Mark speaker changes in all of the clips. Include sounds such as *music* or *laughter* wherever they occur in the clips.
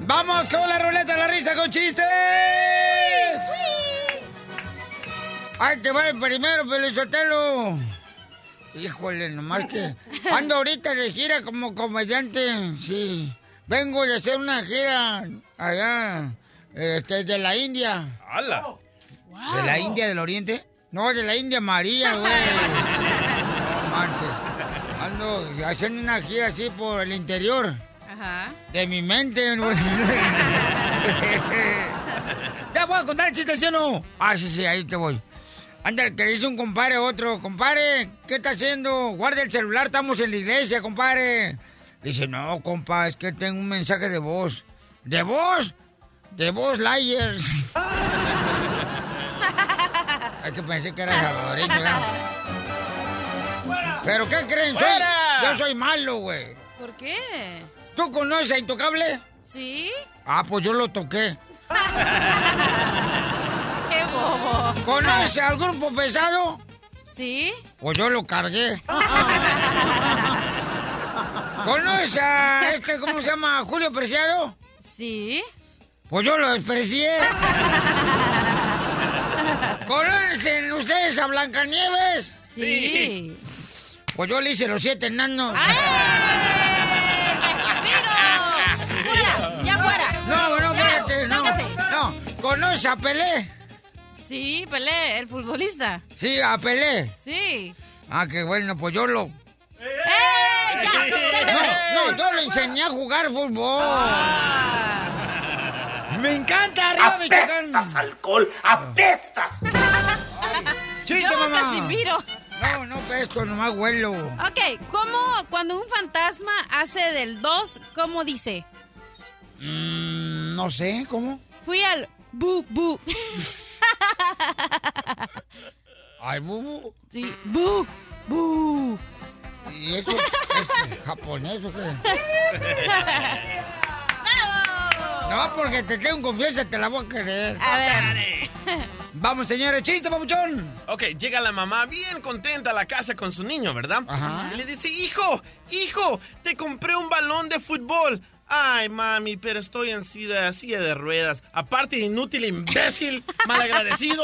Speaker 1: Vamos con la ruleta de la risa con chistes. Ahí te va el primero, Pelizotelo. Híjole, nomás
Speaker 2: *laughs*
Speaker 1: *laughs* que ando ahorita de gira como comediante. Sí, vengo de hacer una gira allá este, de la India.
Speaker 3: ¡Hala!
Speaker 1: ¿De la India del Oriente? No, de la India María, *laughs* güey. No manches. Ando haciendo una gira así por el interior *laughs*
Speaker 4: Ajá.
Speaker 1: de mi mente. güey. *laughs* ya voy a contar el chiste, ¿sí o no? Ah, sí, sí, ahí te voy. Anda, que le dice un compadre a otro, compadre, ¿qué está haciendo? Guarda el celular, estamos en la iglesia, compadre. Dice, no, compa, es que tengo un mensaje de voz. ¿De voz? De voz, liars. Hay que pensé que era salvadoreño, ¿verdad? ¿Pero qué creen? Soy-
Speaker 4: ¡Fuera!
Speaker 1: yo soy malo, güey.
Speaker 4: ¿Por qué?
Speaker 1: ¿Tú conoces a Intocable?
Speaker 4: ¿Sí? *laughs*
Speaker 1: Ah, pues yo lo toqué.
Speaker 4: ¡Qué bobo!
Speaker 1: ¿Conoces al grupo pesado?
Speaker 4: ¿Sí?
Speaker 1: Pues yo lo cargué. ¿Conoces a este, cómo se llama, Julio Preciado?
Speaker 4: ¿Sí?
Speaker 1: Pues yo lo desprecié. ¿Conocen ustedes a Blancanieves?
Speaker 4: Sí.
Speaker 1: Pues yo le hice los siete enanos.
Speaker 4: ¡Pero! ¡Fuera! ¡Ya fuera!
Speaker 1: No, no,
Speaker 4: Ya,
Speaker 1: espérate, no.
Speaker 4: sálgase.
Speaker 1: No, ¿conoces a Pelé?
Speaker 4: Sí, Pelé, el futbolista.
Speaker 1: Sí, a Pelé.
Speaker 4: Sí.
Speaker 1: Ah, qué bueno, pues yo lo...
Speaker 4: ¡Eh! ¡Ya! ¡Sálgase!
Speaker 1: No, no, yo lo enseñé a jugar fútbol. *laughs* ¡Me encanta, arriba, Michoacán!
Speaker 5: alcohol,
Speaker 4: *laughs*
Speaker 5: apestas.
Speaker 1: ¡Chiste,
Speaker 4: Yo,
Speaker 1: mamá!
Speaker 4: Casimiro.
Speaker 1: No, no, esto nomás huelo.
Speaker 4: Ok, ¿cómo cuando un fantasma hace del 2, cómo dice?
Speaker 1: Mm, no sé, ¿cómo?
Speaker 4: Fui al bu
Speaker 1: *laughs*
Speaker 4: bu.
Speaker 1: Ay, bubu.
Speaker 4: Sí, bu bu.
Speaker 1: ¿Y eso es japonés o qué? No, porque te tengo confianza, te la voy a querer.
Speaker 4: A ver,
Speaker 1: Vamos, señores, chiste, papuchón.
Speaker 3: Ok, llega la mamá bien contenta a la casa con su niño, ¿verdad?
Speaker 1: Ajá.
Speaker 3: Y le dice, hijo, hijo, te compré un balón de fútbol. Ay, mami, pero estoy en silla, silla de ruedas. Aparte,
Speaker 1: *laughs*
Speaker 3: inútil, imbécil, malagradecido.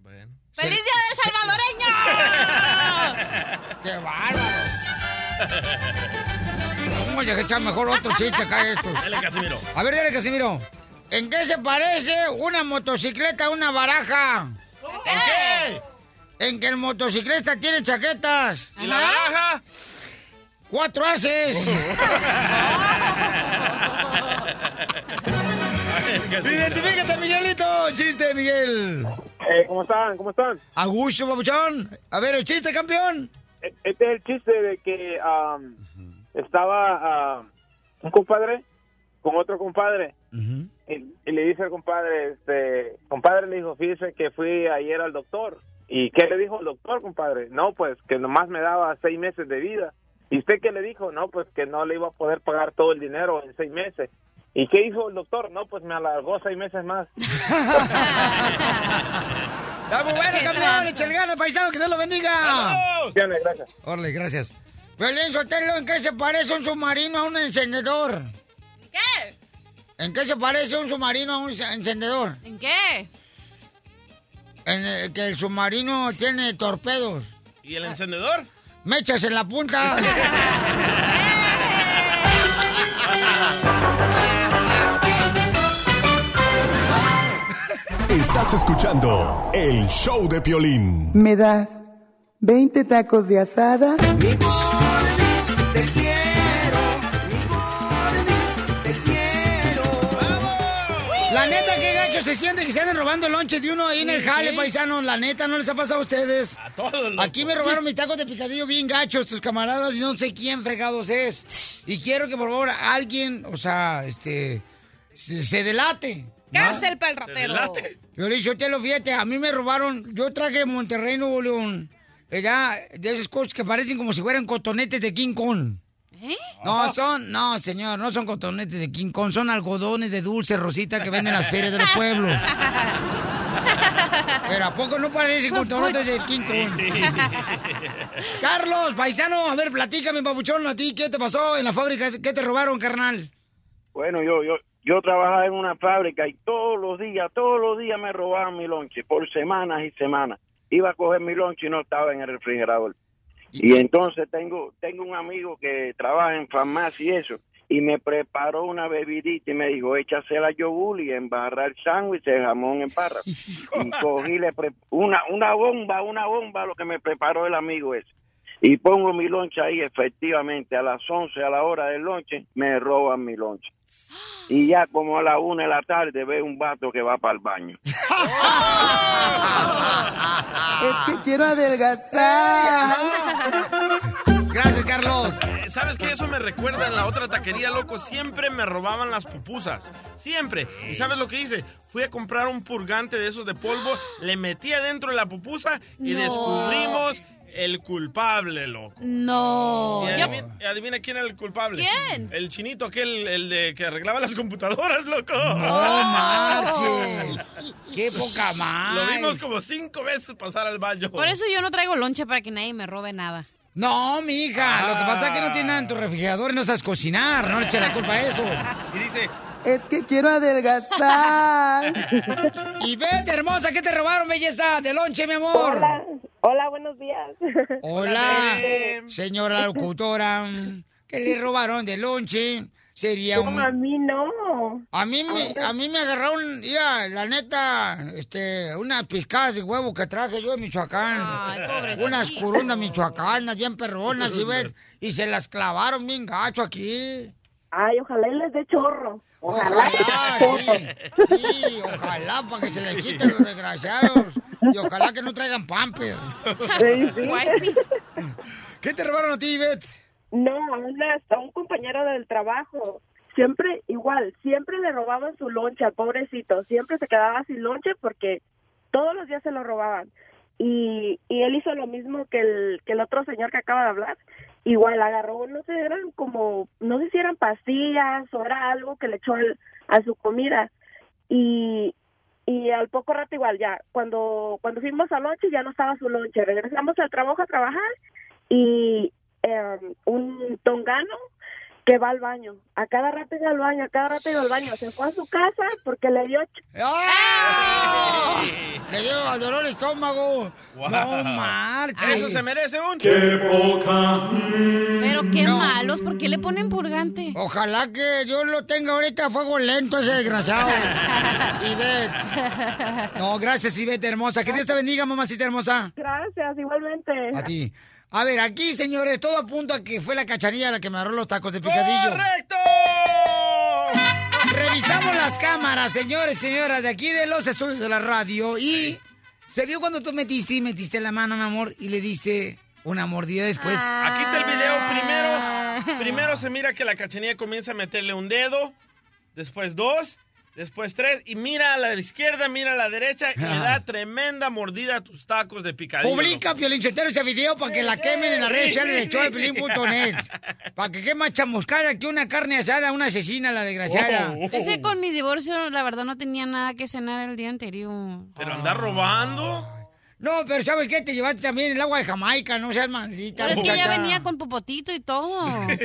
Speaker 3: Bueno.
Speaker 4: ¡Feliz Día del Salvadoreño!
Speaker 1: *laughs* ¡Qué
Speaker 4: *laughs*
Speaker 1: bárbaro! Vamos a echar mejor otro chiste acá de estos.
Speaker 3: Dale, Casimiro.
Speaker 1: A ver, dale, Casimiro. ¿En qué se parece una motocicleta a una baraja?
Speaker 3: ¿Qué?
Speaker 1: En que el motocicleta tiene chaquetas.
Speaker 3: ¿Y la baraja?
Speaker 1: ¡Cuatro
Speaker 4: *laughs*
Speaker 1: haces! ¡Identifícate, Miguelito! ¡Chiste, Miguel!
Speaker 6: Eh, ¿Cómo están? ¿Cómo están?
Speaker 1: A gusto, papuchón. A ver, el chiste, campeón.
Speaker 6: E- Este es el chiste de que am, estaba am, un compadre con otro compadre y, y le dice al compadre, este, compadre le dijo, fíjese que fui ayer al doctor. ¿Y qué le dijo el doctor, compadre? No, pues que nomás me daba seis meses de vida. ¿Y usted qué le dijo? No, pues que no le iba a poder pagar todo el dinero en seis meses. ¿Y qué hizo el doctor? No, pues me alargó seis meses más.
Speaker 1: ¡Está muy pues, bueno, campeón! ¡Échale ganas, paisano! ¡Que Dios lo bendiga!
Speaker 6: Gracias, gracias.
Speaker 1: Orle, gracias. Belén Sotelo, ¿en qué se parece un submarino a un encendedor?
Speaker 4: ¿Qué?
Speaker 1: ¿En qué se parece un submarino a un encendedor?
Speaker 4: ¿En qué?
Speaker 1: En el que el submarino tiene torpedos.
Speaker 3: ¿Y el encendedor?
Speaker 1: Mechas en la punta.
Speaker 7: Estás escuchando el show de Piolín.
Speaker 8: *laughs* ¿Me das 20 tacos de asada?
Speaker 3: ¡Vamos!
Speaker 1: La neta, qué gacho
Speaker 4: ¿Eh?
Speaker 1: se siente que se anden robando el lonche de uno ahí en el
Speaker 4: Sí,
Speaker 1: jale,
Speaker 4: sí.
Speaker 1: paisano. La neta, ¿no les ha pasado a ustedes?
Speaker 3: A todos, loco.
Speaker 1: Aquí me robaron mis tacos de picadillo bien gachos, tus camaradas, y no sé quién fregados es. Y quiero que, por favor, alguien, o sea, este, se, se delate.
Speaker 4: *laughs* Cárcel para el
Speaker 3: ¿Te
Speaker 4: ratero.
Speaker 3: delate?
Speaker 1: Yo le dije, yo te lo fíjate, a mí me robaron, yo traje de Monterrey, Nuevo León, eh, ya, de esos coches que parecen como si fueran cotonetes de King Kong.
Speaker 4: ¿Eh?
Speaker 1: No, son, no, señor, no son cotonetes de King Kong, son algodones de dulce rosita que venden en las ferias de los pueblos. Pero ¿a poco no parecen
Speaker 4: *laughs*
Speaker 1: cotonetes de King Kong? Carlos, paisano, a ver, platícame, papuchón, a ti, ¿qué te pasó en la fábrica? ¿Qué te robaron, carnal?
Speaker 9: Bueno, yo, yo, yo trabajaba en una fábrica y todos los días, todos los días me robaban mi lonche, por semanas y semanas. Iba a coger mi lonche y no estaba en el refrigerador. Y entonces tengo, tengo un amigo que trabaja en farmacia y eso, y me preparó una bebidita y me dijo, échasela yogur y embarra el sándwich, el jamón en barra. y cogí le pre- una, una bomba, una bomba lo que me preparó el amigo ese. Y pongo mi lonche ahí, efectivamente, a las 11, a la hora del lonche, me roban mi lonche. Y ya como a la una de la tarde ve un vato que va para el
Speaker 10: *laughs*
Speaker 9: baño.
Speaker 10: Es que quiero
Speaker 1: *laughs*
Speaker 10: adelgazar.
Speaker 1: Gracias, Carlos.
Speaker 3: Eh, ¿Sabes qué? Eso me recuerda en la otra taquería, loco. Siempre me robaban las pupusas. Siempre. ¿Y sabes lo que hice? Fui a comprar un purgante de esos de polvo, le metí adentro la pupusa y
Speaker 4: No.
Speaker 3: descubrimos el culpable, loco.
Speaker 4: No.
Speaker 3: Y
Speaker 4: Yo-
Speaker 3: adivina, y adivina quién era el culpable.
Speaker 4: ¿Quién?
Speaker 3: El chinito aquel, el de que arreglaba las computadoras, loco. *laughs*
Speaker 1: No marches. Qué poca más.
Speaker 3: Lo vimos como cinco veces pasar al baño.
Speaker 4: por eso yo no traigo lonche para que nadie me robe nada.
Speaker 1: No, mija, lo que pasa es que no tiene nada en tu refrigerador y no sabes cocinar, no le eches la culpa a eso.
Speaker 3: Y dice,
Speaker 10: Es que quiero *laughs* adelgazar.
Speaker 1: Y vete, hermosa, ¿qué te robaron, belleza? De lonche, mi amor.
Speaker 11: Hola, hola, buenos días.
Speaker 1: Hola,
Speaker 3: Hola,
Speaker 1: señora locutora. ¿Qué le robaron de lonche? Sería
Speaker 11: No, a
Speaker 1: un...
Speaker 11: mí no.
Speaker 1: A mí, me, a mí me agarraron, mira, la neta, este, unas piscadas de huevo que traje yo de Michoacán.
Speaker 4: Ay, pobrecito.
Speaker 1: unas curundas michoacanas, bien perronas, ¿sí ves? Y se las clavaron bien gacho aquí.
Speaker 11: Ay, ojalá y les dé chorro. Ojalá.
Speaker 5: Ah,
Speaker 1: Ojalá, sí, sí, ojalá para que se les quiten los desgraciados. Y ojalá que no traigan pamper.
Speaker 11: Sí,
Speaker 5: *laughs*
Speaker 11: sí.
Speaker 4: Wipes.
Speaker 1: ¿Qué te robaron a ti, Ivette?
Speaker 11: No, a una- a un compañero del trabajo. Siempre igual, siempre le robaban su lonche al pobrecito. Siempre se quedaba sin lonche porque todos los días se lo robaban. Y, y él hizo lo mismo que el, que el otro señor que acaba de hablar. Igual agarró, no sé, eran como, no sé si eran pastillas o era algo que le echó al- a su comida. y, y al poco rato igual ya cuando cuando fuimos al lonche ya no estaba su lonche regresamos al trabajo a trabajar y em, un tongano que va al baño a cada rato iba al baño a cada rato iba al baño se fue a su casa porque le dio ch-
Speaker 1: ¡Ah! Le dio dolor de estómago. No marches.
Speaker 3: eso se merece un...
Speaker 4: Pero qué
Speaker 1: No.
Speaker 4: malos, ¿por qué le ponen purgante?
Speaker 1: Ojalá que yo lo tenga ahorita a fuego lento ese
Speaker 4: *laughs*
Speaker 1: desgraciado. Ivette. No, gracias, Ivette hermosa. Que Dios te bendiga, mamacita hermosa.
Speaker 11: gracias igualmente
Speaker 1: A ti. A ver, aquí, señores, todo apunta a que fue la cachanilla la que me agarró los tacos de picadillo.
Speaker 3: ¡Correcto!
Speaker 1: Revisamos las cámaras, señores, señoras, de aquí de los estudios de la radio. Y se vio cuando tú metiste y metiste la mano, mi amor, y le diste una mordida después.
Speaker 3: Pues, Aquí está el
Speaker 12: Ah.
Speaker 3: video. Primero, primero se mira que la cachanilla comienza a meterle un dedo, después dos, después tres, y mira a la izquierda, mira a la derecha, y le da tremenda mordida a tus tacos de picadillo.
Speaker 1: Ah. Publica
Speaker 3: loco.
Speaker 1: Piolín Sotelo ese video para que la quemen en las redes sociales de
Speaker 3: *laughs*
Speaker 1: showdepiolín.net. Para que quede más chamuscada que una carne asada, una asesina, la desgraciada.
Speaker 3: Oh, oh.
Speaker 4: Ese con mi divorcio, la verdad, no tenía nada que cenar el día anterior.
Speaker 3: Pero andar robando.
Speaker 1: No, pero ¿sabes qué? Te llevaste también el agua de Jamaica, no seas maldita.
Speaker 4: Pero es que ya
Speaker 1: muchacha.
Speaker 4: venía con popotito y todo.
Speaker 1: *laughs*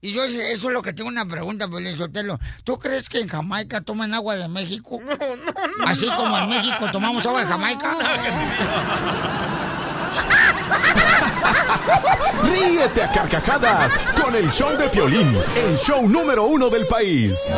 Speaker 1: Y yo, eso es lo que tengo una pregunta, Piolín Sotelo. ¿Tú crees que en Jamaica toman agua de México?
Speaker 3: No, no, no.
Speaker 1: Así como en México tomamos agua de Jamaica.
Speaker 7: Ríete a carcajadas con el show de Piolín, el show número uno del país.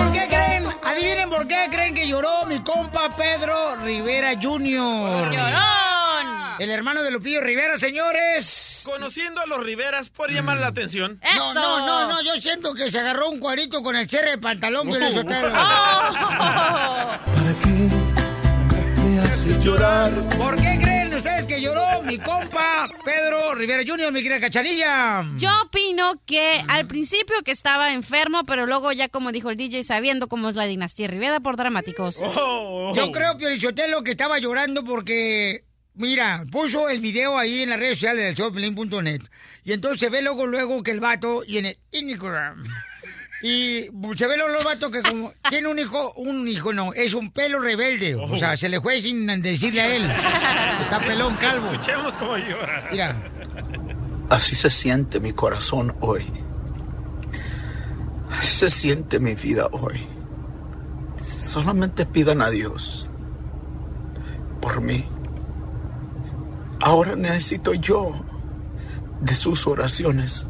Speaker 1: ¿Por qué creen? Adivinen por qué creen que lloró mi compa Pedro Rivera Jr.
Speaker 4: ¡Llorón!
Speaker 1: El hermano de Lupillo Rivera, señores.
Speaker 3: Conociendo a los Riveras, por llamar la atención.
Speaker 1: Mm. No, no, no, no, yo siento que se agarró un cuarito con el cierre de pantalón de los
Speaker 13: Me hace llorar.
Speaker 1: ¿Por qué creen ustedes que lloró mi compa Pedro Rivera Jr., mi querida Cachanilla?
Speaker 4: Yo opino que al principio que estaba enfermo, pero luego ya como dijo el DJ, sabiendo cómo es la dinastía Rivera por dramáticos.
Speaker 1: Oh.
Speaker 3: Oh.
Speaker 1: Yo creo, Piolichotelo, que estaba llorando porque, mira, puso el video ahí en las redes sociales del showpelín.net. Y entonces se ve luego, luego que el vato, y en el Instagram. Y se ve luego el vato que como tiene un hijo, un hijo no, es un pelo rebelde. O
Speaker 3: Oh.
Speaker 1: sea, se le fue sin decirle a él. Está pelón calvo.
Speaker 3: Escuchemos cómo llora.
Speaker 1: Mira.
Speaker 13: Así se siente mi corazón hoy. Así se siente mi vida hoy. Solamente pidan a Dios por mí. Ahora necesito yo de sus oraciones.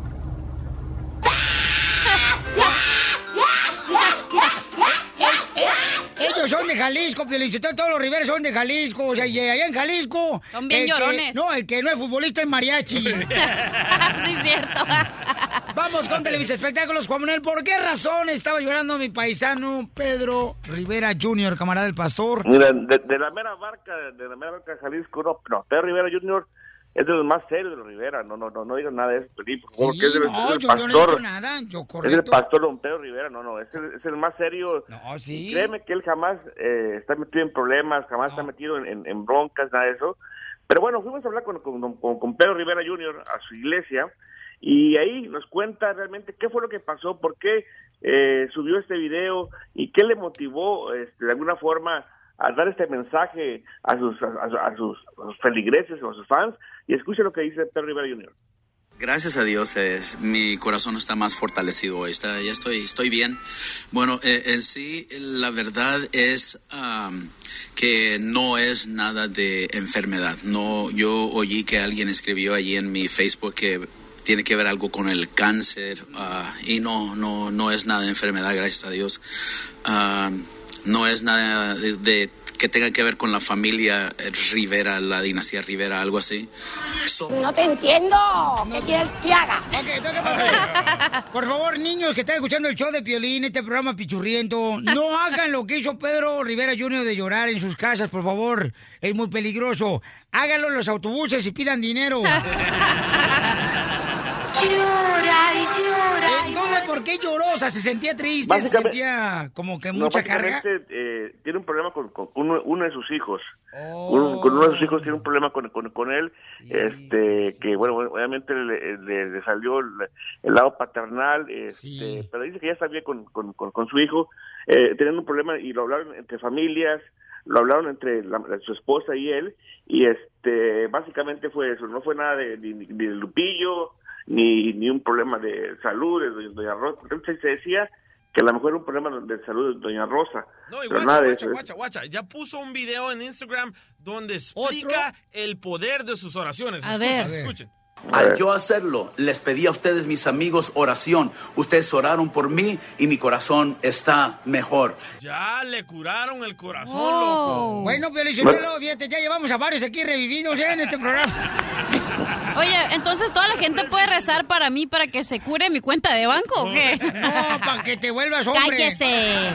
Speaker 1: Ellos son de Jalisco, Piolichotelo, todos los Riveros son de Jalisco, o sea, y allá en Jalisco...
Speaker 4: Son bien
Speaker 1: el que-
Speaker 4: llorones.
Speaker 1: no, el que no es futbolista es mariachi.
Speaker 4: *laughs* sí, es cierto.
Speaker 1: *laughs* Vamos con Televisa Espectáculos, Juan Manuel, ¿por qué razón estaba llorando mi paisano Pedro Rivera Jr., camarada del pastor?
Speaker 6: Mira, de, de la mera barca, de la mera barca de Jalisco, no, no, Pedro Rivera Jr. es de los más serios de los Rivera, no, no, no, no digan nada de eso, Felipe, por favor,
Speaker 1: Sí,
Speaker 6: que es el,
Speaker 1: no,
Speaker 6: es
Speaker 1: yo no
Speaker 6: el
Speaker 1: le he
Speaker 6: pastor,
Speaker 1: dicho nada, yo
Speaker 6: es el
Speaker 1: correcto.
Speaker 6: pastor don Pedro Rivera, no, no, es el, es el más serio,
Speaker 1: No, sí.
Speaker 6: Y créeme que él jamás eh, está metido en problemas, jamás está metido en, en- en broncas, nada de eso, pero bueno, fuimos a hablar con, con, con- con Pedro Rivera Jr. a su iglesia, y ahí nos cuenta realmente qué fue lo que pasó, por qué eh, subió este video y qué le motivó este, de alguna forma a dar este mensaje a sus, a, a- a sus, a sus feligreses o a sus fans. Y escuche lo que dice Pedro Rivera Jr.
Speaker 12: Gracias a Dios, es, mi corazón está más fortalecido hoy, está, ya estoy, estoy bien. Bueno, eh, en sí, la verdad es am, que no es nada de enfermedad. No, yo oí que alguien escribió allí en mi Facebook que tiene que ver algo con el cáncer ah, y no, no, no es nada de enfermedad, gracias a Dios. Am, no es nada de, de- que tenga que ver con la familia eh, Rivera, la dinastía Rivera, algo así. So-
Speaker 5: No te entiendo. ¿Qué quieres que haga?
Speaker 1: Por favor, niños que están escuchando el show de Piolín, este programa pichurriento,
Speaker 4: *laughs*
Speaker 1: no hagan lo que hizo Pedro Rivera Jr. de llorar en sus casas, por favor. Es muy peligroso. Háganlo en los autobuses y pidan
Speaker 4: *laughs*
Speaker 1: dinero.
Speaker 5: Llora y llora.
Speaker 1: Entonces, Eh, ¿por qué lloró? O sea, se sentía triste, se
Speaker 6: Básicamente-
Speaker 1: sentía como que
Speaker 6: No,
Speaker 1: mucha carga.
Speaker 6: básicamente, eh, tiene un problema con, con uno, uno de sus hijos.
Speaker 1: Oh.
Speaker 6: Uno, con uno de sus hijos tiene un problema con, con, con él, este, que bueno, obviamente le, le- le salió el, el lado paternal, este, pero dice que ya está bien con, con, con, con su hijo, eh, teniendo un problema y lo hablaron entre familias, lo hablaron entre la- su esposa y él, y este, básicamente fue eso, no fue nada de, ni, ni- ni de Lupillo, ni, ni un problema de salud, de doña- doña Rosa, Entonces, se decía que a lo mejor era un problema de salud de doña Rosa,
Speaker 3: No, y
Speaker 6: pero eh.
Speaker 3: guacha,
Speaker 6: nada de
Speaker 3: guacha,
Speaker 6: eso.
Speaker 3: guacha, guacha. Ya puso un video en Instagram donde explica el poder de sus oraciones.
Speaker 12: A
Speaker 3: escuchen,
Speaker 12: ver.
Speaker 3: escuchen.
Speaker 12: Al yo hacerlo, les pedí a ustedes, mis amigos, oración. Ustedes oraron por mí y mi corazón está mejor.
Speaker 3: Ya le curaron el corazón,
Speaker 4: Oh.
Speaker 3: loco.
Speaker 1: Bueno, Piolichotelo, fíjate, ya llevamos a varios aquí revividos ya en este programa.
Speaker 4: *laughs* Oye, entonces toda la gente puede rezar para mí para que se cure mi cuenta de banco o qué?
Speaker 1: *laughs* No, para que te vuelvas hombre.
Speaker 4: Cállese.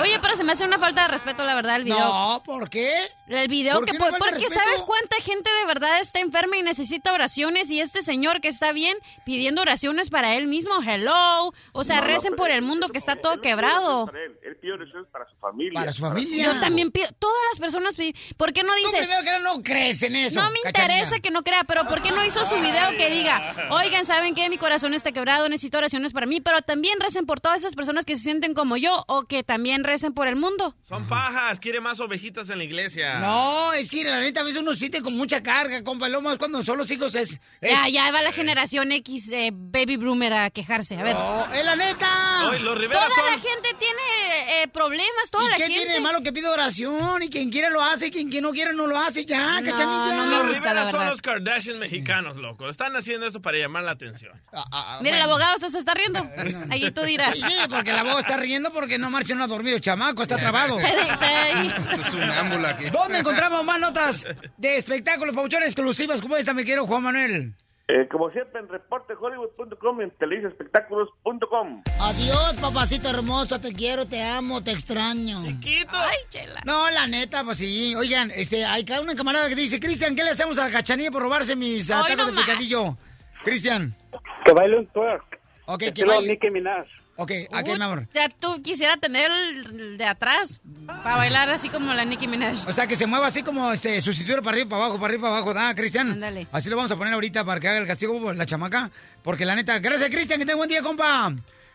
Speaker 4: Oye, pero se me hace una falta de respeto, la verdad, el video.
Speaker 1: No, ¿por qué?
Speaker 4: El video
Speaker 1: ¿Por
Speaker 4: que
Speaker 1: qué una
Speaker 4: po-
Speaker 1: falta de
Speaker 4: porque
Speaker 1: respeto?
Speaker 4: sabes cuánta gente de verdad está enferma y necesita oraciones y este señor que está bien pidiendo oraciones para él mismo, hello, o sea,
Speaker 6: No, no,
Speaker 4: recen
Speaker 6: pero
Speaker 4: por el mundo que está todo quebrado.
Speaker 6: Para él, él pide oraciones para su familia.
Speaker 1: Para su familia.
Speaker 4: Yo también pido, todas las personas piden, ¿por qué no dice?
Speaker 1: primero que no crees en eso,
Speaker 4: No me
Speaker 1: Cachanilla.
Speaker 4: interesa que no crea, pero ¿por qué no hizo su video
Speaker 1: *laughs*
Speaker 4: que diga, oigan, ¿saben qué? Mi corazón está quebrado, necesito oraciones para mí, pero también recen por todas esas personas que se sienten como yo o que también recen por el mundo.
Speaker 3: Son pajas, quiere más ovejitas en la iglesia.
Speaker 1: No, es que la neta a veces uno siente con mucha carga, compa. Lo más cuando son los hijos es. es-
Speaker 4: Ya, ya va la generación X eh, baby bloomer a quejarse, a ver.
Speaker 1: No, es la neta.
Speaker 4: Oye, los Rivera Toda son- la gente tiene eh, problemas, toda
Speaker 1: ¿Y
Speaker 4: la
Speaker 1: qué
Speaker 4: gente.
Speaker 1: tiene de malo que pida oración? Y quien quiera lo hace, y quien, quien no quiera no lo hace, ya,
Speaker 4: No,
Speaker 1: cachanilla.
Speaker 4: no me
Speaker 3: Los Rivera son los Kardashian Gracias, mexicanos, loco. Están haciendo esto para llamar la atención.
Speaker 14: Ah,
Speaker 4: Mira, el abogado hasta se está riendo. Allí tú dirás.
Speaker 1: Sí, porque el abogado está riendo porque no marcha, no ha dormido, chamaco, está trabado.
Speaker 14: Es un ámbulo aquí.
Speaker 1: ¿Dónde encontramos más notas de espectáculos, pauchones exclusivas como esta, mi querido Juan Manuel?
Speaker 6: Eh, como siempre, en reportehollywood.com y en televisaespectáculos.com.
Speaker 5: Adiós, papacito hermoso, te quiero, te amo, te extraño.
Speaker 3: Chiquito.
Speaker 4: Ay, chela.
Speaker 1: No, la neta, pues sí. Oigan, este, hay ca- una camarada que dice, Cristian, ¿qué le hacemos a la cachanilla por robarse mis
Speaker 4: Hoy
Speaker 1: ataques de
Speaker 4: nomás.
Speaker 1: picadillo? Cristian.
Speaker 6: Que baile un twerk.
Speaker 1: Ok, que
Speaker 6: Estilo
Speaker 1: baile.
Speaker 6: Este Nicki Minaj.
Speaker 1: Ok, ¿a qué, mi amor?
Speaker 4: Ya tú quisiera tener el de atrás para bailar así como la Nicki Minaj.
Speaker 1: O sea, que se mueva así como este, su cintura para arriba, para abajo, para arriba, para abajo, ¿da, Cristian?
Speaker 4: Ándale.
Speaker 1: Así lo vamos a poner ahorita para que haga el castigo por la chamaca. Porque la neta, gracias, Cristian, que tenga buen día, compa.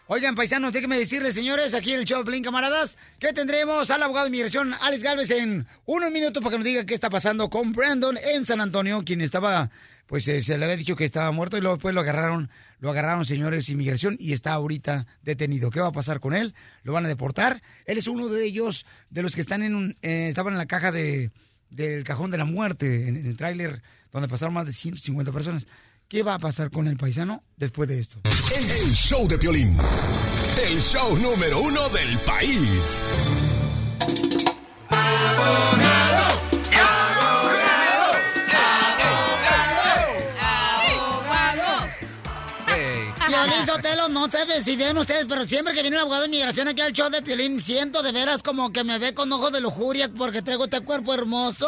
Speaker 1: Oigan, paisanos, déjenme decirles, señores, aquí en el show de Plin Camaradas, que tendremos al abogado de inmigración, Alex Galvez, en unos minutos para que nos diga qué está pasando con Brandon en San Antonio, quien estaba, pues eh, se le había dicho que estaba muerto y luego después lo agarraron, lo agarraron, señores, inmigración y está ahorita detenido. ¿Qué va a pasar con él? ¿Lo van a deportar? Él es uno de ellos, de los que están en un- eh, estaban en la caja de, del cajón de la muerte, en, en el tráiler, donde pasaron más de 150 personas. ¿Qué va a pasar con el paisano después de esto?
Speaker 7: El, el show de Piolín. El show número uno del país.
Speaker 5: Piolín Sotelo, no sé si ven ustedes, pero siempre que viene el abogado de inmigración aquí al show de Piolín, siento de veras como que me ve con ojos de lujuria porque traigo este cuerpo hermoso.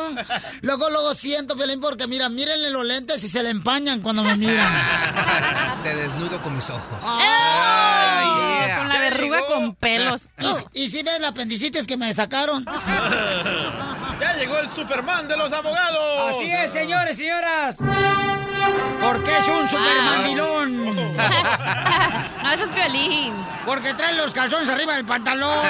Speaker 5: Luego, luego siento, Piolín, porque mira, mírenle los lentes y se le empañan cuando me
Speaker 14: *laughs*
Speaker 5: miran.
Speaker 14: Te desnudo con mis ojos.
Speaker 5: Ay,
Speaker 14: yeah.
Speaker 5: Con la verruga con pelos. Y, si ven las apendicitis que me sacaron.
Speaker 3: Ya llegó el Superman de los abogados.
Speaker 1: Así es, señores, señoras. Porque es un supermandilón.
Speaker 4: Ah. *laughs* No, eso es violín.
Speaker 1: Porque trae los calzones arriba del
Speaker 4: *laughs*
Speaker 1: pantalón.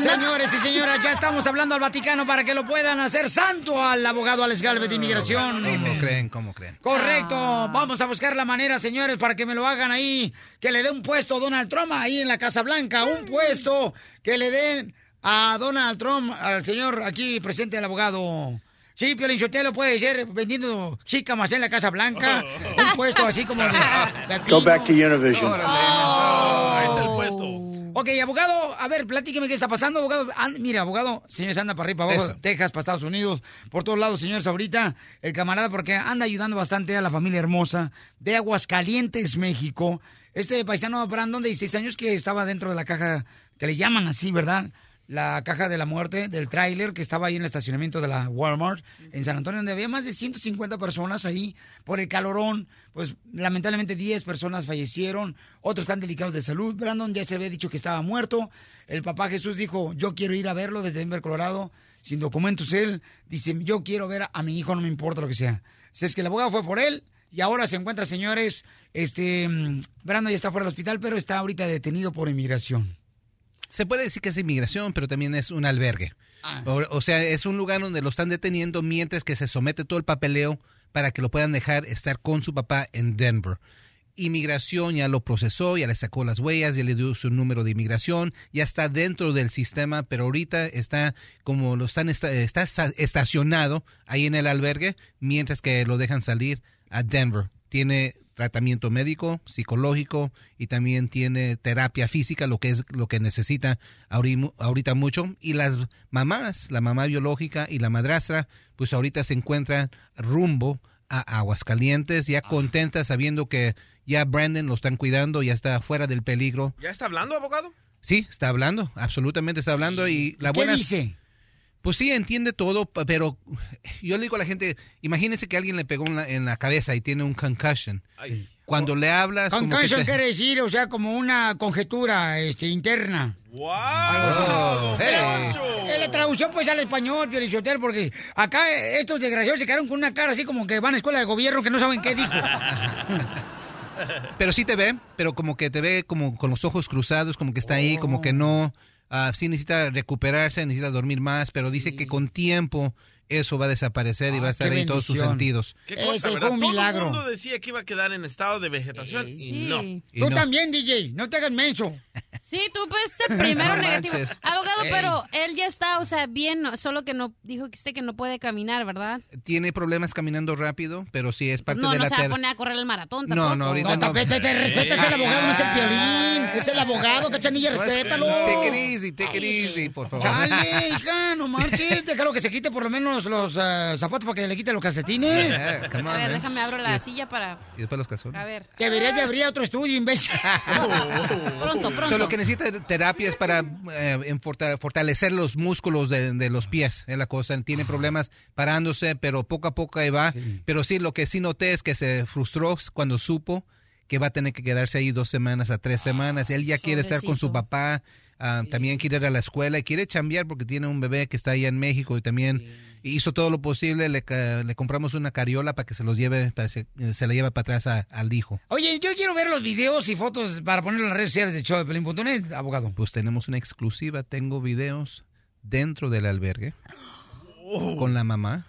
Speaker 1: Señores y señoras, ya estamos hablando al Vaticano para que lo puedan hacer santo al abogado Alex Galvez de Inmigración.
Speaker 14: ¿Cómo creen? ¿Cómo creen?
Speaker 1: Correcto,
Speaker 3: Ah.
Speaker 1: vamos a buscar la manera, señores, para que me lo hagan ahí, que le dé un puesto a Donald Trump ahí en la Casa Blanca, un puesto que le den a Donald Trump, al señor aquí presente, al abogado. Sí, Piolín Sotelo puede ser vendiendo más en la Casa Blanca,
Speaker 3: Oh.
Speaker 1: un puesto así como
Speaker 3: *laughs*
Speaker 1: de- de
Speaker 15: Go back to Univision.
Speaker 3: Oh. Ahí está el puesto.
Speaker 1: Ok, abogado, a ver, platíqueme qué está pasando, abogado. An- mira, abogado, señores, anda para arriba, para abajo, Texas, para Estados Unidos, por todos lados, señores, ahorita, el camarada, porque anda ayudando bastante a la familia hermosa de Aguascalientes, México. Este paisano Brandon de 16 años que estaba dentro de la caja, que le llaman así, ¿verdad? La caja de la muerte del tráiler que estaba ahí en el estacionamiento de la Walmart en San Antonio, donde había más de 150 personas ahí por el calorón. Pues lamentablemente 10 personas fallecieron, otros están delicados de salud. Brandon ya se había dicho que estaba muerto. El papá Jesús dijo, yo quiero ir a verlo desde Denver, Colorado, sin documentos él. Dice, yo quiero ver a mi hijo, no me importa lo que sea. Si es que el abogado fue por él y ahora se encuentra, señores, este, mm, Brandon ya está fuera del hospital, pero está ahorita detenido por inmigración.
Speaker 14: Se puede decir que es inmigración, pero también es un albergue.
Speaker 1: Ah.
Speaker 14: O, o sea, es un lugar donde lo están deteniendo mientras que se somete todo el papeleo para que lo puedan dejar estar con su papá en Denver. Inmigración ya lo procesó, ya le sacó las huellas, ya le dio su número de inmigración, ya está dentro del sistema, pero ahorita está como lo están esta- está esta- estacionado ahí en el albergue mientras que lo dejan salir a Denver. Tiene tratamiento médico, psicológico y también tiene terapia física, lo que es lo que necesita ahori- ahorita mucho. Y las mamás, la mamá biológica y la madrastra, pues ahorita se encuentran rumbo a Aguascalientes, ya contenta sabiendo que ya Brandon lo están cuidando, ya está fuera del peligro.
Speaker 3: ¿Ya está hablando, abogado?
Speaker 14: Sí, está hablando, absolutamente está hablando y la
Speaker 3: ¿Qué
Speaker 14: buena
Speaker 3: dice?
Speaker 14: Pues sí, entiende todo, pa- pero yo le digo a la gente, imagínense que alguien le pegó en la, en la cabeza y tiene un concussion. Cuando le hablas como que
Speaker 1: Concussion
Speaker 14: te-
Speaker 1: quiere decir, o sea, como una conjetura este, interna.
Speaker 14: Oh, hey.
Speaker 1: Es la traducción pues al español, Piolichotel, porque acá eh, estos desgraciados se quedaron con una cara así como que van a escuela de gobierno que no saben qué *laughs* dijo.
Speaker 14: Pero sí te ve, pero como que te ve como con los ojos cruzados, como que está ahí, como que
Speaker 1: Oh.
Speaker 14: no. ah, sí necesita recuperarse, necesita dormir más, pero dice que con tiempo eso va a desaparecer y va a estar
Speaker 3: qué
Speaker 14: ahí todos sus
Speaker 3: bendición.
Speaker 14: sentidos.
Speaker 3: ¿Qué cosa,
Speaker 1: Ah, Ese fue
Speaker 3: verdad?
Speaker 1: un
Speaker 3: Todo
Speaker 1: milagro.
Speaker 3: el mundo decía que iba a quedar en estado de vegetación y no.
Speaker 1: Tú también, DJ, no te hagas menso.
Speaker 4: Sí, tú fuiste el primero
Speaker 14: *laughs* No
Speaker 4: negativo.
Speaker 14: manches.
Speaker 4: Abogado,
Speaker 14: Ey.
Speaker 4: pero él ya está, o sea, bien, no- solo que no dijo que usted que no puede caminar, ¿verdad?
Speaker 14: Tiene problemas caminando rápido, pero sí es parte
Speaker 4: no,
Speaker 14: de
Speaker 4: no
Speaker 14: la
Speaker 4: se va a
Speaker 14: ter-
Speaker 4: poner a correr el maratón
Speaker 14: No,
Speaker 4: tampoco.
Speaker 14: no, ahorita No, no.
Speaker 1: Vete, vete, respeta,
Speaker 14: *laughs*
Speaker 1: es el abogado, no es el piolín. Es el abogado, cachanilla,
Speaker 14: No, es-
Speaker 1: respétalo.
Speaker 14: Take it easy, take it easy, por favor.
Speaker 1: Chale, hija, no marches. Déjalo que se quite por lo menos los eh, zapatos para que le quite los calcetines.
Speaker 14: Yeah, come
Speaker 4: *laughs*
Speaker 14: on,
Speaker 4: a ver,
Speaker 14: man.
Speaker 4: déjame abro la
Speaker 14: Y-
Speaker 4: silla para...
Speaker 14: Y después los calzones.
Speaker 4: A ver.
Speaker 1: Deberías de abrir otro estudio, imbécil.
Speaker 4: *laughs* Pronto, pronto.
Speaker 14: Solo que necesita terapias para eh, en forta- fortalecer los músculos de, de los pies, es la cosa. Tiene problemas parándose, pero poco a poco ahí va. Pero sí, lo que sí noté es que se frustró cuando supo que va a tener que quedarse ahí dos semanas a tres
Speaker 4: Ah,
Speaker 14: semanas. Él ya quiere estar con su papá, ah, también quiere ir a la escuela y quiere chambear porque tiene un bebé que está allá en México y también hizo todo lo posible. Le, ca- le compramos una cariola para que se los lleve, para que se, se la lleve para atrás a- al hijo.
Speaker 1: Oye, yo quiero ver los videos y fotos para ponerlo en las redes sociales de show de Pelín.net, abogado.
Speaker 14: Pues tenemos una exclusiva, tengo videos dentro del albergue con la mamá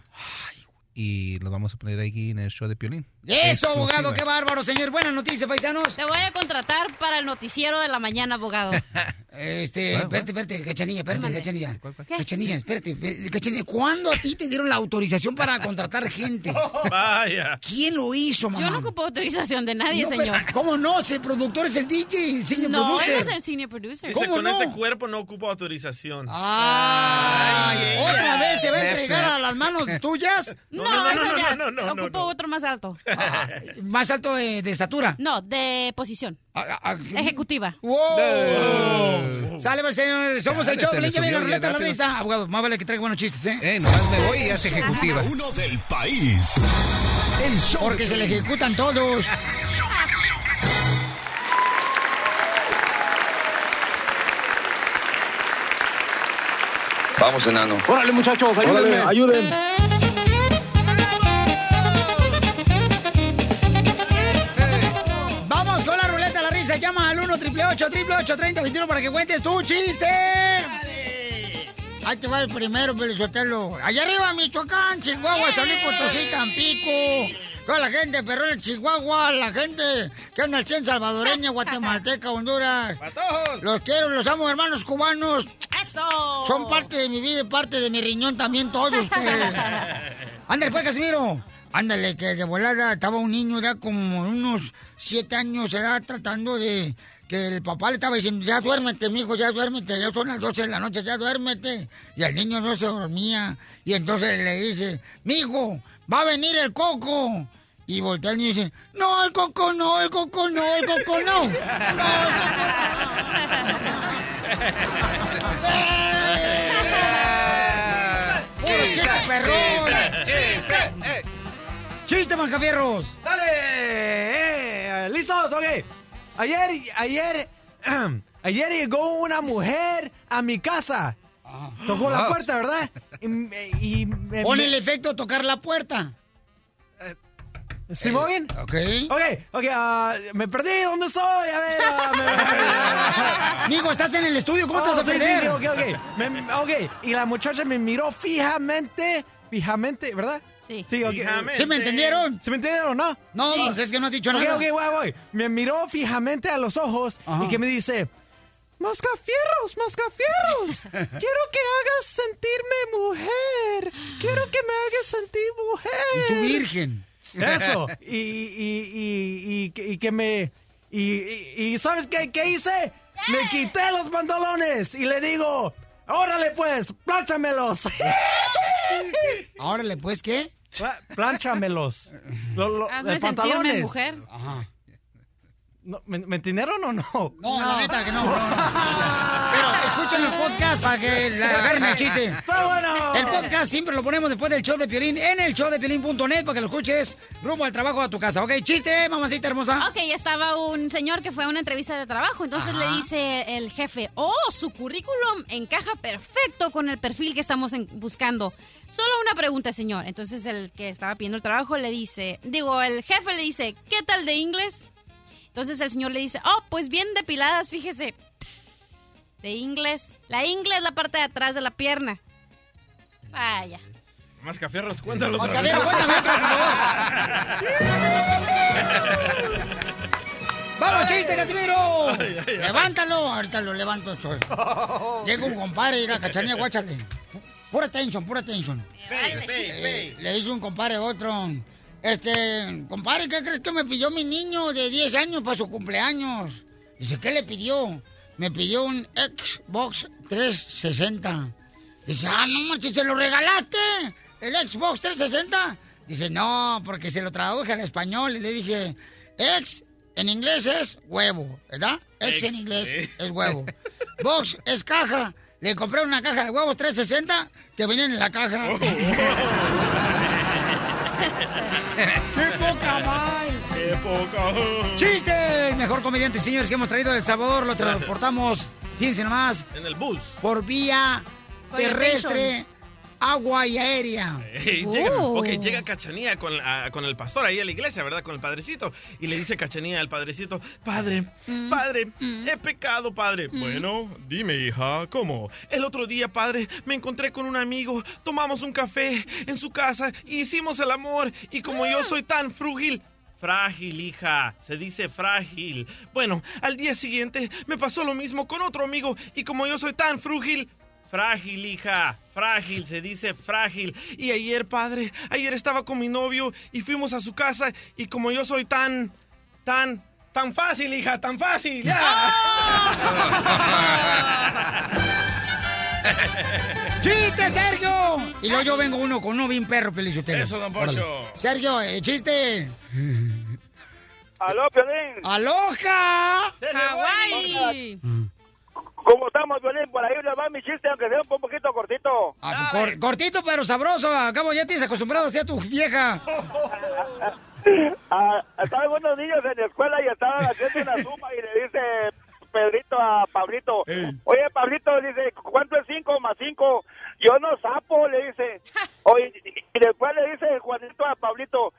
Speaker 14: y los vamos a poner aquí en el show de Piolín.
Speaker 1: Eso, abogado,
Speaker 14: Exclusiva.
Speaker 1: qué bárbaro, señor. Buenas noticias, paisanos.
Speaker 4: Te voy a contratar para el noticiero de la mañana, abogado.
Speaker 1: *laughs* Este, espérate, espérate, cachanilla, espérate, cachanilla.
Speaker 4: ¿Qué?
Speaker 1: Cachanilla, espérate, eh, cachanilla. ¿Cuándo a ti te dieron la autorización para contratar
Speaker 4: *laughs*
Speaker 1: gente?
Speaker 3: Vaya.
Speaker 1: ¿Quién lo hizo, mamá?
Speaker 4: Yo no ocupo autorización de nadie, señor.
Speaker 1: pero- ¿Cómo no? Si el productor es el DJ, el señor
Speaker 4: No, él
Speaker 1: producer.
Speaker 4: es el senior producer.
Speaker 3: Dice, con este cuerpo no ocupo autorización.
Speaker 1: Ay, ¿Otra vez se va a
Speaker 3: Snap,
Speaker 1: entregar
Speaker 3: snap.
Speaker 1: a las manos tuyas?
Speaker 4: No, no, no, no, Ocupo otro más *laughs* alto.
Speaker 1: ¿Más alto eh, de estatura?
Speaker 4: No, de posición. Ejecutiva.
Speaker 1: ¡Wow! Sale, pues, señor. Somos
Speaker 14: Dale,
Speaker 1: el show.
Speaker 14: se le
Speaker 1: Pelín, ya viene la ruleta
Speaker 14: subió
Speaker 1: de
Speaker 14: bien
Speaker 1: la
Speaker 14: rápido.
Speaker 1: risa. Abogado, más vale que traiga buenos chistes, ¿eh?
Speaker 14: Eh, nomás me voy y hace ejecutiva.
Speaker 7: Uno del país. El show
Speaker 1: Porque
Speaker 7: de
Speaker 1: se le
Speaker 7: Piolín.
Speaker 1: ejecutan todos.
Speaker 16: Vamos, enano.
Speaker 17: Órale, muchachos,
Speaker 16: Órale,
Speaker 17: ayúdenme. ayuden.
Speaker 1: Vamos con la ruleta de la risa. Llama al 1 888 888 3021 para que cuentes tu chiste. Ahí te va el primero, Pelizotelo. Allá arriba, Michoacán, Chihuahua, San Luis Potosí, Tampico. Toda la gente, pero en Chihuahua, la gente que anda al 100 salvadoreña, guatemalteca, Honduras. Los quiero, los amo, hermanos cubanos.
Speaker 4: ¡Eso!
Speaker 1: Son parte de mi vida y parte de mi riñón también todos ustedes. Ándale, pues, Casimiro. Ándale, que de volada estaba un niño ya como unos siete años de edad tratando de... Que el papá le estaba diciendo, ya duérmete, mijo, ya duérmete, ya son las 12 de la noche, ya duérmete. Y el niño no se dormía. Y entonces le dice, mijo, va a venir el coco. Y voltea el niño y dice, no, el coco no, el coco no, el coco
Speaker 10: *laughs*
Speaker 1: no. No, el coco ¡Puro chiste, perrón!
Speaker 10: eh,
Speaker 1: ¡Chiste, mascafierros!
Speaker 10: ¡Dale! Eh, ¿Listos? Ok. Ayer, ayer, *clears throat* ayer llegó una mujer a mi casa. Tocó la
Speaker 1: Ah. Wow.
Speaker 10: puerta, ¿verdad? Y, y- y- me- Eh,
Speaker 1: Pon el efecto tocar la puerta.
Speaker 10: ¿Sí muy bien?
Speaker 1: Ok.
Speaker 10: Ok, ok, ah, me perdí, ¿dónde estoy? A ver, ah, me-
Speaker 1: *laughs* Mijo, estás en el estudio, ¿cómo te vas a
Speaker 10: Ah, sí, sí,
Speaker 1: perder?
Speaker 10: sí, ok, ok. Me- *laughs* ok, y la muchacha me miró fijamente, fijamente, ¿verdad?
Speaker 4: Sí.
Speaker 10: Sí, ok.
Speaker 1: ¿Sí me entendieron?
Speaker 10: ¿Sí me entendieron, no?
Speaker 1: No, Sí. pues, es que no has dicho
Speaker 10: Ok,
Speaker 1: nada.
Speaker 10: Ok, voy, voy. Me miró fijamente a los ojos y que me dice... Mascafierros,
Speaker 1: *laughs*
Speaker 10: mascafierros. Quiero que hagas sentirme mujer. Quiero que me hagas sentir mujer.
Speaker 1: Tu virgen.
Speaker 10: Eso. Y, y, y, y- y que me. Y, y- y ¿sabes qué, qué hice? Me quité los pantalones y le digo: Órale, pues, plánchamelos.
Speaker 1: *laughs* Órale, pues, ¿qué?
Speaker 10: Plánchamelos. Lo- lo-
Speaker 4: Hazme
Speaker 10: eh,
Speaker 4: sentirme mujer.
Speaker 10: Ajá. No, ¿me, me entendieron o no?
Speaker 1: No, la neta que no. no. Pero escuchen los podcasts para que la agarren el chiste.
Speaker 10: ¡Está bueno!
Speaker 1: El podcast siempre lo ponemos después del show de Piolín en el show de Piolín.net para que lo escuches rumbo al trabajo a tu casa. Ok, chiste, mamacita hermosa.
Speaker 4: Ok, estaba un señor que fue a una entrevista de trabajo, entonces
Speaker 1: Ajá.
Speaker 4: le dice el jefe, oh, su currículum encaja perfecto con el perfil que estamos en- buscando. Solo una pregunta, señor. Entonces el que estaba pidiendo el trabajo le dice, digo, el jefe le dice, ¿qué tal de inglés? Entonces el señor le dice, oh, pues bien depiladas, fíjese. *laughs* De inglés. La ingle es la parte de atrás de la pierna. Vaya.
Speaker 3: Mascafierros, cuéntalo. otra
Speaker 1: Mascafierros,
Speaker 3: vez.
Speaker 1: cuéntame otra, por favor. ¡Vamos, chiste, Casimiro!
Speaker 2: Ay, ay, ay.
Speaker 1: ¡Levántalo! Ahorita lo levanto. estoy. Llega un compadre y la cachanilla, guáchale. Pura tensión, pura tensión. Eh, le hizo un compadre a otro. Este, compadre, ¿qué crees que me pidió mi niño de 10 años para su cumpleaños? Dice, ¿qué le pidió? Me pidió un Xbox 360. Dice, ah, no manches, ¿se lo regalaste? ¿El Xbox 360? Dice, no, porque se lo traduje al español y le dije, ex en inglés es huevo, ¿verdad? Ex, en
Speaker 2: Ex,
Speaker 1: inglés
Speaker 2: eh.
Speaker 1: es huevo. Box es caja. Le compré una caja de huevos 360 que venían en la caja.
Speaker 3: Oh.
Speaker 1: *laughs* ¡Qué poca mal!
Speaker 3: ¡Qué poca!
Speaker 1: ¡Chiste! El mejor comediante, señores, que hemos traído de El Salvador. Lo transportamos, fíjense nomás,
Speaker 3: En el bus.
Speaker 1: por vía terrestre, agua y aérea.
Speaker 3: *laughs* Ey, llega, ok, llega Cachanía con, la- con el pastor ahí a la iglesia, ¿verdad? Con el padrecito. Y le dice Cachanía al padrecito, padre, padre, he pecado, padre. Bueno, dime, hija, ¿cómo? El otro día, padre, me encontré con un amigo, tomamos un café en su casa, e hicimos el amor y como yo soy tan frúgil... Frágil, hija, se dice frágil. Bueno, al día siguiente me pasó lo mismo con otro amigo y como yo soy tan frúgil, Frágil, hija. Frágil, se dice frágil. Y ayer, padre, ayer estaba con mi novio y fuimos a su casa y como yo soy tan, tan, tan fácil, hija, tan fácil.
Speaker 1: ¡Ah! ¡Chiste, Sergio! Y luego yo vengo uno con uno bien perro, Pelizotelo.
Speaker 3: Eso, don Poncho.
Speaker 1: Órale. Sergio, eh, chiste.
Speaker 16: Aló, Piolín.
Speaker 1: ¡Aloha!
Speaker 16: ¡Hawái! ¿Cómo estamos, Piolín? Por ahí nos va mi chiste, aunque sea un poquito cortito.
Speaker 1: Ah, cor- cortito pero sabroso. Acabo ya tienes acostumbrado así a tu vieja.
Speaker 16: Ah, estaban unos niños en la escuela y estaban haciendo una suma y le dice Pedrito a Pablito, oye Pablito, dice, ¿cuánto es 5 más 5? Yo no sapo, le dice. Oye, y después le dice Juanito a Pablito,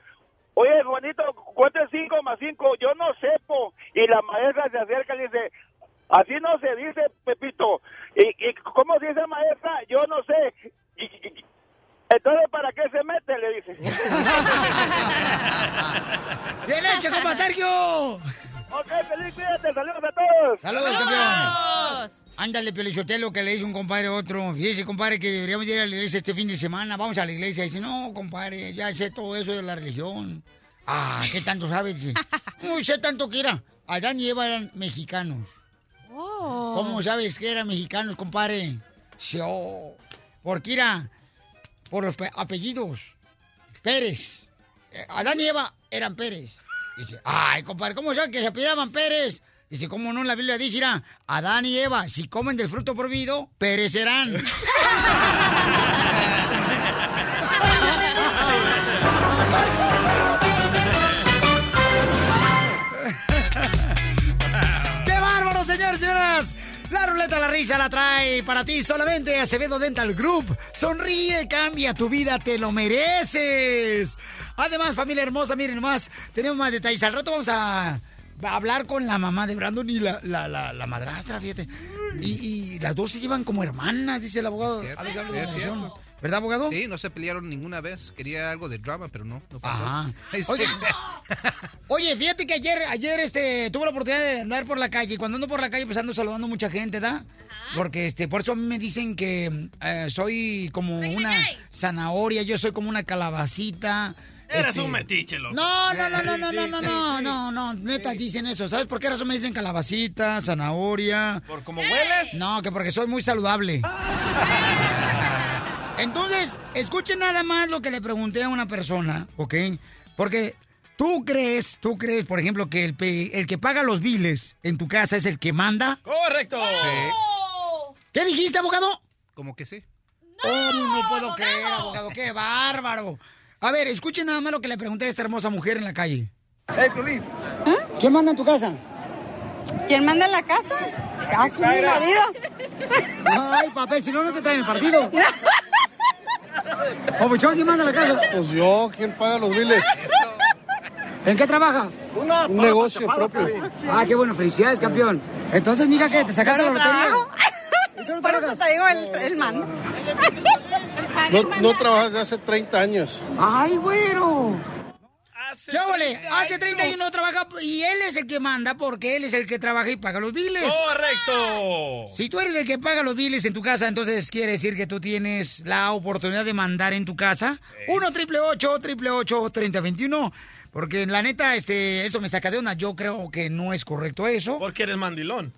Speaker 16: oye Juanito, ¿cuánto es 5 más 5? Yo no sepo. Y la maestra se acerca y le dice, así no se dice, Pepito. ¿Y, y cómo se dice maestra? Yo no sé. Y- y- entonces, ¿para qué se mete? Le dice.
Speaker 1: *laughs* ¡Bien hecho, compa Sergio!
Speaker 16: Ok, feliz, cuídate, saludos a todos.
Speaker 1: ¡Saludos, campeón! Ándale, Pelizotelo, que le hizo un compadre a otro. Fíjese, compadre, que deberíamos ir a la iglesia este fin de semana. Vamos a la iglesia. Dice, no, compadre, ya sé todo eso de la religión. Ah, ¿qué tanto sabes? Dice, *laughs* No sé tanto que era. Adán y Eva eran mexicanos.
Speaker 17: Oh. Ah.
Speaker 1: ¿Cómo sabes que eran mexicanos, compadre? Sí, oh, porque era por los pe- apellidos. Pérez. Eh, Adán y Eva eran Pérez. Dice, ay, compadre, ¿cómo sabes que se apellidaban Pérez? Dice, ¿cómo no? La Biblia dice, mira, Adán y Eva, si comen del fruto prohibido, perecerán. *laughs* ¡Qué bárbaro, señores y señoras! La ruleta de la risa la trae para ti solamente Acevedo Dental Group. Sonríe, cambia tu vida, te lo mereces. Además, familia hermosa, miren más, tenemos más detalles. Al rato vamos a a hablar con la mamá de Brandon y la, la, la- la madrastra, fíjate. Y, y las dos se llevan como hermanas, dice el abogado.
Speaker 14: cierto,
Speaker 1: Alejandro
Speaker 14: es
Speaker 1: Monzón.
Speaker 14: cierto.
Speaker 1: ¿Verdad, abogado?
Speaker 14: Sí, no se pelearon ninguna vez. Quería algo de drama, pero no, no pasó.
Speaker 1: Ajá.
Speaker 14: *laughs* Este, Ahí
Speaker 1: Oye,
Speaker 14: sí.
Speaker 1: Oye, fíjate que ayer, ayer este, tuve la oportunidad de andar por la calle. Y cuando ando por la calle, pues ando saludando mucha gente, ¿da? Porque este, por eso a mí me dicen que eh, soy como una zanahoria, yo soy como una calabacita.
Speaker 3: Eres
Speaker 1: este-
Speaker 3: un metiche, loco.
Speaker 1: No, no, no, no, no, no, no, no, no, no, neta, dicen eso. ¿Sabes por qué razón me dicen calabacita, zanahoria?
Speaker 3: ¿Por cómo hueles?
Speaker 1: No, que porque soy muy saludable. Entonces, escuchen nada más lo que le pregunté a una persona, ¿ok? Porque tú crees, tú crees, por ejemplo, que el, pe- el que paga los biles en tu casa es el que manda.
Speaker 3: Correcto.
Speaker 1: ¿Qué dijiste, abogado?
Speaker 14: Como que sí.
Speaker 1: Oh, no puedo creer, abogado, qué bárbaro. A ver, escuchen nada más lo que le pregunté a esta hermosa mujer en la calle. ¿Ah? ¿Quién manda en tu casa?
Speaker 5: ¿Quién manda en la casa? Aquí mi marido.
Speaker 1: Ay, papel, si no, no te traen el partido. Papuchón, ¿quién manda en la casa?
Speaker 18: Pues yo, ¿quién paga los biles?
Speaker 1: ¿En qué trabaja?
Speaker 18: Un negocio propio.
Speaker 1: Ah, qué bueno, felicidades, campeón. Entonces, mira que te sacaste la
Speaker 5: Yo no
Speaker 1: lotería.
Speaker 5: trabajo. Por eso te digo el, el mando.
Speaker 18: No, no trabajas desde hace 30 años.
Speaker 1: ¡Ay, güero! ¿Qué ole? Hace 30 años no trabaja y él es el que manda porque él es el que trabaja y paga los biles. Ah.
Speaker 3: Correcto.
Speaker 1: Si tú eres el que paga los biles en tu casa, entonces quiere decir que tú tienes la oportunidad de mandar en tu casa. 1 triple 8 triple 3021 porque la neta este eso me saca de una, yo creo que no es correcto eso.
Speaker 3: Porque eres mandilón.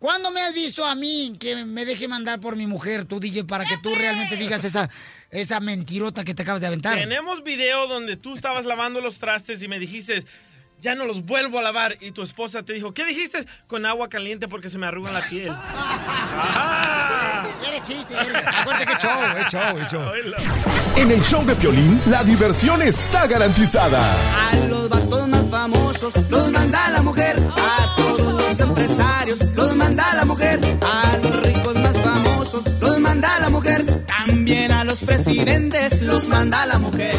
Speaker 1: ¿Cuándo me has visto a mí que me deje mandar por mi mujer, tú DJ, para que tú realmente digas esa, esa mentirota que te acabas de aventar?
Speaker 3: Tenemos video donde tú estabas lavando los trastes y me dijiste, ya no los vuelvo a lavar. Y tu esposa te dijo, ¿qué dijiste? Con agua caliente porque se me arruga la piel.
Speaker 1: Eres chiste, eres. Acuérdate que show,
Speaker 5: eh,
Speaker 1: es show, es show.
Speaker 7: En el show de Piolín, la diversión está garantizada.
Speaker 19: A los bastones más famosos los manda la mujer. A todos los empresarios los manda la mujer. A los ricos más famosos los manda la mujer. También a los presidentes los manda la mujer.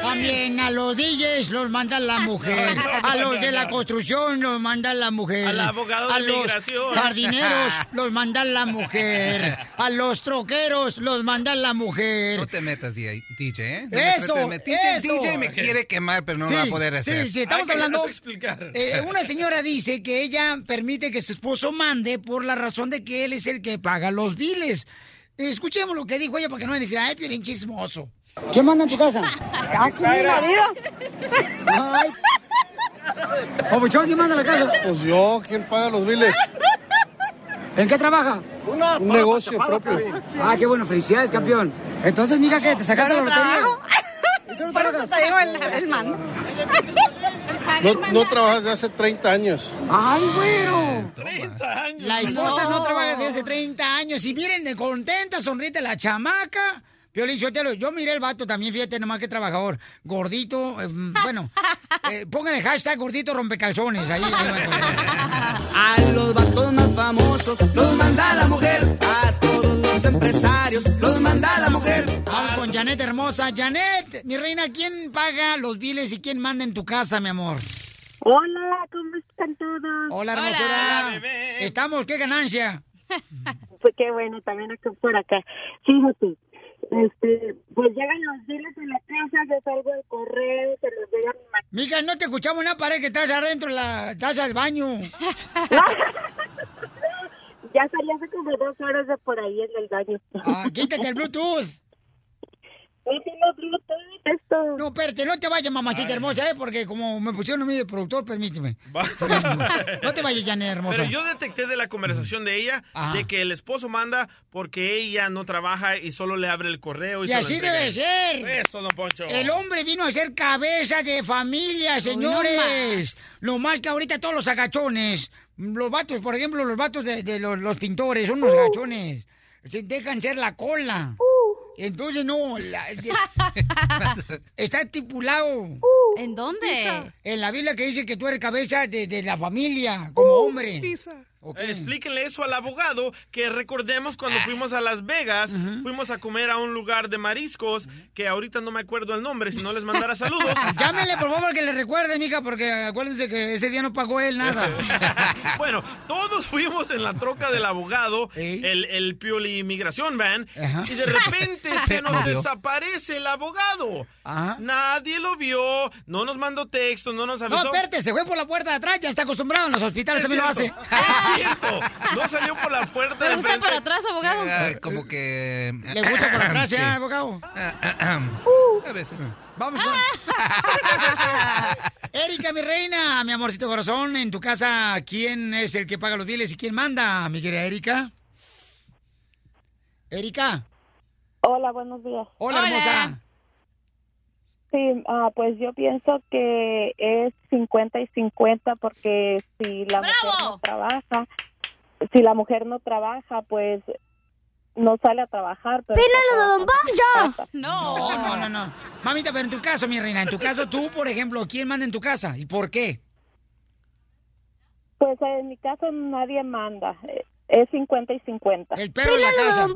Speaker 1: También a los DJs los manda la *laughs* mujer.
Speaker 19: No, no,
Speaker 1: A los
Speaker 19: no,
Speaker 1: de la
Speaker 19: no.
Speaker 1: construcción los manda la mujer.
Speaker 19: Al abogado
Speaker 1: A
Speaker 19: de
Speaker 1: los
Speaker 19: migración. *laughs*
Speaker 1: jardineros los manda la mujer. A los troqueros los manda la mujer.
Speaker 14: No te metas, DJ, ¿eh? No me
Speaker 1: Eso,
Speaker 14: trates de met- DJ,
Speaker 1: eso.
Speaker 14: DJ me quiere quemar, pero no lo va a
Speaker 1: Sí,
Speaker 14: poder hacer.
Speaker 1: Sí, sí, estamos hablando.
Speaker 3: explicar.
Speaker 1: Eh, una señora dice que ella permite que su esposo mande por la razón de que él es el que paga los biles. Escuchemos lo que dijo ella para que no le digan, ay, Piolín chismoso.
Speaker 18: ¿Quién manda en tu casa?
Speaker 1: Aquí mi marido.
Speaker 18: Ay.
Speaker 5: Oh,
Speaker 18: Papuchón, ¿quién manda en la casa? Pues yo, ¿quién paga los biles? ¿En qué trabaja? Un negocio propio. Ah, qué bueno, felicidades, campeón. Entonces, mija, que te sacaste la
Speaker 20: Yo no
Speaker 18: lotería.
Speaker 20: trabajo. Por eso te digo el, el man.
Speaker 21: No, no trabajas de hace 30 años.
Speaker 1: ¡Ay, güero! La esposa no. trabaja desde hace 30 años. Y miren, contenta, sonriente la chamaca. Piolín Chotelo, yo miré el vato también, fíjate nomás qué trabajador. Gordito, eh,
Speaker 19: *laughs*
Speaker 1: bueno, eh, pongan el hashtag gordito rompecalzones. Ahí, ahí va a encontrar.
Speaker 19: A los bastones más famosos los manda la mujer. A todos los empresarios los manda la mujer.
Speaker 1: Vamos con Janet hermosa. Janet, mi reina, ¿quién paga los biles y quién manda en tu casa, mi amor?
Speaker 22: Hola, ¿cómo están todos?
Speaker 1: Hola, hermosura.
Speaker 22: Hola,
Speaker 1: Estamos, qué ganancia.
Speaker 22: Pues qué bueno, también acá por acá. Fíjate, este, pues llegan los biles de la casa, yo salgo del correo, se los doy a mi mamá.
Speaker 1: Mica, no te escuchamos una pared que estás adentro de la taza del
Speaker 22: *laughs*
Speaker 1: baño.
Speaker 22: Ya salí hace como dos horas de por ahí en el baño.
Speaker 1: Ah, quítate el Bluetooth. No, espérate, no te vayas, mamacita hermosa, ¿eh? Porque como me pusieron a mí de productor, permíteme. no te vayas, Janet hermosa.
Speaker 3: Pero yo detecté de la conversación de ella
Speaker 1: Ajá.
Speaker 3: de que el esposo manda porque ella no trabaja y solo le abre el correo y,
Speaker 1: Y
Speaker 3: se lo
Speaker 1: así
Speaker 3: entrega.
Speaker 1: debe ser.
Speaker 3: Eso, don Poncho.
Speaker 1: El hombre vino a ser cabeza de familia, señores. Lo más que ahorita todos los agachones. Los vatos, por ejemplo, los vatos de, de los, los pintores, son unos agachones. Se dejan ser la cola. Entonces no, la- de- está estipulado.
Speaker 4: ¿En dónde?
Speaker 1: En la Biblia que dice que tú eres cabeza de, de la familia, como hombre.
Speaker 3: Eh, Explíquenle eso al abogado, que recordemos cuando
Speaker 1: Ah.
Speaker 3: fuimos a Las Vegas, fuimos a comer a un lugar de mariscos, que ahorita no me acuerdo el nombre, si no les mandara
Speaker 1: *laughs*
Speaker 3: saludos.
Speaker 1: Llámenle, por favor, que le recuerde, mija, porque acuérdense que ese día no pagó él nada.
Speaker 3: *laughs* Bueno, todos fuimos en la troca del abogado, el, el Pioli Inmigración Van,
Speaker 1: Ajá.
Speaker 3: y
Speaker 1: *laughs*
Speaker 3: de repente
Speaker 1: Se
Speaker 3: se nos
Speaker 1: movió.
Speaker 3: desaparece el abogado. Nadie lo vio, no nos mandó texto, no nos
Speaker 1: No,
Speaker 3: avisó.
Speaker 1: espérate, se fue por la puerta de atrás, ya está acostumbrado, en los hospitales
Speaker 3: Es
Speaker 1: también
Speaker 3: cierto,
Speaker 1: lo hace.
Speaker 3: Es cierto, no salió por la puerta. de frente.
Speaker 1: atrás, abogado?
Speaker 14: Ah, como que...
Speaker 1: Le gusta por
Speaker 14: *coughs*
Speaker 1: atrás, ¿eh, abogado?
Speaker 14: A veces.
Speaker 1: Vamos con... Erika, mi reina, mi amorcito corazón, en tu casa, ¿quién es el que paga los biles y quién manda, mi querida Erika? Erika.
Speaker 11: Hola, buenos días.
Speaker 1: Hola, hermosa.
Speaker 11: Sí, ah, pues yo pienso que es 50 y 50 porque si la mujer no trabaja, si la mujer no trabaja, pues no sale a trabajar. Pero
Speaker 1: ¡Pílalo
Speaker 11: está trabajando en su casa.
Speaker 1: No, no, no, no. Mamita, pero en tu caso, mi reina, en tu caso, tú, por ejemplo, ¿quién manda en tu casa y por qué?
Speaker 11: Pues en mi caso nadie manda. Eh, Es 50 y 50.
Speaker 1: El perro en la casa.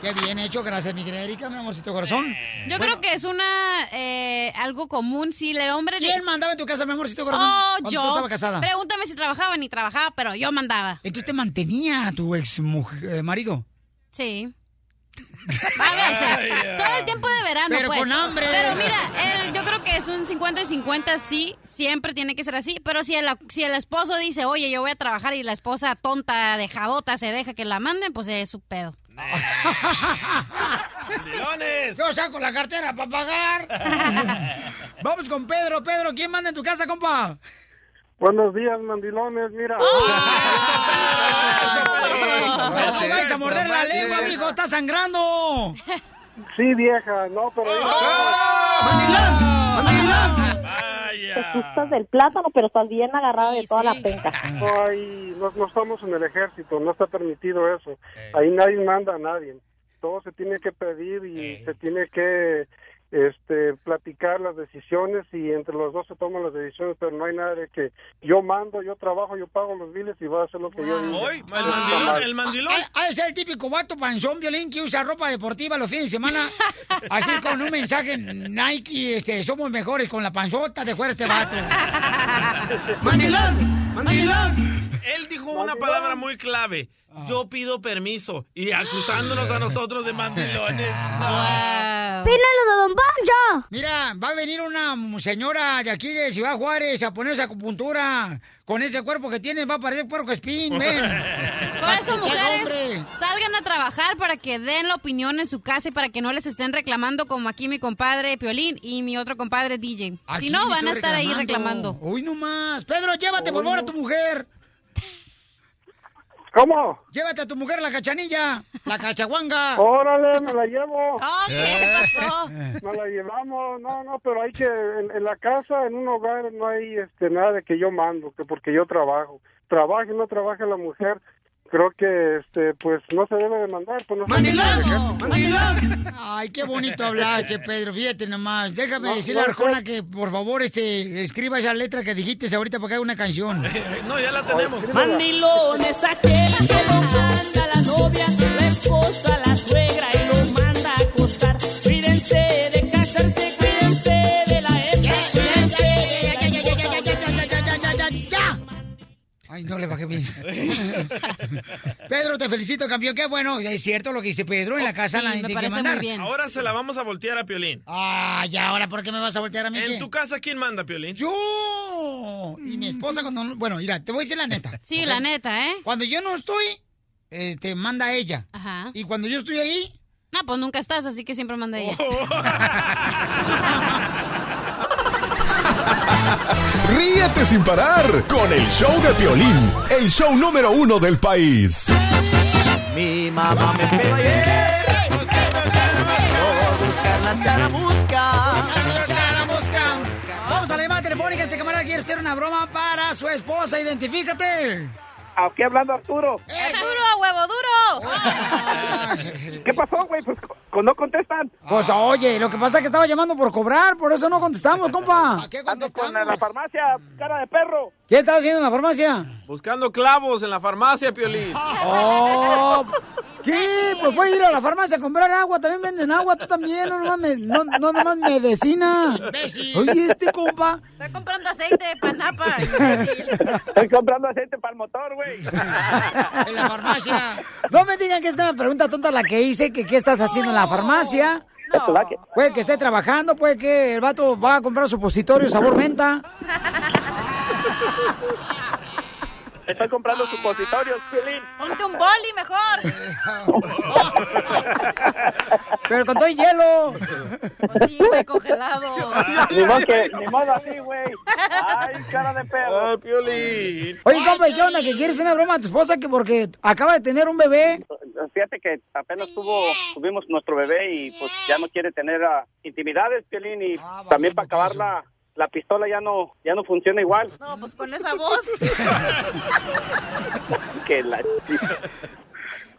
Speaker 1: Qué bien hecho, gracias, mi querida Erika, mi amorcito corazón.
Speaker 3: Eh.
Speaker 4: Yo creo que es una eh, algo común, sí, el hombre...
Speaker 1: ¿Quién mandaba en tu casa, mi amorcito corazón?
Speaker 4: Oh,
Speaker 1: Cuando tú
Speaker 4: yo.
Speaker 1: estabas casada.
Speaker 4: Pregúntame si trabajaba ni trabajaba, pero yo mandaba.
Speaker 1: Entonces te mantenía tu ex mujer- eh, marido.
Speaker 4: Sí.
Speaker 1: *laughs*
Speaker 4: A veces.
Speaker 3: Ay, ya.
Speaker 4: Solo el tiempo de verano.
Speaker 3: Pero
Speaker 4: pues.
Speaker 3: con hambre.
Speaker 4: Pero mira, el- yo creo que es un 50 y 50, sí. Siempre tiene que ser así. Pero si el, si el esposo dice, oye, yo voy a trabajar y la esposa tonta, dejadota, se deja que la manden, pues es su pedo.
Speaker 1: Yo saco la cartera para *laughs* pagar. Vamos con Pedro. Pedro, ¿quién manda en tu casa, compa?
Speaker 15: Buenos días, mandilones, mira. *laughs*
Speaker 1: No me vais a morder la lengua, mijo. Está sangrando.
Speaker 15: Sí, vieja, no,
Speaker 1: Oh,
Speaker 15: pero...
Speaker 11: Asustas del plátano, pero estás bien agarrada de toda la *laughs* penca.
Speaker 15: No, hay, no, no estamos en el ejército, no está permitido eso.
Speaker 10: Eh.
Speaker 15: Ahí nadie manda a nadie. Todo se tiene que pedir y
Speaker 10: Eh.
Speaker 15: se tiene que este, platicar las decisiones y entre los dos se toman las decisiones, pero no hay nada de que yo mando, yo trabajo, yo pago los biles y va a hacer lo que yo diga.
Speaker 1: mandilón. Ah, es el típico vato panzón violín que usa ropa deportiva los fines de *laughs* semana. Así con un mensaje Nike, este, somos mejores con la panzota de fuera este vato. *laughs* ¡Mandilón! ¡Mandilón!
Speaker 3: Él dijo una palabra muy clave. Yo pido permiso. Y acusándonos a nosotros de mandilones.
Speaker 1: Ah. ¡Pínalo de Don Poncho! Mira, va a venir una señora de aquí de Ciudad Juárez a ponerse acupuntura. Con ese cuerpo que tiene, va a parecer puerco espín,
Speaker 4: *laughs*
Speaker 1: ven.
Speaker 4: Por eso,
Speaker 1: Practicar,
Speaker 4: mujeres,
Speaker 1: hombre.
Speaker 4: salgan a trabajar para que den la opinión en su casa y para que no les estén reclamando como aquí mi compadre Piolín y mi otro compadre DJ.
Speaker 1: Aquí
Speaker 4: si no,
Speaker 1: me
Speaker 4: van
Speaker 1: estoy
Speaker 4: a estar ahí reclamando.
Speaker 1: Uy, no más. Pedro, llévate por favor a tu mujer.
Speaker 15: ¿Cómo?
Speaker 1: Llévate a tu mujer la cachanilla, la cachaguanga.
Speaker 15: Órale, me la llevo.
Speaker 4: ¿qué
Speaker 10: Eh.
Speaker 1: *laughs*
Speaker 4: pasó?
Speaker 15: Nos la llevamos, no, no, pero hay que, en, en la casa, en un hogar, no hay este, nada de que yo mando, que porque yo trabajo. Trabaje, no trabaje la mujer, creo que, este, pues, no se debe de mandar. Pues, no se debe de dejar.
Speaker 1: Ay, qué bonito hablaste, Pedro. Fíjate nomás. Déjame
Speaker 15: No,
Speaker 1: decirle a
Speaker 15: no,
Speaker 1: Arjona que, por favor, este, escriba esa letra que dijiste ahorita para que haga una canción.
Speaker 3: No, ya la tenemos.
Speaker 1: Mandilones,
Speaker 5: aquel que lo manda la novia, la esposa, la suegra y los manda a acostar. Cuídense de casarse, cuídense de la hembra. cuídense de la
Speaker 1: ¡Ya! Ay, no le bajé bien. *laughs* Pedro, te felicito, campeón. Qué bueno. Es cierto lo que dice Pedro. En la casa la gente tiene que mandar.
Speaker 3: Ahora se la vamos a voltear a Piolín.
Speaker 1: Ah, ya, ahora, ¿por qué me vas a voltear a mí?
Speaker 3: En tu casa, ¿quién manda, Piolín?
Speaker 1: Yo. Y
Speaker 6: Mm.
Speaker 1: mi esposa cuando... no- Bueno, mira, te voy a decir la neta.
Speaker 4: Sí,
Speaker 1: ¿ok?
Speaker 4: la neta, ¿eh?
Speaker 1: Cuando yo no estoy, este, manda ella.
Speaker 4: Ajá.
Speaker 1: Y cuando yo estoy ahí...
Speaker 4: No, pues nunca estás, así que siempre manda ella.
Speaker 1: Oh.
Speaker 4: *laughs*
Speaker 7: Ríete sin parar con el show de Piolín, el show número uno del país.
Speaker 10: Mi mamá me pegó ayer por buscar la charamusca.
Speaker 1: Vamos a la llamada telefónica. Este camarada quiere hacer una broma para su esposa. Identifícate.
Speaker 6: Aquí hablando Arturo.
Speaker 4: ¡Duro, a huevo,
Speaker 1: Oh.
Speaker 4: duro!
Speaker 6: ¿Qué pasó, güey? Pues co- no contestan.
Speaker 1: Pues oye, lo que pasa es que estaba llamando por cobrar, por eso no contestamos, compa. ¿Qué,
Speaker 6: Ando con la farmacia, cara de perro.
Speaker 1: estás haciendo en la farmacia?
Speaker 3: Buscando clavos en la farmacia,
Speaker 1: *laughs*
Speaker 3: Piolín.
Speaker 1: Ah, Oh, ¿Qué? Pues puedes ir a la farmacia a comprar agua, también venden agua, tú también, no nomás, me- no, no nomás medicina.
Speaker 4: Imbécil.
Speaker 1: Oye, este compa.
Speaker 4: Está comprando aceite de
Speaker 1: *laughs*
Speaker 4: panapa.
Speaker 6: Estoy comprando aceite para el Este motor, güey.
Speaker 1: *laughs* En la farmacia. No me digan que esta es una pregunta tonta la que hice, que qué estás haciendo en la farmacia. Puede que esté trabajando, puede que el vato va a comprar supositorio sabor menta.
Speaker 6: Estoy comprando supositorios, Piolín.
Speaker 4: Ah. Ponte un boli
Speaker 6: *laughs*
Speaker 4: mejor.
Speaker 1: Pero con todo y hielo.
Speaker 4: Pues Sí, güey,
Speaker 1: *laughs*
Speaker 4: congelado.
Speaker 6: Ni modo que, ni modo así, güey. Ay, cara de perro. Ay,
Speaker 3: Piolín.
Speaker 1: Oye, compa, ¿y ¿qué onda? ¿Que quieres una broma a tu esposa? que porque acaba de tener un bebé?
Speaker 6: Fíjate que apenas tuvo, tuvimos nuestro bebé y pues ya no quiere tener ah, intimidades, Piolín, y
Speaker 3: Ah,
Speaker 6: también para acabar la, la pistola ya no, ya no funciona igual.
Speaker 4: No, pues con esa
Speaker 6: *laughs*
Speaker 4: voz.
Speaker 6: Que la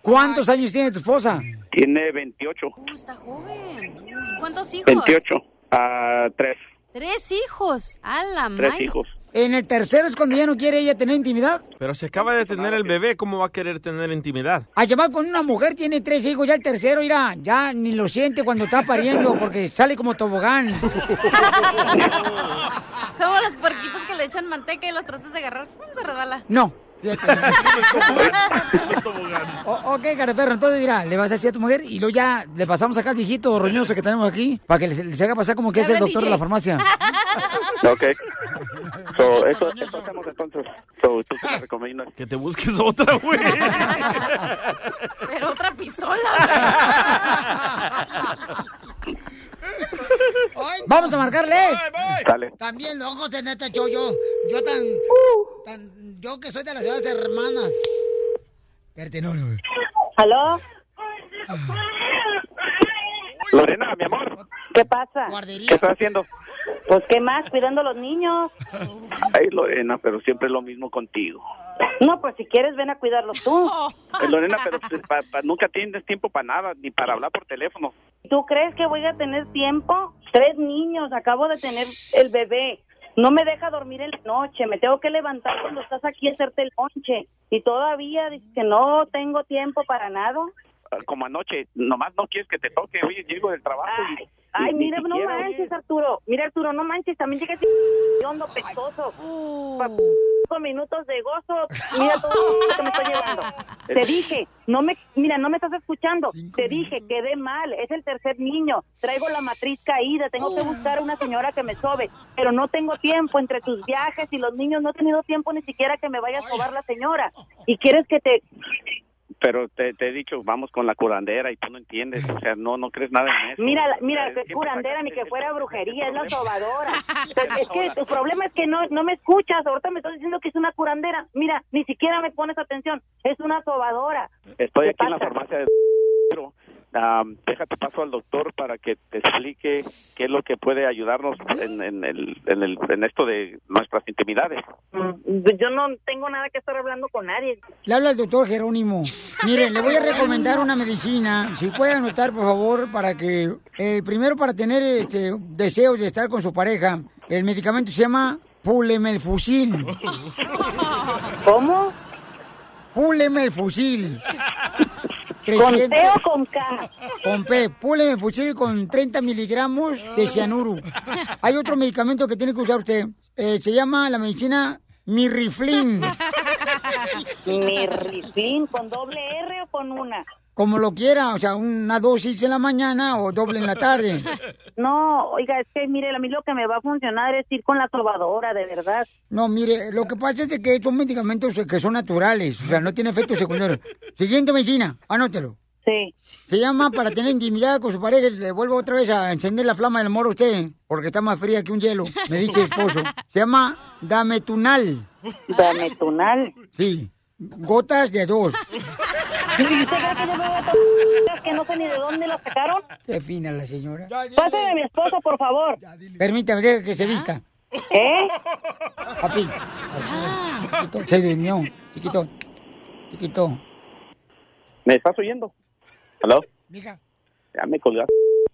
Speaker 1: ¿Cuántos años tiene tu esposa?
Speaker 6: tiene 28.
Speaker 4: Está joven. ¿Y ¿Cuántos hijos?
Speaker 6: 28 a 3.
Speaker 4: Tres hijos. A la
Speaker 3: Tres
Speaker 4: maíz.
Speaker 3: hijos.
Speaker 1: En el tercero es cuando ya no quiere ella tener intimidad.
Speaker 3: Pero se acaba de tener el bebé, ¿cómo va a querer tener intimidad?
Speaker 1: A llevar Ah, con una mujer tiene tres hijos, ya el tercero, mira, ya ni lo siente cuando está pariendo porque sale como tobogán.
Speaker 4: Ah,
Speaker 3: *laughs*
Speaker 4: Como los puerquitos que le echan manteca y los tratas de agarrar. ¡pum! Se resbala.
Speaker 1: No, O- ok, cara, perro, entonces dirá, le vas a decir a tu mujer y luego ya le pasamos acá al viejito roñoso que tenemos aquí para que le, se haga pasar como que es el doctor de la farmacia.
Speaker 2: *laughs* Ok. So, eso, eso hacemos entonces. So, tú te recomiendas que te busques otra, güey.
Speaker 5: Pero otra pistola.
Speaker 1: Vamos a marcarle.
Speaker 2: Dale.
Speaker 1: También locos de neta, yo, yo, yo tan, tan, yo que soy de las ciudades hermanas. Espérate, no, no.
Speaker 22: ¿Aló?
Speaker 2: *laughs* Lorena, mi amor,
Speaker 22: ¿Qué pasa?
Speaker 2: ¿qué estás haciendo?
Speaker 22: Pues, ¿qué más? Cuidando a los niños.
Speaker 2: Ay, Lorena, pero siempre es lo mismo contigo.
Speaker 22: No, pues si quieres, ven a cuidarlos tú.
Speaker 2: Ay, Lorena, *laughs* pero pues, pa- pa- nunca tienes tiempo para nada, ni para hablar por teléfono.
Speaker 22: ¿Tú crees que voy a tener tiempo? Tres niños, acabo de tener el bebé. No me deja dormir en la noche, me tengo que levantar cuando estás aquí a hacerte el lonche. Y todavía dices que no tengo tiempo para nada.
Speaker 2: Ah, Como anoche, nomás no quieres que te toque. Oye, llego del trabajo y...
Speaker 22: Ay,
Speaker 2: y ni
Speaker 22: mira, no
Speaker 2: siquiera, oye.
Speaker 22: manches, Arturo. Mira, Arturo, no manches, también llega ese hondo pesoso. Pa-
Speaker 2: uh.
Speaker 22: Cinco minutos de
Speaker 2: *laughs*
Speaker 22: gozo. Mira todo lo que me está llevando. Te dije, no me, mira, no me estás escuchando. Te dije, quedé mal. Es el tercer niño. Traigo la matriz caída. Tengo que
Speaker 2: Oh.
Speaker 22: buscar una señora que me sobe. Pero no tengo tiempo entre tus viajes y los niños. No he tenido tiempo ni siquiera que me vaya a sobar la señora. Y quieres que te
Speaker 2: Pero te, te he dicho, vamos con la curandera y tú no entiendes. O sea, no, no crees nada en eso.
Speaker 22: Mira, la- mira,
Speaker 2: Es
Speaker 22: que
Speaker 2: que
Speaker 22: curandera ni que fuera brujería, es
Speaker 2: *laughs*
Speaker 22: la sobadora. Pero Es que tu problema es que no, no me escuchas. Ahorita me estás diciendo que es una curandera. Mira, ni siquiera me pones atención. Es una sobadora.
Speaker 2: Estoy aquí en la farmacia de... Pero, am, déjate paso al doctor para que te explique qué es lo que puede ayudarnos en, en, el, en, el, en esto de nuestras intimidades.
Speaker 22: Yo no tengo nada que estar hablando con nadie.
Speaker 1: Le habla el doctor Jerónimo. Miren, le voy a recomendar una medicina. Si puede anotar, por favor, para que. eh, primero, para tener este, deseos de estar con su pareja, el medicamento se llama Pulemelfusil.
Speaker 22: *laughs* ¿Cómo?
Speaker 1: Pulemelfusil.
Speaker 22: ¿Con P o
Speaker 1: con K? Con P. Pulemelfusil con 30 miligramos de cianuro. Hay otro medicamento que tiene que usar usted. Eh, se llama la medicina Mirriflin.
Speaker 22: Mirriflin, ¿con doble R o con una?
Speaker 1: como lo quiera, o sea, una dosis en la mañana o doble en la tarde.
Speaker 22: No, oiga, es que mire, a mí lo que me va a funcionar es ir con la sobadora, de verdad.
Speaker 1: No, mire, lo que pasa es de que son medicamentos que son naturales, o sea, no tiene efectos secundarios. Siguiente medicina, anótelo.
Speaker 22: Sí.
Speaker 1: Se llama para tener intimidad con su pareja. Le vuelvo otra vez a encender la flama del amor a usted, porque está más fría que un hielo, me dice el esposo. Se llama Dametunal.
Speaker 22: ¿Dametunal?
Speaker 1: Sí, gotas de dos.
Speaker 22: Que no sé ni de dónde la sacaron.
Speaker 1: Qué fina la señora.
Speaker 22: Pásame a mi esposa, por favor.
Speaker 1: Permítame, deja que se vista.
Speaker 22: ¿Eh?
Speaker 1: Papi. Chiquito, se durmió. Chiquito. Chiquito.
Speaker 2: ¿Me estás oyendo? ¿Aló?
Speaker 1: Mija.
Speaker 2: Ya me colgaste.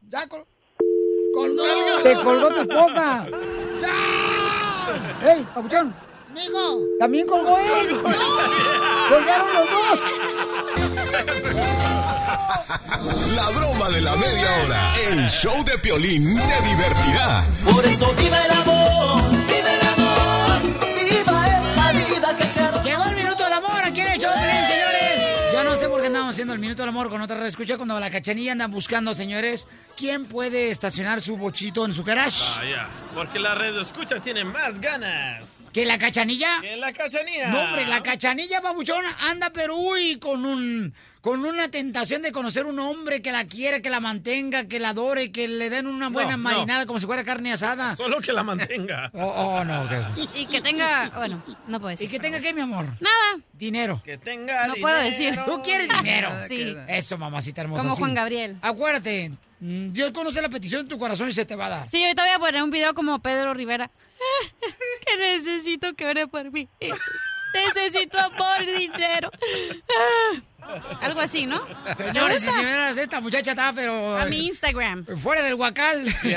Speaker 1: Ya col- colgó. Te colgó tu esposa. ¡Ey, papuchón! ¡Mijo! ¡También colgó él! ¡Colgaron los dos!
Speaker 7: La broma de la media hora. El show de Piolín te divertirá.
Speaker 5: Por eso viva el amor, viva el amor, viva esta vida que se
Speaker 1: Llegó el minuto del amor, aquí en el show de Piolín, señores. Yo no sé por qué andamos haciendo el minuto del amor con otra red. Escucha cuando la cachanilla anda buscando, señores, quién puede estacionar su bochito en su garage.
Speaker 3: Vaya, porque la red escucha tiene más ganas.
Speaker 1: ¿Que la cachanilla?
Speaker 3: Que la cachanilla.
Speaker 1: No, hombre, la cachanilla babuchón anda pero uy, con un con una tentación de conocer un hombre que la quiera, que la mantenga, que la adore, que le den una buena
Speaker 3: no.
Speaker 1: marinada como si fuera carne asada.
Speaker 3: Solo que la *laughs* mantenga.
Speaker 1: Oh, oh, no, ok.
Speaker 4: Y que tenga, bueno, no puedo decir.
Speaker 1: ¿Y que tenga qué, mi amor?
Speaker 4: Nada.
Speaker 1: Dinero.
Speaker 3: Que tenga
Speaker 4: No puedo decir.
Speaker 1: ¿Tú quieres dinero?
Speaker 4: *laughs* Sí.
Speaker 1: Eso, mamacita hermosa.
Speaker 4: Como
Speaker 1: sí.
Speaker 4: Juan Gabriel.
Speaker 1: Acuérdate, mm, Dios conoce la petición de tu corazón y se te va a dar.
Speaker 4: Sí, ahorita voy a poner un video como Pedro Rivera. *laughs* que necesito que ore por mí. *laughs* necesito amor y dinero. *laughs* Algo así, ¿no?
Speaker 1: Señores y
Speaker 4: ¿Te gusta?
Speaker 1: señoras, esta muchacha está, pero.
Speaker 4: A mi Instagram.
Speaker 1: Fuera del guacal. *laughs*
Speaker 4: Que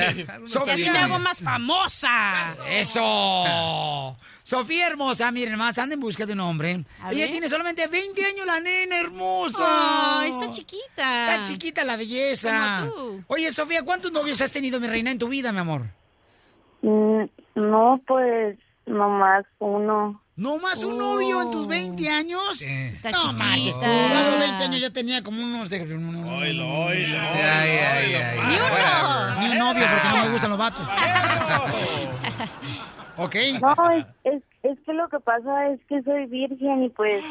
Speaker 4: así me hago más famosa.
Speaker 1: ¡Eso! Sofía hermosa, miren más, anda en busca de un hombre.
Speaker 4: A
Speaker 1: Ella
Speaker 4: ver.
Speaker 1: tiene solamente 20 años, la nena hermosa.
Speaker 4: Ay, está chiquita.
Speaker 1: Está chiquita la belleza.
Speaker 4: Como tú.
Speaker 1: Oye, Sofía, ¿cuántos novios has tenido, mi reina, en tu vida, mi amor?
Speaker 22: Mm, No, pues
Speaker 11: No más uno.
Speaker 1: ¿No más un novio en tus 20
Speaker 4: Oh.
Speaker 1: años? Está no,
Speaker 5: chiquita.
Speaker 1: manches, tú a los 20 años ya tenía como unos... De... Oilo,
Speaker 3: oilo,
Speaker 1: Ni uno. Ni un novio porque no me gustan los vatos.
Speaker 3: ¡Oh!
Speaker 1: ¿Ok?
Speaker 11: No, es, es, es que lo que pasa es que soy virgen y pues...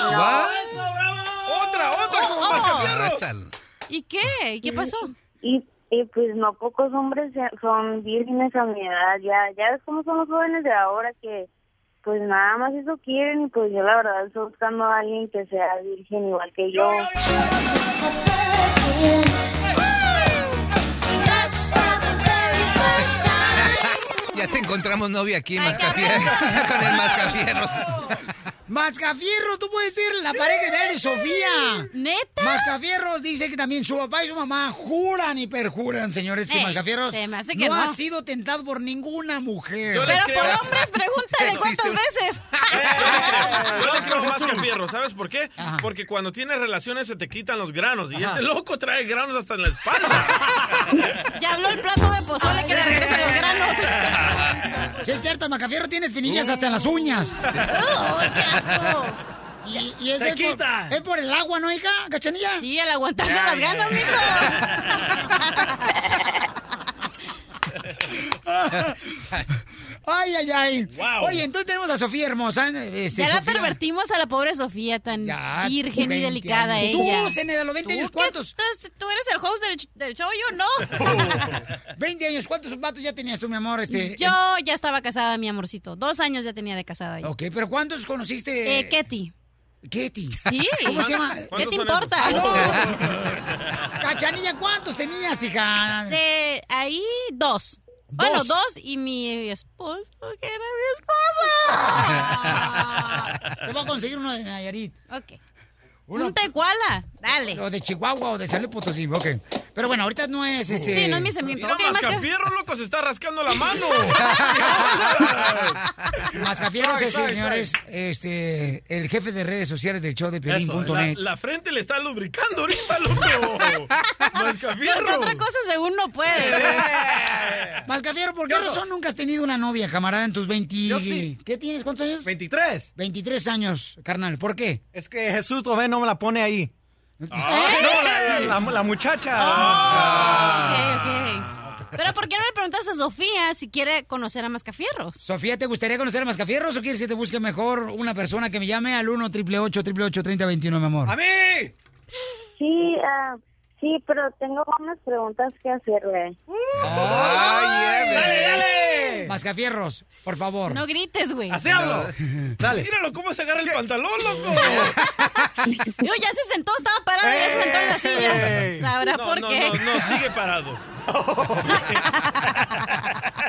Speaker 11: no.
Speaker 3: ¡Otra, otra!
Speaker 11: Oh,
Speaker 3: como
Speaker 11: oh.
Speaker 3: mascafierros!
Speaker 11: ¿Y qué? ¿Y qué pasó? Y, y pues no pocos hombres se- son vírgenes a mi edad, ya, ya ves cómo son los jóvenes de ahora que pues nada más eso quieren y pues yo la verdad estoy buscando a alguien que sea virgen igual que yo.
Speaker 3: *laughs*
Speaker 14: Ya te encontramos novio aquí en Mascafierros. *laughs* con el Mascafierros.
Speaker 1: Mascafierros, tú puedes ser la pareja de él y Sofía. ¿Neta? Mascafierros dice que también su papá y su mamá juran y perjuran, señores, que
Speaker 4: Ey,
Speaker 1: Mascafierros
Speaker 4: se me hace que
Speaker 1: ha
Speaker 4: no.
Speaker 1: sido tentado por ninguna mujer.
Speaker 3: Yo les Pero creo. por
Speaker 1: hombres,
Speaker 3: *laughs*
Speaker 4: pregúntale cuántas veces.
Speaker 3: Yo les creo más que fierro, ¿sabes por qué? Porque cuando tienes relaciones se te quitan los granos. Y
Speaker 4: Ajá.
Speaker 3: este loco trae granos hasta en la
Speaker 4: *laughs*
Speaker 3: espalda.
Speaker 4: Ya habló el plato de pozole que le regresa los granos.
Speaker 1: Sí, es cierto, el Mascafierro tiene espinillas hasta en las uñas. Oh,
Speaker 4: ¡Ay, *laughs* qué asco!
Speaker 1: Y, y eso
Speaker 4: Se
Speaker 1: es,
Speaker 4: quita.
Speaker 1: Por, es por el agua, ¿no, hija? ¿Cachanilla?
Speaker 4: Sí, al aguantarse las ganas, mijo.
Speaker 1: Ay, ay, ay.
Speaker 4: Wow.
Speaker 1: Oye, entonces tenemos a Sofía hermosa. Este,
Speaker 4: ya la
Speaker 1: Sofía.
Speaker 4: pervertimos a la pobre Sofía, tan virgen
Speaker 1: 20
Speaker 4: y delicada
Speaker 1: años.
Speaker 4: ella.
Speaker 1: Tú, Zeneda, a los 20 años,
Speaker 4: qué
Speaker 1: ¿cuántos?
Speaker 4: estás- tú eres el host del, del show, yo no.
Speaker 1: *laughs* 20 años, ¿cuántos zapatos ya tenías tú, mi amor? Este,
Speaker 4: Yo ya estaba casada, mi amorcito. Dos años ya tenía de casada yo.
Speaker 1: Ok, pero ¿cuántos conociste?
Speaker 4: Eh, Ketty.
Speaker 1: Ketty.
Speaker 4: Sí.
Speaker 1: *laughs* ¿Cómo se llama? Ah,
Speaker 4: ¿Qué te importa?
Speaker 5: *laughs*
Speaker 1: Cachanilla, ¿cuántos tenías, hija?
Speaker 4: De ahí, dos. Bueno, dos y mi esposo, que era mi
Speaker 1: *laughs*
Speaker 4: esposo.
Speaker 1: Te voy a conseguir uno de Nayarit.
Speaker 4: Ok.
Speaker 1: Uno-
Speaker 4: Un tecuala, dale.
Speaker 1: O de Chihuahua o de San Luis Potosí, ok. Pero bueno, ahorita no es este...
Speaker 4: Sí, no es mi segmento.
Speaker 3: Mira,
Speaker 4: Ok, más que-
Speaker 3: Mascafierro, loco, se está rascando la
Speaker 4: *laughs*
Speaker 3: mano.
Speaker 1: *laughs* Mascafierros
Speaker 3: Sorry,
Speaker 1: es,
Speaker 3: sorry,
Speaker 1: señores, este, el jefe de redes sociales del show de
Speaker 3: Eso, la,
Speaker 1: Piolín.net.
Speaker 3: la frente le está lubricando
Speaker 4: *laughs*
Speaker 3: ahorita, loco.
Speaker 4: Porque
Speaker 3: Mascafierro.
Speaker 4: otra cosa según no puede.
Speaker 1: *laughs* Mascafierro, ¿por qué razón nunca has tenido una novia, camarada, en tus 20... ¿Qué tienes? ¿Cuántos años?
Speaker 10: 23.
Speaker 1: 23 años, carnal. ¿Por qué?
Speaker 10: Es que Jesús Rubén no me la pone ahí.
Speaker 4: Ah.
Speaker 10: No, la, la- la- la muchacha.
Speaker 1: Ah.
Speaker 4: Ok,
Speaker 3: Ah.
Speaker 4: ok. Pero ¿por qué no le preguntas a Sofía si quiere conocer a Mascafierros?
Speaker 1: Sofía, ¿te gustaría conocer a Mascafierros o quieres que te busque mejor una persona que me llame al 1 888 3021 mi amor?
Speaker 3: mí!
Speaker 11: Sí, ah, sí, pero tengo unas preguntas que hacerle.
Speaker 1: ¡Dale, dale! Mascafierros, por favor.
Speaker 4: No grites, güey.
Speaker 1: Así *laughs* hablo.
Speaker 10: Dale.
Speaker 3: Míralo cómo se agarra el pantalón,
Speaker 4: *laughs*
Speaker 3: loco.
Speaker 4: Yo ya se sentó, estaba parado, ya se sentó en la
Speaker 3: Ey.
Speaker 4: silla. Sabrá
Speaker 3: No,
Speaker 4: por
Speaker 3: no,
Speaker 4: qué.
Speaker 3: No, no, sigue
Speaker 4: *laughs*
Speaker 3: parado.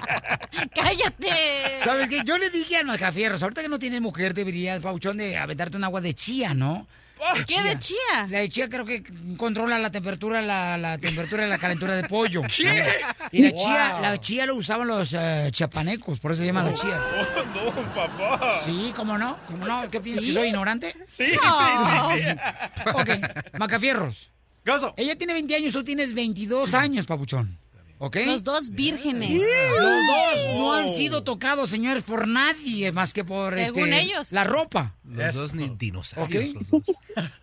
Speaker 4: *laughs* ¡Cállate!
Speaker 1: ¿Sabes qué? Yo le dije al Mascafierros, ahorita que no tienes mujer, deberías, Pauchón, de aventarte un agua de chía, ¿no?
Speaker 4: ¿Qué de chía?
Speaker 1: La de chía creo que controla la temperatura, la, la temperatura y la calentura de
Speaker 4: *laughs*
Speaker 1: pollo.
Speaker 5: ¿Qué?
Speaker 1: Y la
Speaker 5: Wow.
Speaker 1: chía, la chía lo usaban los eh, chapanecos, por eso se llama la chía.
Speaker 3: Oh, no, papá.
Speaker 1: Sí, ¿cómo
Speaker 3: *laughs*
Speaker 1: no? ¿Cómo no? ¿Qué piensas
Speaker 3: ¿Sí?
Speaker 1: que soy ignorante? Ah.
Speaker 3: Sí, sí, sí, sí.
Speaker 1: ok, Macafierros. Ella tiene 20 años, tú tienes 22 años, papuchón. ¿Ok?
Speaker 4: Los dos vírgenes.
Speaker 1: Los dos no han sido tocados, señores, por nadie más que por
Speaker 4: Según
Speaker 1: este,
Speaker 4: ellos.
Speaker 1: la ropa.
Speaker 14: Los dos ni dinosaurios.
Speaker 1: ¿Ok?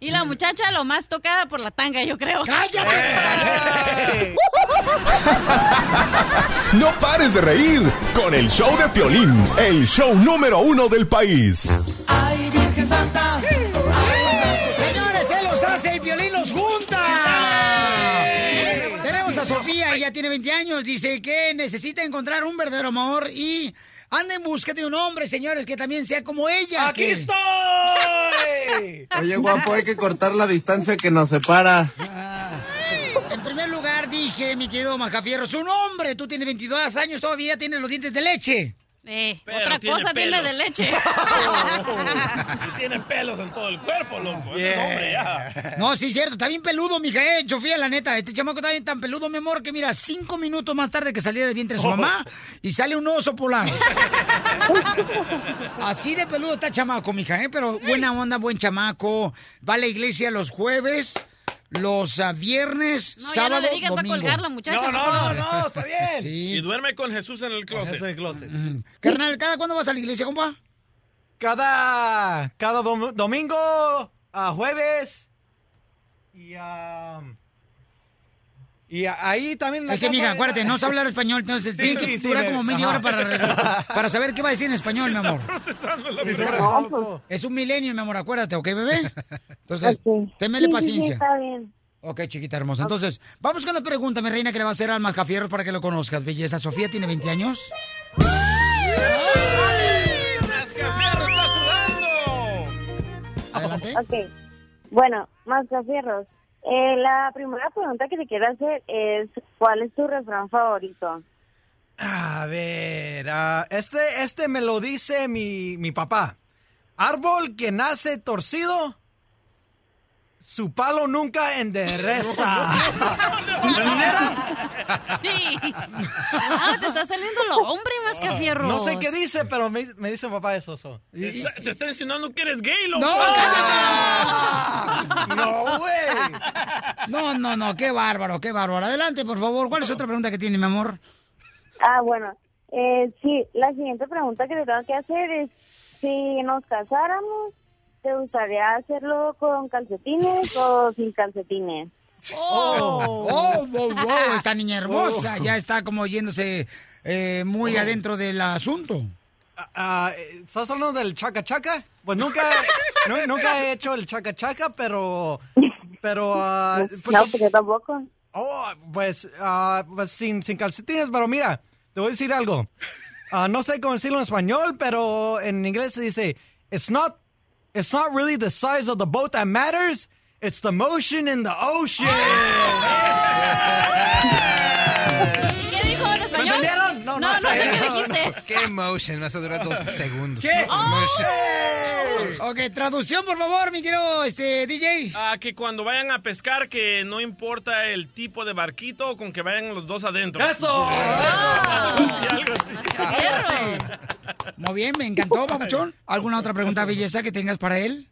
Speaker 4: Y la muchacha lo más tocada por la tanga, yo creo. Eh.
Speaker 1: ¡Cállate!
Speaker 7: No pares de reír con el show de Piolín, el show número uno del país.
Speaker 5: ¡Ay, Virgen Santa!
Speaker 1: Señores, él los hace y Piolín los junta. Tenemos a Sofía, ella tiene 20 años, dice que necesita encontrar un verdadero amor y anda en busca de un hombre, señores, que también sea como ella.
Speaker 5: ¡Aquí
Speaker 1: que-
Speaker 3: estoy!
Speaker 23: Oye, guapo, hay que cortar la distancia que nos separa.
Speaker 1: *laughs* En primer lugar dije, mi querido Macafierros, un hombre, tú tienes 22 años, todavía tienes los dientes de leche.
Speaker 4: Eh,
Speaker 1: Pero
Speaker 4: otra
Speaker 1: tiene
Speaker 4: cosa tiene
Speaker 1: pelos.
Speaker 4: de
Speaker 1: *laughs*
Speaker 4: leche.
Speaker 3: *laughs* Y tiene pelos en todo el cuerpo, loco. Ese
Speaker 1: Yeah.
Speaker 3: hombre, ya.
Speaker 1: No, sí, es cierto, está bien peludo, mija, eh, Sofía, la neta. Este chamaco está bien tan peludo, mi amor, que mira, cinco minutos más tarde que saliera del vientre de su
Speaker 5: Oh.
Speaker 1: mamá y sale un oso polar. Así de peludo está chamaco, mija, ¿eh? Pero buena onda, buen chamaco. Va a la iglesia los jueves.
Speaker 24: los ah, viernes,
Speaker 4: No, ya no
Speaker 24: sábado,
Speaker 4: le digas, va a
Speaker 24: domingo.
Speaker 4: colgar la muchacha,
Speaker 1: Oh,
Speaker 3: No,
Speaker 4: por
Speaker 3: no, no,
Speaker 4: favor.
Speaker 3: no, está bien.
Speaker 24: Sí.
Speaker 3: Y duerme con Jesús en el closet.
Speaker 24: Carnal, ¿cada cuándo vas a la iglesia, compa?
Speaker 10: Cada, cada dom- domingo, a jueves y a...
Speaker 1: um,
Speaker 10: Y a- ahí también... en la
Speaker 1: *laughs* Es que,
Speaker 10: casa
Speaker 1: mija,
Speaker 10: de-
Speaker 1: acuérdate, no sabe hablar español, entonces
Speaker 10: Sí,
Speaker 1: tiene
Speaker 10: sí,
Speaker 1: que
Speaker 10: sí,
Speaker 1: durar
Speaker 10: me-
Speaker 1: como media
Speaker 10: ajá.
Speaker 1: hora
Speaker 10: *laughs*
Speaker 1: para, para saber qué va a decir en español, mi amor.
Speaker 3: Procesando la
Speaker 1: pues, Es,
Speaker 3: palabra.
Speaker 1: un milenio, mi amor, acuérdate, ¿ok, bebé? Entonces, témele
Speaker 5: Sí, sí, sí,
Speaker 1: paciencia.
Speaker 5: está
Speaker 1: Ok, chiquita hermosa. Entonces, vamos con la pregunta, mi reina, que le va a hacer al Mascafierros para que lo conozcas, belleza. ¿Sofía tiene 20 años?
Speaker 3: ¡Mascafierro está sudando!
Speaker 1: Adelante.
Speaker 12: Ok. Bueno, Mascafierros, eh, la primera pregunta que te quiero hacer es, ¿cuál es tu refrán favorito?
Speaker 10: A ver, ah, este, este me lo dice mi, mi papá. Árbol que nace torcido, su palo nunca endereza.
Speaker 4: Sí. Ah, te está saliendo lo hombre, Mascafierros.
Speaker 10: No sé qué dice, pero me, me dice papá eso. so.
Speaker 3: Te está- Te está insinuando que eres gay, loco. Ah.
Speaker 10: No,
Speaker 4: Ah.
Speaker 1: No, güey. No, no, no, qué bárbaro, qué bárbaro. Adelante, por favor. ¿Cuál es otra pregunta que tiene, mi amor?
Speaker 12: Ah, bueno, eh, sí, la siguiente pregunta que te tengo que hacer es, si nos casáramos, ¿te gustaría hacerlo con calcetines o sin calcetines?
Speaker 1: Oh, oh, wow, wow, esta niña hermosa ya está como yéndose eh, muy adentro del asunto.
Speaker 10: Ah, eh, ¿Estás hablando del chaca chaca? Pues nunca, *laughs* nu- nunca he hecho el chaca chaca, pero... pero ah,
Speaker 1: pues
Speaker 12: No, porque tampoco.
Speaker 10: Oh, pues, ah, pues sin, sin calcetines, pero mira, te voy a decir algo. Ah, no sé cómo decirlo en español, pero en inglés se dice, it's not, it's not really the size of the boat that matters, it's the motion in the
Speaker 1: *laughs*
Speaker 10: ocean.
Speaker 4: ¿Qué dijo en español?
Speaker 10: entendieron? No, no sé.
Speaker 14: *laughs* Qué emotion, vas a durar dos
Speaker 1: *laughs*
Speaker 14: segundos.
Speaker 1: ¿Qué?
Speaker 14: Emotion.
Speaker 1: Ok, traducción, por favor, mi querido este, DJ.
Speaker 3: Ah, que cuando vayan a pescar, que no importa el tipo de barquito, con que vayan los dos adentro.
Speaker 1: ¡Eso!
Speaker 5: Ah.
Speaker 1: Muy bien, me encantó, papuchón. ¿Alguna otra pregunta, belleza, que tengas para él?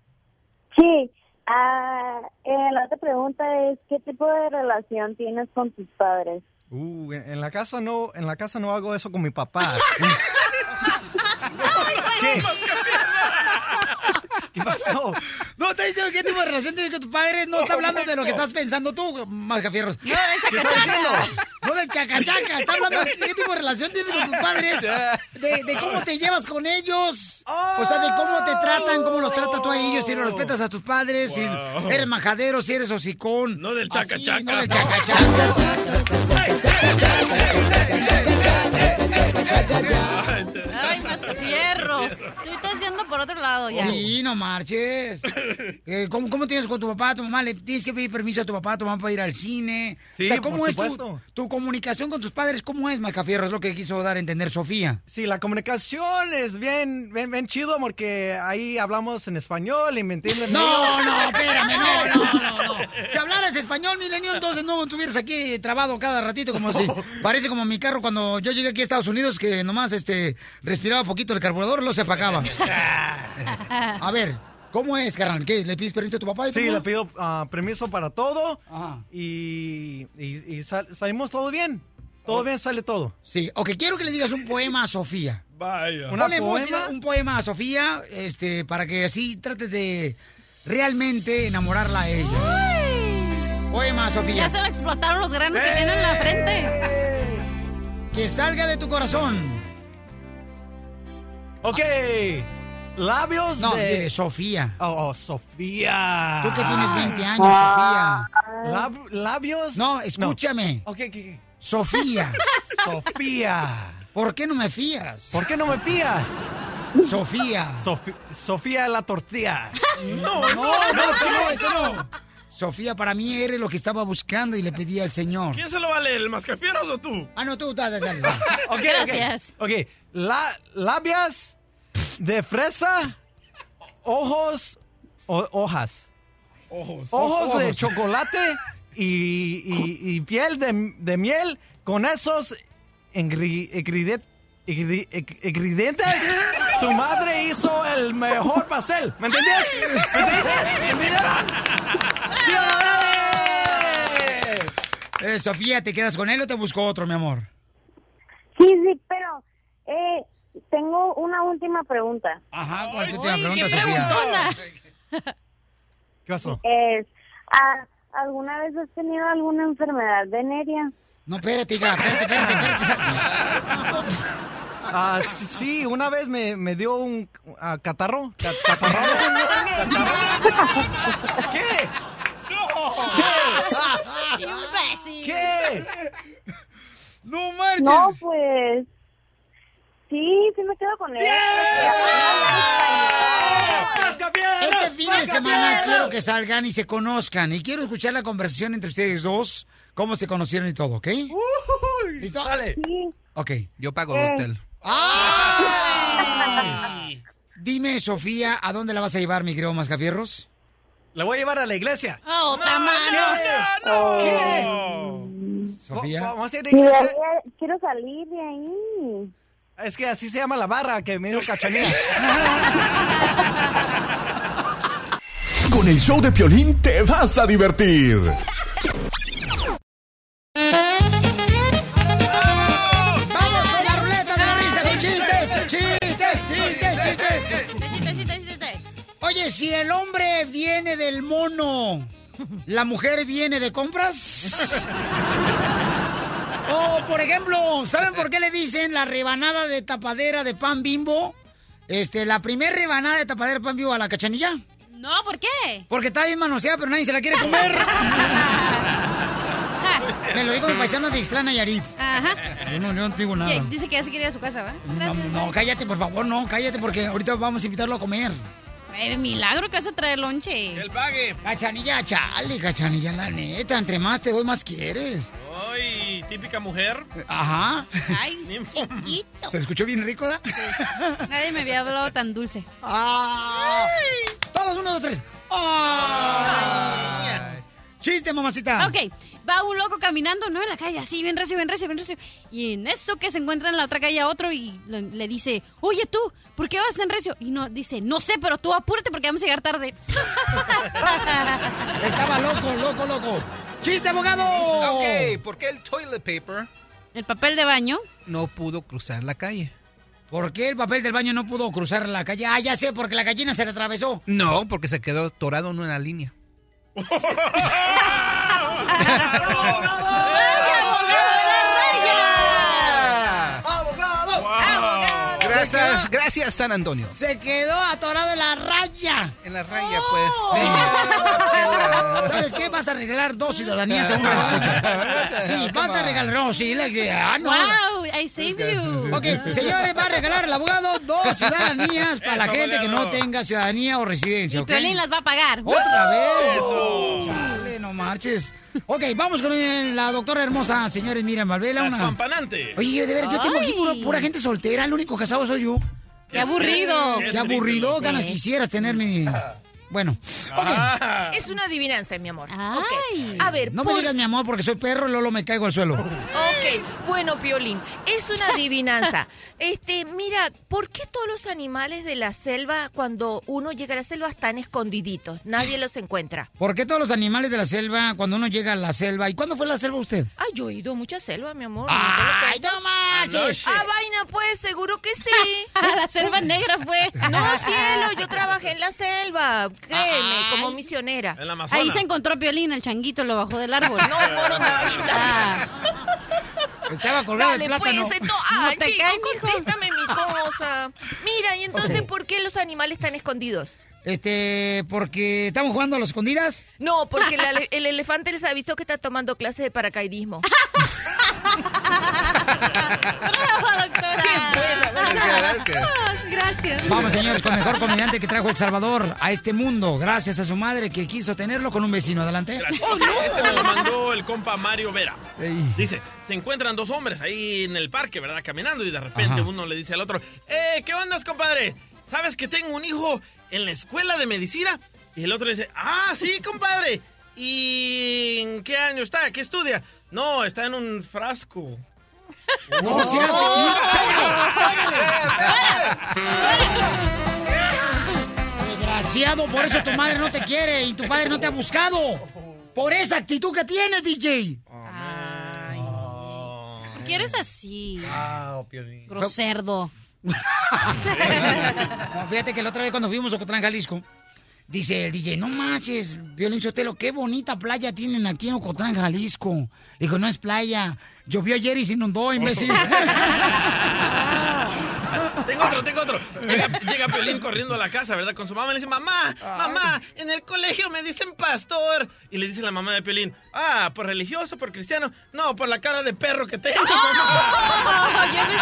Speaker 12: Sí. Ah, eh, la otra pregunta es, ¿qué tipo de relación tienes con tus padres?
Speaker 10: Uh, en en la casa no, en la casa no hago eso con mi
Speaker 1: *laughs*
Speaker 10: papá.
Speaker 24: pues,
Speaker 10: ¿Qué pasó?
Speaker 1: *laughs* No, está diciendo qué tipo de relación tienes con tus padres. No está hablando de lo que estás pensando tú, Mascafierros. No, del
Speaker 5: chacachaca.
Speaker 1: No, del chacachaca. Está hablando de qué tipo de relación tienes con tus
Speaker 3: *laughs*
Speaker 1: padres. De, de cómo te llevas con ellos. O sea, de cómo te tratan, cómo los tratas tú a ellos. Si los respetas a tus padres,
Speaker 3: Wow.
Speaker 1: si eres majadero, si eres hocicón.
Speaker 3: No del
Speaker 1: Así,
Speaker 3: chacachaca.
Speaker 1: No del chacachaca.
Speaker 4: Ay, Mascafierros. Tú estás yendo por otro lado Oh, ya.
Speaker 1: Sí, no marches. Eh, ¿cómo, ¿Cómo tienes con tu papá, a tu mamá? ¿Le tienes que pedir permiso a tu papá, a tu mamá para ir al cine?
Speaker 10: Sí,
Speaker 1: ¿cómo
Speaker 10: por
Speaker 1: es tu-
Speaker 10: supuesto.
Speaker 1: Tu, comunicación con tus padres? ¿Cómo es, Mascafierro? Es lo que quiso dar a
Speaker 10: *laughs*
Speaker 1: entender Sofía.
Speaker 10: Sí, la comunicación es bien, bien, bien chido porque ahí hablamos en español y me entienden.
Speaker 1: No, no, espérame, no, no, no, no. Si hablaras español, milenio, entonces no estuvieras aquí trabado cada ratito
Speaker 10: *laughs*
Speaker 1: como si...
Speaker 10: Oh.
Speaker 1: Parece como mi carro cuando yo llegué aquí a Estados Unidos que nomás este, respiraba poquito el carburador, lo
Speaker 10: *laughs*
Speaker 1: se apagaba. A ver, ¿cómo es, carnal? ¿Qué, ¿Le pides permiso a tu papá? y tu
Speaker 10: Sí,
Speaker 1: mamá?
Speaker 10: le pido ah, permiso para todo y, y- y sal- salimos todo bien. Todo bien, sale todo.
Speaker 1: Sí, ok, quiero que le digas un poema a Sofía.
Speaker 3: Vaya.
Speaker 10: ¿Una
Speaker 1: Ponle
Speaker 10: poema?
Speaker 1: música, un poema a Sofía, este, para que así trates de realmente enamorarla a ella. Poema a Sofía.
Speaker 4: Ya se le explotaron los granos que tiene en la frente.
Speaker 1: Que salga de tu corazón.
Speaker 10: Ok. Labios
Speaker 1: No,
Speaker 10: de...
Speaker 1: dile, Sofía.
Speaker 10: Oh, oh, Sofía.
Speaker 1: Tú que tienes 20 años, Sofía.
Speaker 10: Ah. Lab- labios.
Speaker 1: No, escúchame.
Speaker 10: Ok, ok, ok.
Speaker 1: Sofía.
Speaker 10: *laughs* Sofía.
Speaker 1: ¿Por qué no me fías?
Speaker 10: ¿Por qué no me fías?
Speaker 1: Sofía.
Speaker 10: Sofi- Sofía la tortilla.
Speaker 1: No, no, no, eso no, eso no. Sofía, para mí eres lo que estaba buscando y le pedí al Señor.
Speaker 3: ¿Quién se lo va a leer, el mascafierros o tú?
Speaker 1: Ah, no, tú, dale, dale.
Speaker 10: *laughs* Ok, ok. Ok, La- labias de fresa, ojos, o- hojas.
Speaker 3: Ojos.
Speaker 10: Ojos de chocolate y, y- y piel de, de miel con esos ingri- ingredientes. ingri- ing- Ingredientes, tu madre hizo el mejor pastel. ¿Me entendías? ¿Me entendías? ¿Me entendieron? ¡Sí o no?
Speaker 24: Eh, Sofía, ¿te quedas con él o te busco otro, mi amor?
Speaker 12: Sí, sí, pero eh, tengo una última pregunta.
Speaker 24: Ajá,
Speaker 12: ¿cuál
Speaker 24: es tu última Uy, pregunta, qué Sofía?
Speaker 10: ¿Qué pasó?
Speaker 12: Es, ah, ¿Alguna vez has tenido alguna enfermedad
Speaker 24: *laughs*
Speaker 12: venérea?
Speaker 1: No, espérate, ya, espérate, espérate,
Speaker 10: Ah, sí, sí, una vez me, me dio un ah, catarro. ca- catarro. ¿Qué?
Speaker 5: ¿Qué?
Speaker 24: ¡No
Speaker 12: No, pues. Sí, sí me quedo con él.
Speaker 24: Este fin de semana quiero que salgan y se conozcan. Y quiero escuchar la conversación entre ustedes dos, cómo se conocieron y todo, ¿ok? ¿Listo? Ok.
Speaker 14: Yo pago el hotel.
Speaker 24: ¡Ay! Dime, Sofía, ¿a dónde la vas a llevar, mi querido Mascafierros?
Speaker 10: La voy a llevar a la iglesia.
Speaker 4: ¡Oh,
Speaker 10: ¿Qué? ¿Qué?
Speaker 24: Sofía.
Speaker 10: Va- Vamos a ir a la
Speaker 12: Sí,
Speaker 10: iglesia.
Speaker 12: debería- quiero salir de ahí.
Speaker 10: Es que así se llama la barra que me dio cachanilla.
Speaker 7: Con el show de Piolín te vas a divertir.
Speaker 1: ¡Vamos con la ruleta de la risa con chistes! ¡Chistes, chistes, chistes! Oye, si el hombre viene del mono, ¿la mujer viene de compras? O, por ejemplo, ¿saben por qué le dicen la rebanada de tapadera de pan bimbo? Este, la primera rebanada de tapadera de pan bimbo a la cachanilla.
Speaker 4: No, ¿por qué?
Speaker 1: Porque está bien manoseada, pero nadie se la quiere comer. Me lo dijo mi paisano de Ixtlán, Nayarit.
Speaker 4: Ajá.
Speaker 1: Yo no, yo no digo nada.
Speaker 4: Que Dice que ya se quiere ir a su casa, ¿va?
Speaker 1: No,
Speaker 4: Gracias.
Speaker 1: no, cállate, por favor, no, cállate, porque ahorita vamos a invitarlo a comer.
Speaker 4: Eh, milagro que vas a traer lonche. El
Speaker 3: pague.
Speaker 1: Cachanilla, chale, cachanilla, la neta, entre más te doy, más quieres.
Speaker 3: Ay, típica mujer.
Speaker 1: Ajá.
Speaker 4: Ay, chiquito.
Speaker 1: ¿Se escuchó bien rico, da?
Speaker 4: Nadie me había hablado tan dulce.
Speaker 1: Ay. Ah. Todos, uno, dos, tres. Ay. Chiste, mamacita.
Speaker 4: Ok, va un loco caminando, ¿no? En la calle, así, bien recio, bien recio, bien recio. Y en eso que se encuentra en la otra calle a otro y lo- le dice, oye tú, ¿por qué vas tan recio? Y no, dice, no sé, pero tú apúrate porque vamos a llegar *laughs* tarde.
Speaker 1: Oh. Estaba loco, loco, loco. ¡Chiste, abogado!
Speaker 14: Ok, ¿por qué el toilet paper
Speaker 4: El papel de baño.
Speaker 14: no pudo cruzar la calle?
Speaker 1: ¿Por qué el papel del baño no pudo cruzar la calle? Ah, ya sé, porque la gallina se le atravesó.
Speaker 14: No, porque se quedó atorado en una línea.
Speaker 10: *laughs*
Speaker 1: *laughs* ¡Abogado!
Speaker 14: Gracias, gracias San Antonio.
Speaker 1: Se quedó atorado en la raya.
Speaker 14: En la raya, pues.
Speaker 4: Oh.
Speaker 14: *laughs*
Speaker 1: ¿Sabes qué? Vas a regalar dos ciudadanías a una de
Speaker 14: *laughs*
Speaker 1: escucha. Sí, vas a regalar. No, sí, la que. Ah, no.
Speaker 4: Wow, I save you.
Speaker 1: Ok, señores, va a regalar el abogado dos ciudadanías para la
Speaker 4: Eso,
Speaker 1: gente que no
Speaker 4: abogado.
Speaker 1: tenga ciudadanía o residencia. ¿ok?
Speaker 4: Piolín las va a pagar.
Speaker 1: ¡Otra vez!
Speaker 4: Eso.
Speaker 1: Chale, no marches. Ok, vamos con el- la doctora hermosa, señores, Miriam Valvela.
Speaker 3: La
Speaker 1: Una...
Speaker 3: espampanante.
Speaker 1: Oye, de ver, yo tengo aquí pura, pura gente soltera, el único casado soy yo.
Speaker 4: Qué aburrido.
Speaker 1: Qué aburrido,
Speaker 17: Sí.
Speaker 1: ganas quisieras tenerme. Bueno,
Speaker 4: Ah.
Speaker 1: ok.
Speaker 17: Es una adivinanza, mi amor. Ok. A ver,
Speaker 1: No me
Speaker 17: por-
Speaker 1: digas mi amor porque soy perro y Lolo me caigo al suelo.
Speaker 17: Ok, bueno, Piolín, es
Speaker 1: *laughs*
Speaker 17: una adivinanza. Este, mira, ¿por qué todos los animales de la selva, cuando uno llega a la selva, están escondiditos? Nadie los encuentra.
Speaker 1: ¿Por qué todos los animales de la selva, cuando uno llega a la selva, ¿y cuándo fue la selva usted?
Speaker 17: Ay, yo he ido a mucha selva, mi amor.
Speaker 1: Ay,
Speaker 17: no
Speaker 1: manches.
Speaker 17: Ah, vaina, pues, seguro que sí.
Speaker 4: *laughs* A la selva negra fue. *laughs*
Speaker 17: No, cielo, yo trabajé en la selva, créeme, como misionera.
Speaker 3: En la
Speaker 4: Ahí se encontró Piolín, el changuito lo bajó del árbol.
Speaker 17: No,
Speaker 3: *laughs*
Speaker 1: Estaba
Speaker 17: Dale, pues, ento- ay, chico, contéstame mi cosa. Mira, y entonces, ¿por qué los animales están escondidos?
Speaker 1: Este, porque estamos jugando a las escondidas.
Speaker 17: No, porque la- el elefante les avisó que está tomando clases de *laughs* paracaidismo.
Speaker 4: Gracias.
Speaker 1: Vamos, señores, con el mejor comediante que trajo El Salvador a este mundo, gracias a su madre que quiso tenerlo con un vecino. *laughs* Adelante.
Speaker 3: Ok, Este me lo mandó el compa Mario Vera. Dice, se encuentran dos hombres ahí en el parque, ¿verdad? Caminando y de repente uno le dice al otro, ¡Eh, qué onda, compadre! ¿Sabes que tengo un hijo en la escuela de medicina? Y el otro le dice, ¡Ah, sí, compadre! ¿Y en qué año está? ¿Qué estudia? No, está en un frasco.
Speaker 1: No
Speaker 3: *laughs*
Speaker 1: seas- ¡Y Desgraciado, por eso tu madre no te quiere y tu padre no te ha buscado. Por esa actitud que tienes, DJ.
Speaker 4: ¿Por qué eres así?
Speaker 1: Ah, oh,
Speaker 24: Wow,
Speaker 4: Groserdo.
Speaker 1: No, fíjate que la otra vez cuando fuimos a Ocotlán, Jalisco, dice el DJ, no manches, Violín Sotelo, qué bonita playa tienen aquí en Ocotlán, Jalisco. Dijo, no es playa, llovió ayer y se inundó,
Speaker 3: *laughs*
Speaker 1: imbécil.
Speaker 3: Tengo otro, tengo otro. Llega, llega Piolín corriendo a la casa, ¿verdad? Con su mamá. Le dice, mamá,
Speaker 1: Ah.
Speaker 3: mamá, en el colegio me dicen pastor. Y le dice la mamá de Piolín, ah, ¿por religioso, por cristiano? No, por la cara de perro que tengo, *laughs* mamá.
Speaker 4: ¡Ah! Yo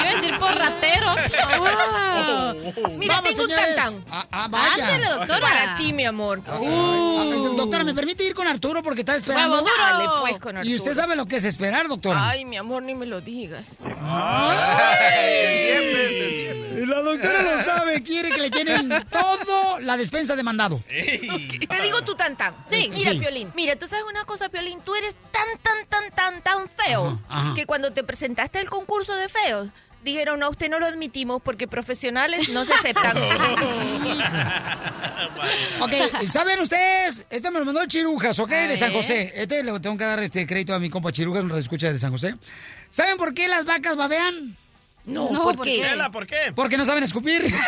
Speaker 4: iba a decir por
Speaker 3: *laughs*
Speaker 4: ratero. ¡Ah! Wow.
Speaker 17: Mira,
Speaker 4: Vamos,
Speaker 17: tengo
Speaker 4: señores.
Speaker 17: un tantán.
Speaker 1: Ah, ah, vaya.
Speaker 17: Ándale, doctora. Para ti, mi amor.
Speaker 1: Ah, doctora, ¿me permite ir con Arturo porque está esperando?
Speaker 17: Vamos, dale, pues, con
Speaker 1: Y usted
Speaker 17: Arturo.
Speaker 1: sabe lo que es esperar, doctora.
Speaker 17: Ay, mi amor, ni me lo digas.
Speaker 1: La doctora lo sabe, quiere que le llenen todo la despensa de mandado.
Speaker 17: Te digo tu tantán.
Speaker 1: Sí.
Speaker 17: Mira,
Speaker 1: Sí.
Speaker 17: Piolín. Mira, tú sabes una cosa, Piolín. Tú eres tan, tan, tan, tan, tan feo
Speaker 5: ajá.
Speaker 17: que cuando te presentaste al concurso de feos, dijeron, no, a usted no lo admitimos porque profesionales no se
Speaker 1: *laughs*
Speaker 17: aceptan. *laughs*
Speaker 1: Ok, ¿saben ustedes? Este me lo mandó Chirujas, ¿ok? De San José. Este le tengo que dar este crédito a mi compa Chirujas, un escucha de San José. ¿Saben por qué las vacas babean?
Speaker 3: No, No, ¿por ¿por qué? qué? Chela, ¿por qué?
Speaker 1: Porque no saben escupir.
Speaker 17: *laughs*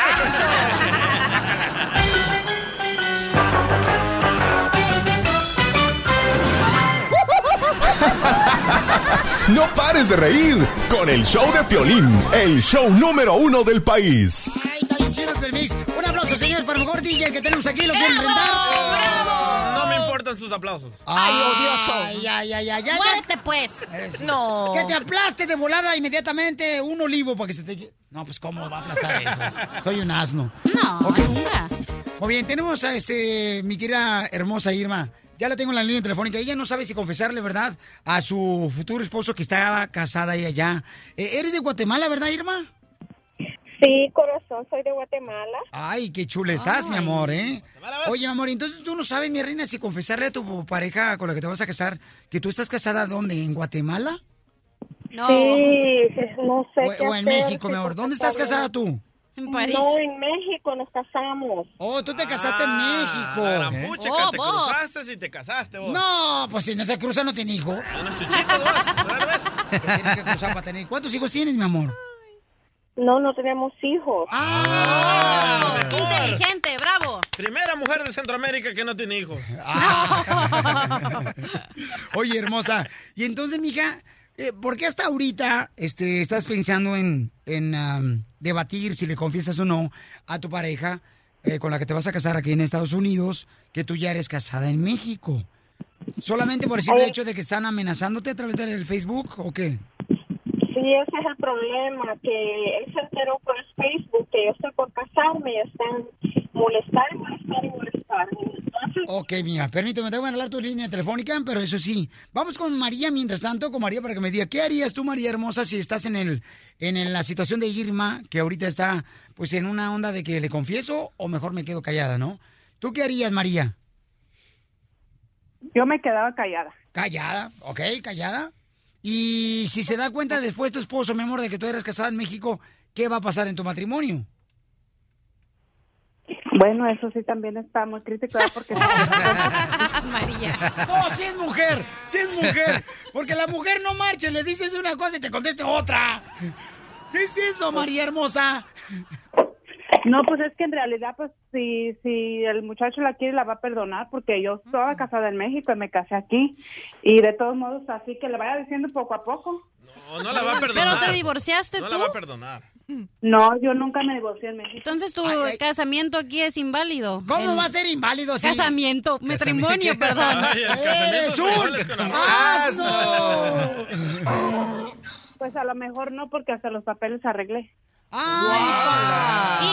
Speaker 7: No pares de reír con el show de Piolín, el show número uno del país.
Speaker 1: Ay, está bien chido, Pelmix. Un aplauso, señores, para el mejor DJ que tenemos aquí. ¿Lo quieren
Speaker 3: ¡Bravo!
Speaker 1: rentar?
Speaker 3: No me importan sus aplausos.
Speaker 1: Ay, ay, ay, ay, ay.
Speaker 4: Muérete, pues.
Speaker 17: No.
Speaker 1: Que te aplaste de volada inmediatamente un olivo para que se te... No, pues cómo va
Speaker 2: *laughs*
Speaker 1: a aplastar eso. Soy un asno. No, Muy bien, tenemos a este, mi querida hermosa Irma. Ya la tengo en la línea telefónica. Ella no sabe si confesarle, ¿verdad? A su futuro esposo que estaba casada y allá. Eh, ¿Eres de Guatemala, verdad, Irma?
Speaker 12: Sí, corazón, soy de Guatemala.
Speaker 1: Ay, qué chula estás, mi
Speaker 12: Ay.
Speaker 1: amor, ¿eh? Oye, mi amor, entonces tú no sabes, mi reina, si confesarle a tu pareja con la que te vas a casar que tú estás casada, ¿dónde? ¿En Guatemala?
Speaker 4: No.
Speaker 12: Sí, no sé.
Speaker 1: O,
Speaker 12: qué
Speaker 1: o en
Speaker 12: hacer,
Speaker 1: México,
Speaker 12: si
Speaker 1: mi amor.
Speaker 12: se
Speaker 1: ¿Dónde estás
Speaker 12: casaron.
Speaker 1: casada tú?
Speaker 4: En París.
Speaker 12: No, en México nos casamos.
Speaker 1: Oh, tú te casaste
Speaker 3: Ah, La
Speaker 1: en
Speaker 3: gran
Speaker 1: México.
Speaker 4: Oh,
Speaker 1: ¿eh?
Speaker 3: pucha que te cruzaste y te casaste vos.
Speaker 1: No, pues si no se cruza no tiene hijo.
Speaker 3: Ah,
Speaker 1: Se tiene que cruzar para tener. ¿Cuántos hijos tienes, mi amor?
Speaker 12: No, no tenemos hijos.
Speaker 1: Ah,
Speaker 4: Inteligente, bravo.
Speaker 3: Ah, Primera mujer de Centroamérica que no tiene hijos.
Speaker 1: Ah. Oye, hermosa. Y entonces, mija, eh, ¿por qué hasta ahorita este, estás pensando en, en, am, debatir si le confiesas o no a tu pareja eh, con la que te vas a casar aquí en Estados Unidos que tú ya eres casada en México? ¿Solamente por el simple hecho de que están amenazándote a través del Facebook o qué?
Speaker 12: Sí, ese es el problema, que él se enteró por el Facebook que yo estoy por casarme y están molestando, molestando, molestando.
Speaker 1: Ok, mira, permíteme, te voy a hablar tu línea telefónica, pero eso sí. Vamos con María mientras tanto, con María para que me diga, ¿qué harías tú, María hermosa, si estás en el en el- la situación de Irma, que ahorita está pues en una onda de que le confieso o mejor me quedo callada, ¿no? ¿Tú qué harías, María?
Speaker 16: Yo me quedaba callada.
Speaker 1: Callada, ok, callada. Y si se da cuenta después tu esposo, mi amor, de que tú eres casada en México, ¿qué va a pasar en tu matrimonio?
Speaker 16: Bueno, eso sí también está muy crítico ¿verdad? porque
Speaker 14: *laughs*
Speaker 4: María.
Speaker 1: No, si es mujer, si es mujer. Porque la mujer no marcha, le dices una cosa y te contesta otra. ¿Qué es eso, María hermosa?
Speaker 16: no, pues es que en realidad, pues si si el muchacho la quiere la va a perdonar porque yo estaba casada en México y me casé aquí y de todos modos así que le vaya diciendo poco a poco.
Speaker 3: No, no la va a perdonar.
Speaker 4: Pero te divorciaste
Speaker 3: no
Speaker 4: tú.
Speaker 3: la va a perdonar.
Speaker 16: No, yo nunca me divorcié en México.
Speaker 4: Entonces tu casamiento aquí es inválido.
Speaker 1: ¿Cómo va a ser inválido? si-
Speaker 4: Casamiento, matrimonio, perdón.
Speaker 1: Ay, el casamiento Eres es un frijoles con arroz. asno.
Speaker 16: Pues a lo mejor no porque hasta los papeles arreglé.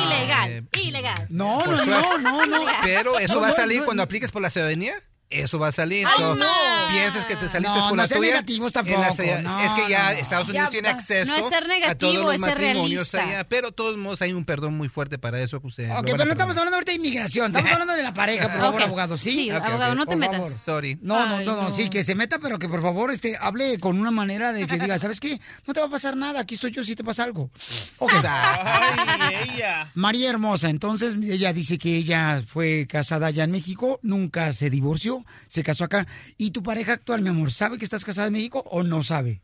Speaker 4: Ilegal, ilegal.
Speaker 1: No,
Speaker 14: Por suerte. Pero eso
Speaker 4: No,
Speaker 14: va a
Speaker 4: no,
Speaker 14: salir
Speaker 4: no,
Speaker 14: cuando apliques por la ciudadanía. Eso va a salir.
Speaker 4: Ay,
Speaker 14: So,
Speaker 4: no.
Speaker 14: Piensas que te saliste
Speaker 1: No,
Speaker 14: por
Speaker 1: no
Speaker 14: la
Speaker 1: sean
Speaker 14: tuya.
Speaker 1: negativos
Speaker 14: en la
Speaker 1: tampoco,
Speaker 14: ciudad-
Speaker 1: no,
Speaker 14: es que ya
Speaker 1: no, no.
Speaker 14: Estados Unidos
Speaker 1: Ya
Speaker 14: tiene
Speaker 1: va.
Speaker 14: acceso
Speaker 4: No es ser
Speaker 14: a todos
Speaker 4: negativo,
Speaker 14: los
Speaker 4: es ser
Speaker 14: matrimonios
Speaker 4: realista.
Speaker 14: allá. Pero de todos modos hay un perdón muy fuerte para eso que ustedes.
Speaker 1: Ok, pero no estamos hablando ahorita de inmigración, estamos hablando de la pareja, por favor,
Speaker 14: Ok.
Speaker 1: abogado, ¿sí?
Speaker 14: Sí, Ok, abogado, ok. no te
Speaker 1: Por
Speaker 14: metas.
Speaker 1: favor.
Speaker 14: Sorry.
Speaker 1: No, no,
Speaker 14: Ay,
Speaker 1: no, no,
Speaker 14: no.
Speaker 1: sí, que se meta, pero que por favor este, hable con una manera de que
Speaker 14: *laughs*
Speaker 1: diga, ¿sabes qué? No te va a pasar nada, aquí estoy yo si te pasa algo. Ok.
Speaker 14: Ah.
Speaker 3: Ay, ella.
Speaker 1: María Hermosa, entonces ella dice que ella fue casada allá en México, nunca se divorció, se casó acá. ¿Y tu pareja actual, mi amor, sabe que estás casada en México o no sabe?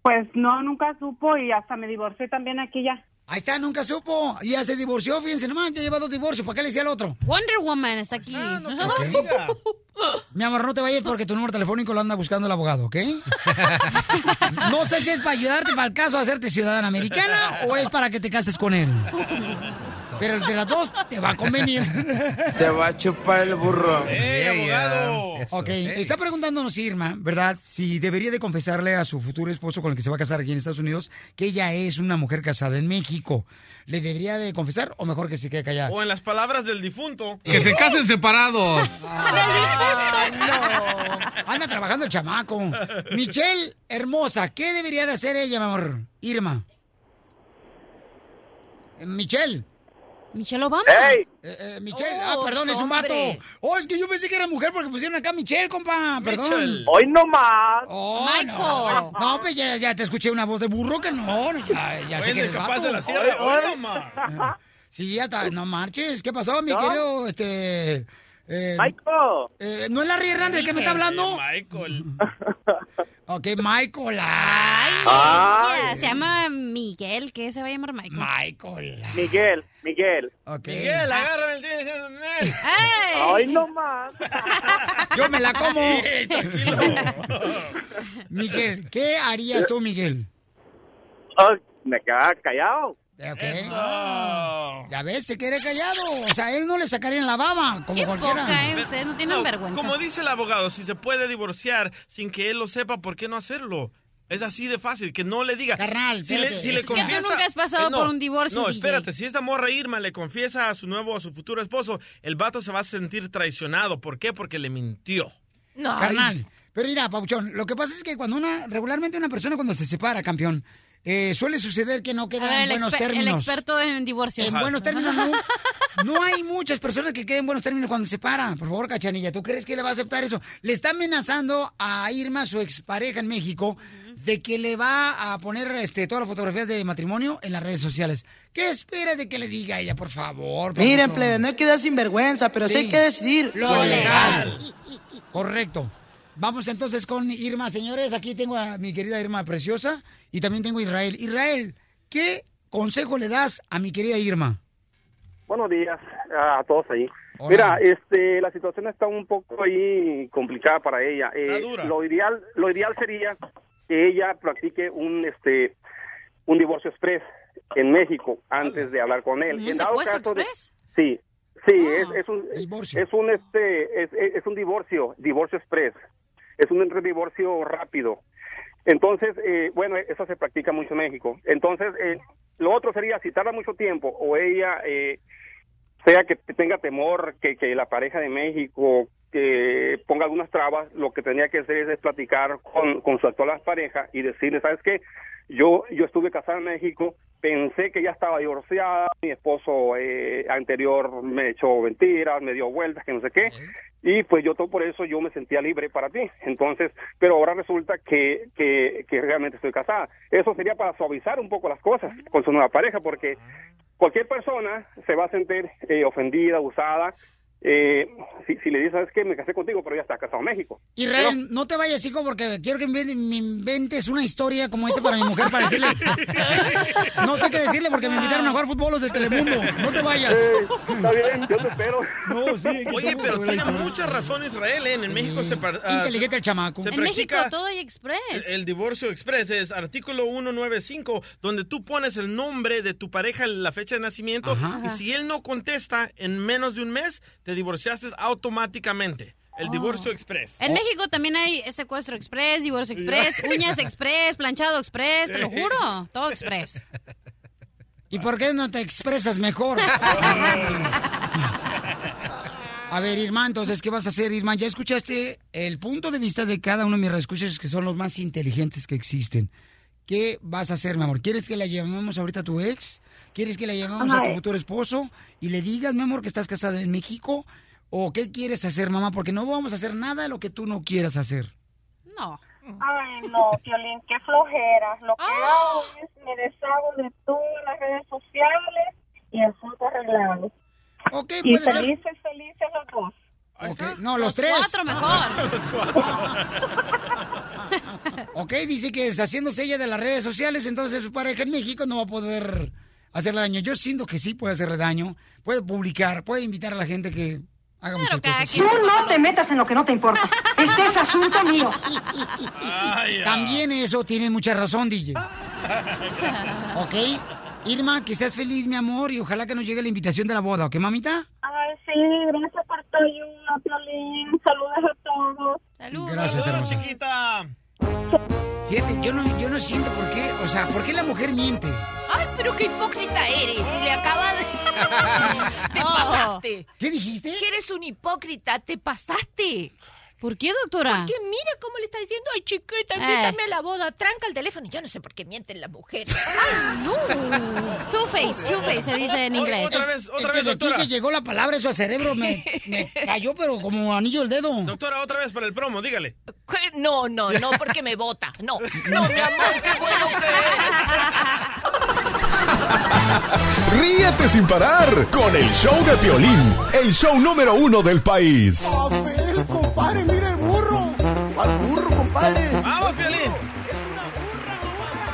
Speaker 16: Pues no, nunca supo y hasta me divorcié también aquí ya.
Speaker 1: Ahí está, nunca supo. Y Ya se divorció, fíjense nomás, ya lleva dos divorcios. ¿Para qué le decía al otro?
Speaker 4: Wonder Woman está aquí.
Speaker 1: Ah, Mi amor, no te vayas porque tu número telefónico lo anda buscando el abogado, ¿ok? No sé si es para ayudarte para el caso a hacerte ciudadana americana o es para que te cases con él. Pero de las dos te va a convenir.
Speaker 18: *laughs* Te va a chupar el burro.
Speaker 1: Ok, está preguntándonos Irma, ¿verdad? Si debería de confesarle a su futuro esposo con el que se va a casar aquí en Estados Unidos que ella es una mujer casada en México. ¿Le debería de confesar o mejor que se quede callada?
Speaker 3: O en las palabras del difunto.
Speaker 14: Que se casen separados.
Speaker 4: Ah,
Speaker 1: Anda trabajando el chamaco. Michelle, hermosa, ¿qué debería de hacer ella, mi amor? Irma. Eh, Michelle.
Speaker 4: Michelle Obama.
Speaker 1: Eh, eh, Michelle, ah,
Speaker 4: Oh,
Speaker 1: perdón, es un vato.
Speaker 4: hombre.
Speaker 1: Oh, es que yo pensé que era mujer porque pusieron acá Michelle, compa. Perdón.
Speaker 5: Michelle. Hoy
Speaker 1: no más.
Speaker 5: Michael.
Speaker 1: No, No, pues ya, ya te escuché una voz de burro que no. Ya, ya sé
Speaker 5: Oye,
Speaker 1: que eres
Speaker 5: capaz
Speaker 1: vato.
Speaker 5: de la sierra, hoy no más.
Speaker 1: Sí, hasta, no marches. ¿Qué pasó, mi
Speaker 5: No.
Speaker 1: querido, este... eh, eh, ¿No es Larry Hernández que me está hablando?
Speaker 3: Michael.
Speaker 1: Ok, Michael. Ay,
Speaker 4: Mira, se llama Miguel, que se va a llamar Michael.
Speaker 1: Michael.
Speaker 6: Miguel, Miguel.
Speaker 4: Ah.
Speaker 3: Miguel, agárrame el tío.
Speaker 1: Oh,
Speaker 6: Ay,
Speaker 1: *laughs*
Speaker 6: no más.
Speaker 1: Yo me la
Speaker 3: *laughs*
Speaker 1: como.
Speaker 5: Ey, *laughs* tranquilo.
Speaker 1: Miguel, ¿qué harías tú, Miguel?
Speaker 6: me quedaba callado.
Speaker 1: Ok. Ya ves, se quiere callado. O sea, él no le sacarían la baba, como cualquiera.
Speaker 4: ¿eh?
Speaker 3: No, Como dice el abogado, si se puede divorciar sin que él lo sepa, ¿por qué no hacerlo? Es así de fácil, que no le diga.
Speaker 4: Carnal,
Speaker 3: si le,
Speaker 4: espérate.
Speaker 3: si le
Speaker 4: Es que tú
Speaker 3: confiesa, Eh,
Speaker 4: nunca has pasado por un divorcio,
Speaker 3: No,
Speaker 4: DJ.
Speaker 3: espérate, si esta morra Irma le confiesa a su nuevo o a su futuro esposo, el vato se va a sentir traicionado. ¿Por qué? Porque le mintió.
Speaker 17: No.
Speaker 1: Carnal. Pero mira, Pauchón, lo que pasa es que cuando una, regularmente una persona cuando se separa, campeón, eh, suele suceder que no
Speaker 4: A
Speaker 1: queda
Speaker 4: ver,
Speaker 1: en
Speaker 4: el,
Speaker 1: buenos
Speaker 4: exper- el
Speaker 1: términos.
Speaker 4: experto en divorcios.
Speaker 1: En buenos términos
Speaker 4: *laughs*
Speaker 1: no, no hay muchas personas que queden en buenos términos cuando se separan. Por favor, Cachanilla, ¿tú crees que le va a aceptar eso? Le está amenazando a Irma, su expareja en México, de que le va a poner este, todas las fotografías de matrimonio en las redes sociales. ¿Qué espera de que le diga ella, por favor?
Speaker 19: Miren,
Speaker 1: Papuchón?
Speaker 19: plebe, no hay que dar sinvergüenza, pero sí,
Speaker 1: Sí.
Speaker 19: hay que decidir
Speaker 1: Lo Correcto. Vamos entonces con Irma, señores. Aquí tengo a mi querida Irma Preciosa y también tengo a Israel. Israel, ¿qué consejo le das a mi querida Irma?
Speaker 25: Buenos días a a todos ahí.
Speaker 1: Hola.
Speaker 25: Mira, este, la situación está un poco ahí complicada para ella. Eh,
Speaker 26: Está dura.
Speaker 25: Lo ideal, lo ideal sería que ella practique un, este, un divorcio express en México antes de hablar con él.
Speaker 6: Mm,
Speaker 4: ¿Un
Speaker 25: En dado
Speaker 4: secuestro
Speaker 25: caso de-
Speaker 4: express?
Speaker 25: sí, sí, es, es un, es un, este, es, es- es un divorcio, divorcio express. Es un divorcio rápido. Entonces, eh, bueno, eso se practica mucho en México. Entonces, eh, lo otro sería, si tarda mucho tiempo o ella, eh, sea que tenga temor que, que la pareja de México que ponga algunas trabas, lo que tenía que hacer es platicar con, con su actual pareja y decirle, ¿sabes qué? Yo, yo estuve casada en México, pensé que ya estaba divorciada, mi esposo eh, anterior me echó mentiras, me dio vueltas, que no sé qué, y pues yo todo por eso yo me sentía libre para ti. Entonces, pero ahora resulta que, que, que realmente estoy casada. Eso sería para suavizar un poco las cosas con su nueva pareja, porque cualquier persona se va a sentir eh, ofendida, abusada, eh, si, si le dices, ¿sabes qué? Me casé contigo, pero ya está casado en México.
Speaker 1: Israel, no te vayas así como porque quiero que me me inventes una historia como esa para mi mujer para decirle. No sé qué decirle porque me invitaron a jugar fútbol los de Telemundo. No te vayas.
Speaker 25: Está bien, yo te espero.
Speaker 1: No, sí.
Speaker 3: Oye, pero tiene mucha razón Israel, ¿eh? En el México se... par- ah,
Speaker 1: Inteligente el chamaco.
Speaker 3: se
Speaker 4: En México
Speaker 3: practica-
Speaker 4: todo hay express.
Speaker 3: El, el divorcio express es artículo 195, donde tú pones el nombre de tu pareja, la fecha de nacimiento, y si él no contesta en menos de un mes, te divorciaste automáticamente. El
Speaker 1: Oh.
Speaker 3: divorcio express. Oh.
Speaker 4: En México también hay secuestro express,
Speaker 1: *laughs*
Speaker 4: divorcio express, uñas express, planchado express, te lo juro, todo express.
Speaker 1: ¿Y por qué no te expresas mejor? A ver, Irma, entonces, ¿qué vas a hacer, Irma? Ya escuchaste el punto de vista de cada uno de mis reescuchas que son los más inteligentes que existen. ¿Qué vas a hacer, mi amor? ¿Quieres que la llamemos ahorita a tu ex? ¿Quieres que la llamemos a tu
Speaker 26: Ay.
Speaker 1: futuro esposo y le digas, mi amor, que estás casada en México? ¿O qué quieres hacer, mamá? Porque no vamos a hacer nada de lo que tú no quieras hacer.
Speaker 4: No.
Speaker 12: Ay, no, Piolín, qué flojera. Lo que hago es me deshago de todas las redes sociales y el asunto arreglado.
Speaker 1: Ok,
Speaker 12: y
Speaker 1: puede
Speaker 5: pues,
Speaker 1: ser.
Speaker 12: felices, felices los dos.
Speaker 1: Ok, No, *laughs* los, tres.
Speaker 12: cuatro mejor.
Speaker 1: Ok, ¿ok? Dice que deshaciéndose ella de las redes sociales, entonces su pareja en México no va a poder hacerle daño. Yo siento que sí puede hacerle daño, puede publicar, puede invitar a la gente que haga muchas cosas.
Speaker 5: Tú no te metas en lo que no
Speaker 1: *laughs*
Speaker 5: te importa. Este es asunto mío.
Speaker 1: También eso tiene mucha razón, DJ. *laughs* ¿Ok? Irma, que seas feliz, mi amor, y ojalá que nos llegue la invitación de la boda, ¿ok, mamita?
Speaker 12: Ay, sí, gracias por tu ayuda, Piolín. Saludos a todos. Saludos.
Speaker 1: Gracias, hermosa.
Speaker 3: chiquita.
Speaker 1: Fíjate, yo no, yo no siento por qué, o sea, ¿por qué la mujer
Speaker 5: *laughs*
Speaker 1: miente?
Speaker 17: Ay, pero qué hipócrita eres. Y le acaba de. te
Speaker 1: Oh.
Speaker 17: pasaste.
Speaker 1: ¿Qué dijiste?
Speaker 17: Que eres un hipócrita, te pasaste.
Speaker 4: ¿Por qué, doctora?
Speaker 17: Porque mira cómo le está diciendo, ay chiquita,
Speaker 4: Eh.
Speaker 17: invítame a la boda, tranca el teléfono. Yo no sé por qué mienten las
Speaker 4: *laughs*
Speaker 17: mujeres. ¡Ay, no!
Speaker 4: Two-face, two-face se dice en inglés.
Speaker 1: Es- es que de ti que llegó la palabra eso al cerebro
Speaker 4: *laughs*
Speaker 1: me, me cayó, pero como anillo el dedo.
Speaker 3: Doctora, otra vez para el promo, dígale.
Speaker 17: ¿Qué? No, no, no, porque me vota. No, no, mi amor, qué
Speaker 4: *laughs*
Speaker 17: bueno que eres.
Speaker 7: Ríete sin parar con el show de Piolín, el show número uno del país.
Speaker 5: ver, compadre, mira el burro.
Speaker 1: Al burro, compadre.
Speaker 3: Vamos, Piolín.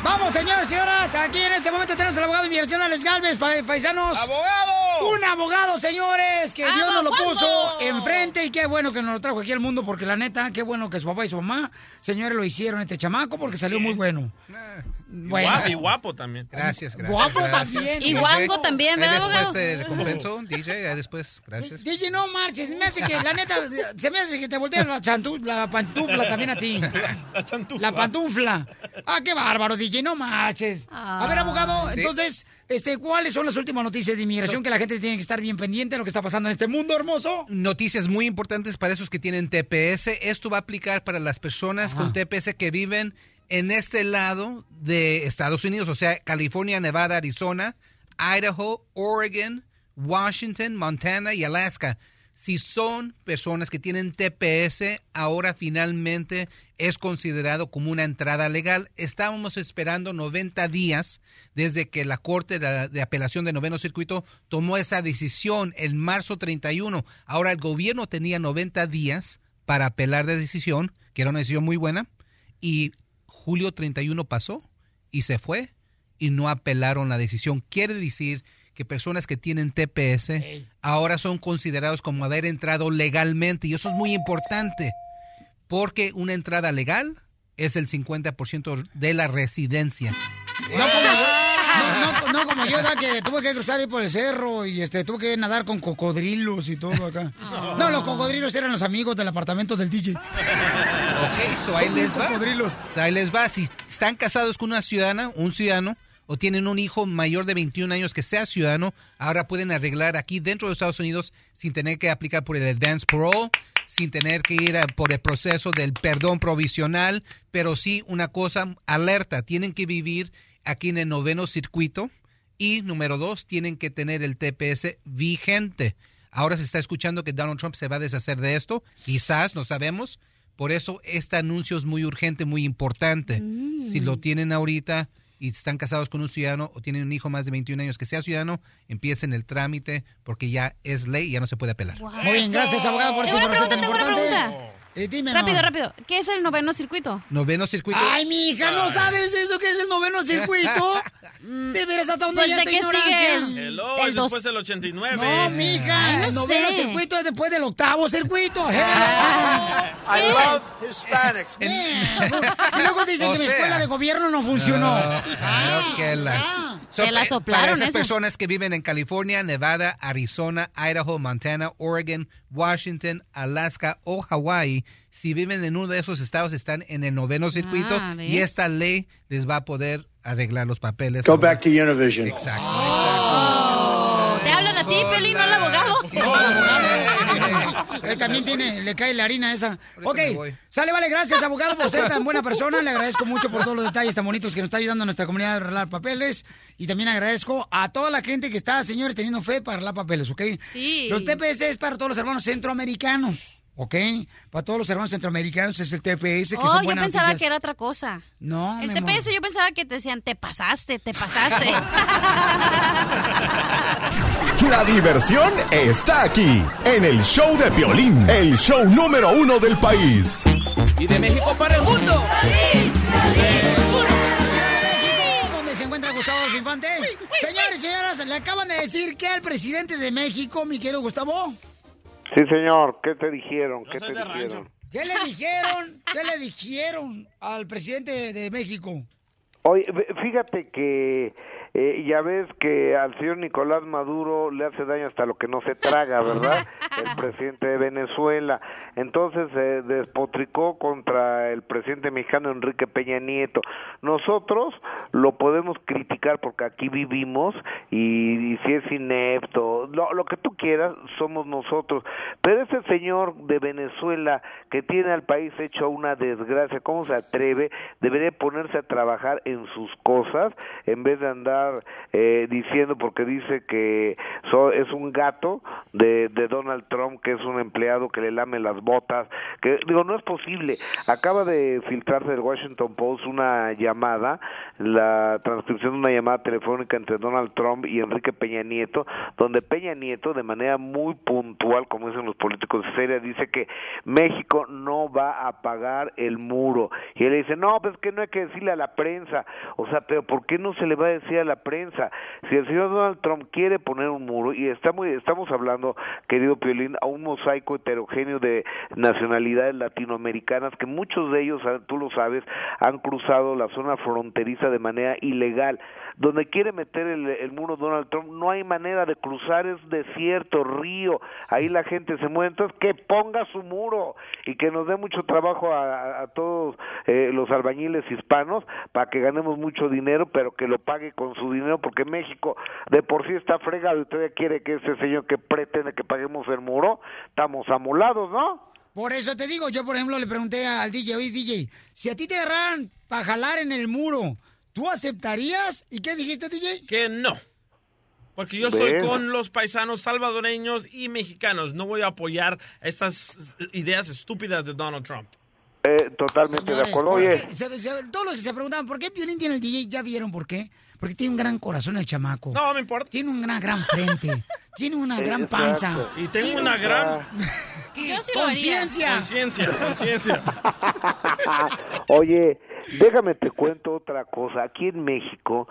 Speaker 1: Vamos, señores, señoras. Aquí en este momento tenemos al abogado de inmigración, Alex Galvez, pa- paisanos.
Speaker 3: ¡Abogado!
Speaker 1: Un abogado, señores, que Dios nos lo
Speaker 5: ¡Abogado!
Speaker 1: puso enfrente y qué bueno que nos lo trajo aquí al mundo, porque la neta, qué bueno que su papá y su mamá, señores, lo hicieron este chamaco porque salió muy bueno.
Speaker 3: Eh. Y
Speaker 1: Bueno.
Speaker 3: guapo, y guapo también.
Speaker 14: Gracias, gracias.
Speaker 1: Guapo
Speaker 14: gracias.
Speaker 1: también.
Speaker 4: Y guango también,
Speaker 14: Ahí
Speaker 4: ¿verdad,
Speaker 14: Después
Speaker 4: abogado?
Speaker 14: te recompenso, DJ, ahí después. Gracias.
Speaker 1: DJ, no marches, me hace que, la neta, se me hace que te volteas la, chantu- la pantufla también *laughs* a ti.
Speaker 3: *laughs* La chantufla.
Speaker 1: La pantufla. Ah, qué bárbaro, DJ, no marches. A ver, abogado,
Speaker 14: Sí.
Speaker 1: entonces, este, ¿cuáles son las últimas noticias de inmigración que la gente tiene que estar bien pendiente de lo que está pasando en este mundo hermoso?
Speaker 14: Noticias muy importantes para esos que tienen TPS. Esto va a aplicar para las personas con TPS que viven en este lado de Estados Unidos, o sea, California, Nevada, Arizona, Idaho, Oregon, Washington, Montana y Alaska. Si son personas que tienen TPS, ahora finalmente es considerado como una entrada legal. Estábamos esperando 90 días desde que la Corte de, de Apelación de Noveno Circuito tomó esa decisión en marzo 31. Ahora el gobierno tenía 90 días para apelar de decisión, que era una decisión muy buena, y julio 31 pasó y se fue y no apelaron la decisión. Quiere decir que personas que tienen TPS ahora son considerados como haber entrado legalmente y eso es muy importante porque una entrada legal es el 50% de la residencia.
Speaker 1: No como yo, no, no- no como yo, ¿verdad? que tuve que cruzar ahí por el cerro y este tuve que nadar con cocodrilos y todo acá. No, los cocodrilos eran los amigos del apartamento del DJ.
Speaker 14: *laughs* Ok, so ahí
Speaker 1: Son
Speaker 14: les
Speaker 1: mis
Speaker 14: va.
Speaker 1: cocodrilos.
Speaker 14: So ahí les va. Si están casados con una ciudadana, un ciudadano, o tienen un hijo mayor de 21 años que sea ciudadano, ahora pueden arreglar aquí dentro de Estados Unidos sin tener que aplicar por el advance parole, sin tener que ir a- por el proceso del perdón provisional, pero sí una cosa, alerta, tienen que vivir aquí en el noveno circuito. Y número dos, tienen que tener el TPS vigente. Ahora se está escuchando que Donald Trump se va a deshacer de esto. Quizás, no sabemos. Por eso este anuncio es muy urgente, muy importante.
Speaker 5: Mm.
Speaker 14: Si lo tienen ahorita y están casados con un ciudadano o tienen un hijo más de 21 años que sea ciudadano, empiecen el trámite porque ya es ley y ya no se puede apelar.
Speaker 1: Muy bien, gracias, abogado, por
Speaker 4: Tengo
Speaker 1: esa
Speaker 4: una
Speaker 1: información tan
Speaker 4: pregunta, tengo
Speaker 1: importante.
Speaker 4: una
Speaker 1: Eh, dime,
Speaker 4: Rápido,
Speaker 1: mamá.
Speaker 4: rápido. ¿Qué es el noveno circuito?
Speaker 14: Noveno circuito.
Speaker 1: Ay, mi hija, ¿no sabes eso que es el noveno *laughs* circuito? De veras, hasta dónde
Speaker 4: Pues,
Speaker 1: llega
Speaker 4: ¿de
Speaker 1: tu
Speaker 4: qué
Speaker 1: ignorancia.
Speaker 4: sigue
Speaker 3: Hello,
Speaker 1: El
Speaker 3: es
Speaker 1: dos-
Speaker 3: después del 89.
Speaker 1: No, mija,
Speaker 3: Ay,
Speaker 1: el
Speaker 3: no
Speaker 1: noveno
Speaker 3: sé.
Speaker 1: circuito es después del octavo circuito.
Speaker 5: I love Hispanics.
Speaker 1: Y luego dicen
Speaker 14: O
Speaker 1: que mi
Speaker 14: sea.
Speaker 1: escuela de gobierno no *laughs* funcionó.
Speaker 14: Ah, claro que la- So,
Speaker 1: Te la
Speaker 14: pa-
Speaker 1: soplaron
Speaker 14: Para esas
Speaker 1: esa.
Speaker 14: personas que viven en California, Nevada, Arizona, Idaho, Montana, Oregon, Washington, Alaska o Hawaii, si viven en uno de esos estados, están en el noveno circuito
Speaker 5: Ah, ¿ves?
Speaker 14: y esta ley les va a poder arreglar los papeles.
Speaker 20: Go back to Univision.
Speaker 14: Exacto.
Speaker 4: Oh, ¿Te hablan a ti, Pelín, no al abogado?
Speaker 1: Él también tiene, le cae la harina esa. Ok, sale, vale, gracias, abogado, por ser tan buena persona. Le agradezco mucho por todos los detalles tan bonitos que nos está ayudando a nuestra comunidad a arreglar papeles. Y también agradezco a toda la gente que está, señores, teniendo fe para arreglar papeles, ¿ok?
Speaker 4: Sí.
Speaker 1: Los TPS es para todos los hermanos centroamericanos, ¿ok? Para todos los hermanos centroamericanos es el TPS, que
Speaker 4: Oh,
Speaker 1: son
Speaker 4: yo
Speaker 1: buenas
Speaker 4: pensaba
Speaker 1: noticias.
Speaker 4: que era otra cosa.
Speaker 1: No,
Speaker 4: el
Speaker 1: Ah, mi amor.
Speaker 4: TPS Este yo pensaba que te decían, te pasaste,
Speaker 1: *laughs*
Speaker 4: te pasaste.
Speaker 7: La diversión está aquí, en el show de Piolín, el show número uno del país.
Speaker 18: y de México para el mundo.
Speaker 1: ¿Dónde se encuentra Gustavo Infante? Señores y señoras, le acaban de decir que al presidente de México, mi querido Gustavo,
Speaker 20: Sí, señor. ¿Qué te dijeron? ¿Qué te dijeron?
Speaker 1: ¿qué
Speaker 4: *laughs*
Speaker 1: le dijeron? ¿Qué le dijeron al presidente de México?
Speaker 20: Oye, ve- fíjate que eh, ya ves que al señor Nicolás Maduro le hace daño hasta lo que no se traga, ¿verdad? El presidente de Venezuela. Entonces se despotricó contra el presidente mexicano Enrique Peña Nieto. Nosotros lo podemos criticar porque aquí vivimos y, y si es inepto, lo, lo que tú quieras, somos nosotros. Pero ese señor de Venezuela que tiene al país hecho una desgracia, ¿cómo se atreve? Debería ponerse a trabajar en sus cosas en vez de andar eh, diciendo, porque dice que so- es un gato de, de Donald Trump, que es un empleado que le lame las botas. que Digo, no es posible. Acaba de filtrarse del Washington Post una llamada, la transcripción de una llamada telefónica entre Donald Trump y Enrique Peña Nieto, donde Peña Nieto, de manera muy puntual, como dicen los políticos seria, dice que México no va a pagar el muro. Y él dice, no, pues que no hay que decirle a la prensa. O sea, pero ¿por qué no se le va a decir a la prensa? Si el señor Donald Trump quiere poner un muro, y está muy- estamos hablando, querido Piolín, a un mosaico heterogéneo de nacionalidades latinoamericanas, que muchos de ellos, ah, tú lo sabes, han cruzado la zona fronteriza de manera ilegal. Donde quiere meter el, el muro Donald Trump, no hay manera de cruzar, es desierto, río, ahí la gente se muere. Entonces, que ponga su muro y que nos dé mucho trabajo a, a- a todos eh, los albañiles hispanos para que ganemos mucho dinero, pero que lo pague con su dinero, porque México de por sí está fregado y todavía quiere que ese señor que pretende que paguemos el muro, estamos amolados, ¿no?
Speaker 1: Por eso te digo, yo por ejemplo le pregunté al DJ, oye DJ, si a ti te agarraran para jalar en el muro, ¿tú aceptarías? ¿Y qué dijiste, DJ?
Speaker 3: Que no. Porque yo soy
Speaker 20: ¿Ves?
Speaker 3: con los paisanos salvadoreños y mexicanos. No voy a apoyar estas ideas estúpidas de Donald Trump.
Speaker 20: Eh, totalmente de acuerdo. Oye,
Speaker 1: todos los que se preguntaban por qué Piolín tiene el DJ, ya vieron por qué. Porque tiene un gran corazón el chamaco. No,
Speaker 3: me importa.
Speaker 1: Tiene una gran
Speaker 3: *laughs*
Speaker 1: frente. tiene una gran
Speaker 3: Exacto.
Speaker 1: panza.
Speaker 3: Y tengo
Speaker 1: Tiene
Speaker 3: una
Speaker 1: un-
Speaker 3: gran-
Speaker 4: Yo sí lo haría.
Speaker 1: Conciencia.
Speaker 3: Conciencia, conciencia.
Speaker 20: *laughs* Oye, déjame te cuento otra cosa. Aquí en México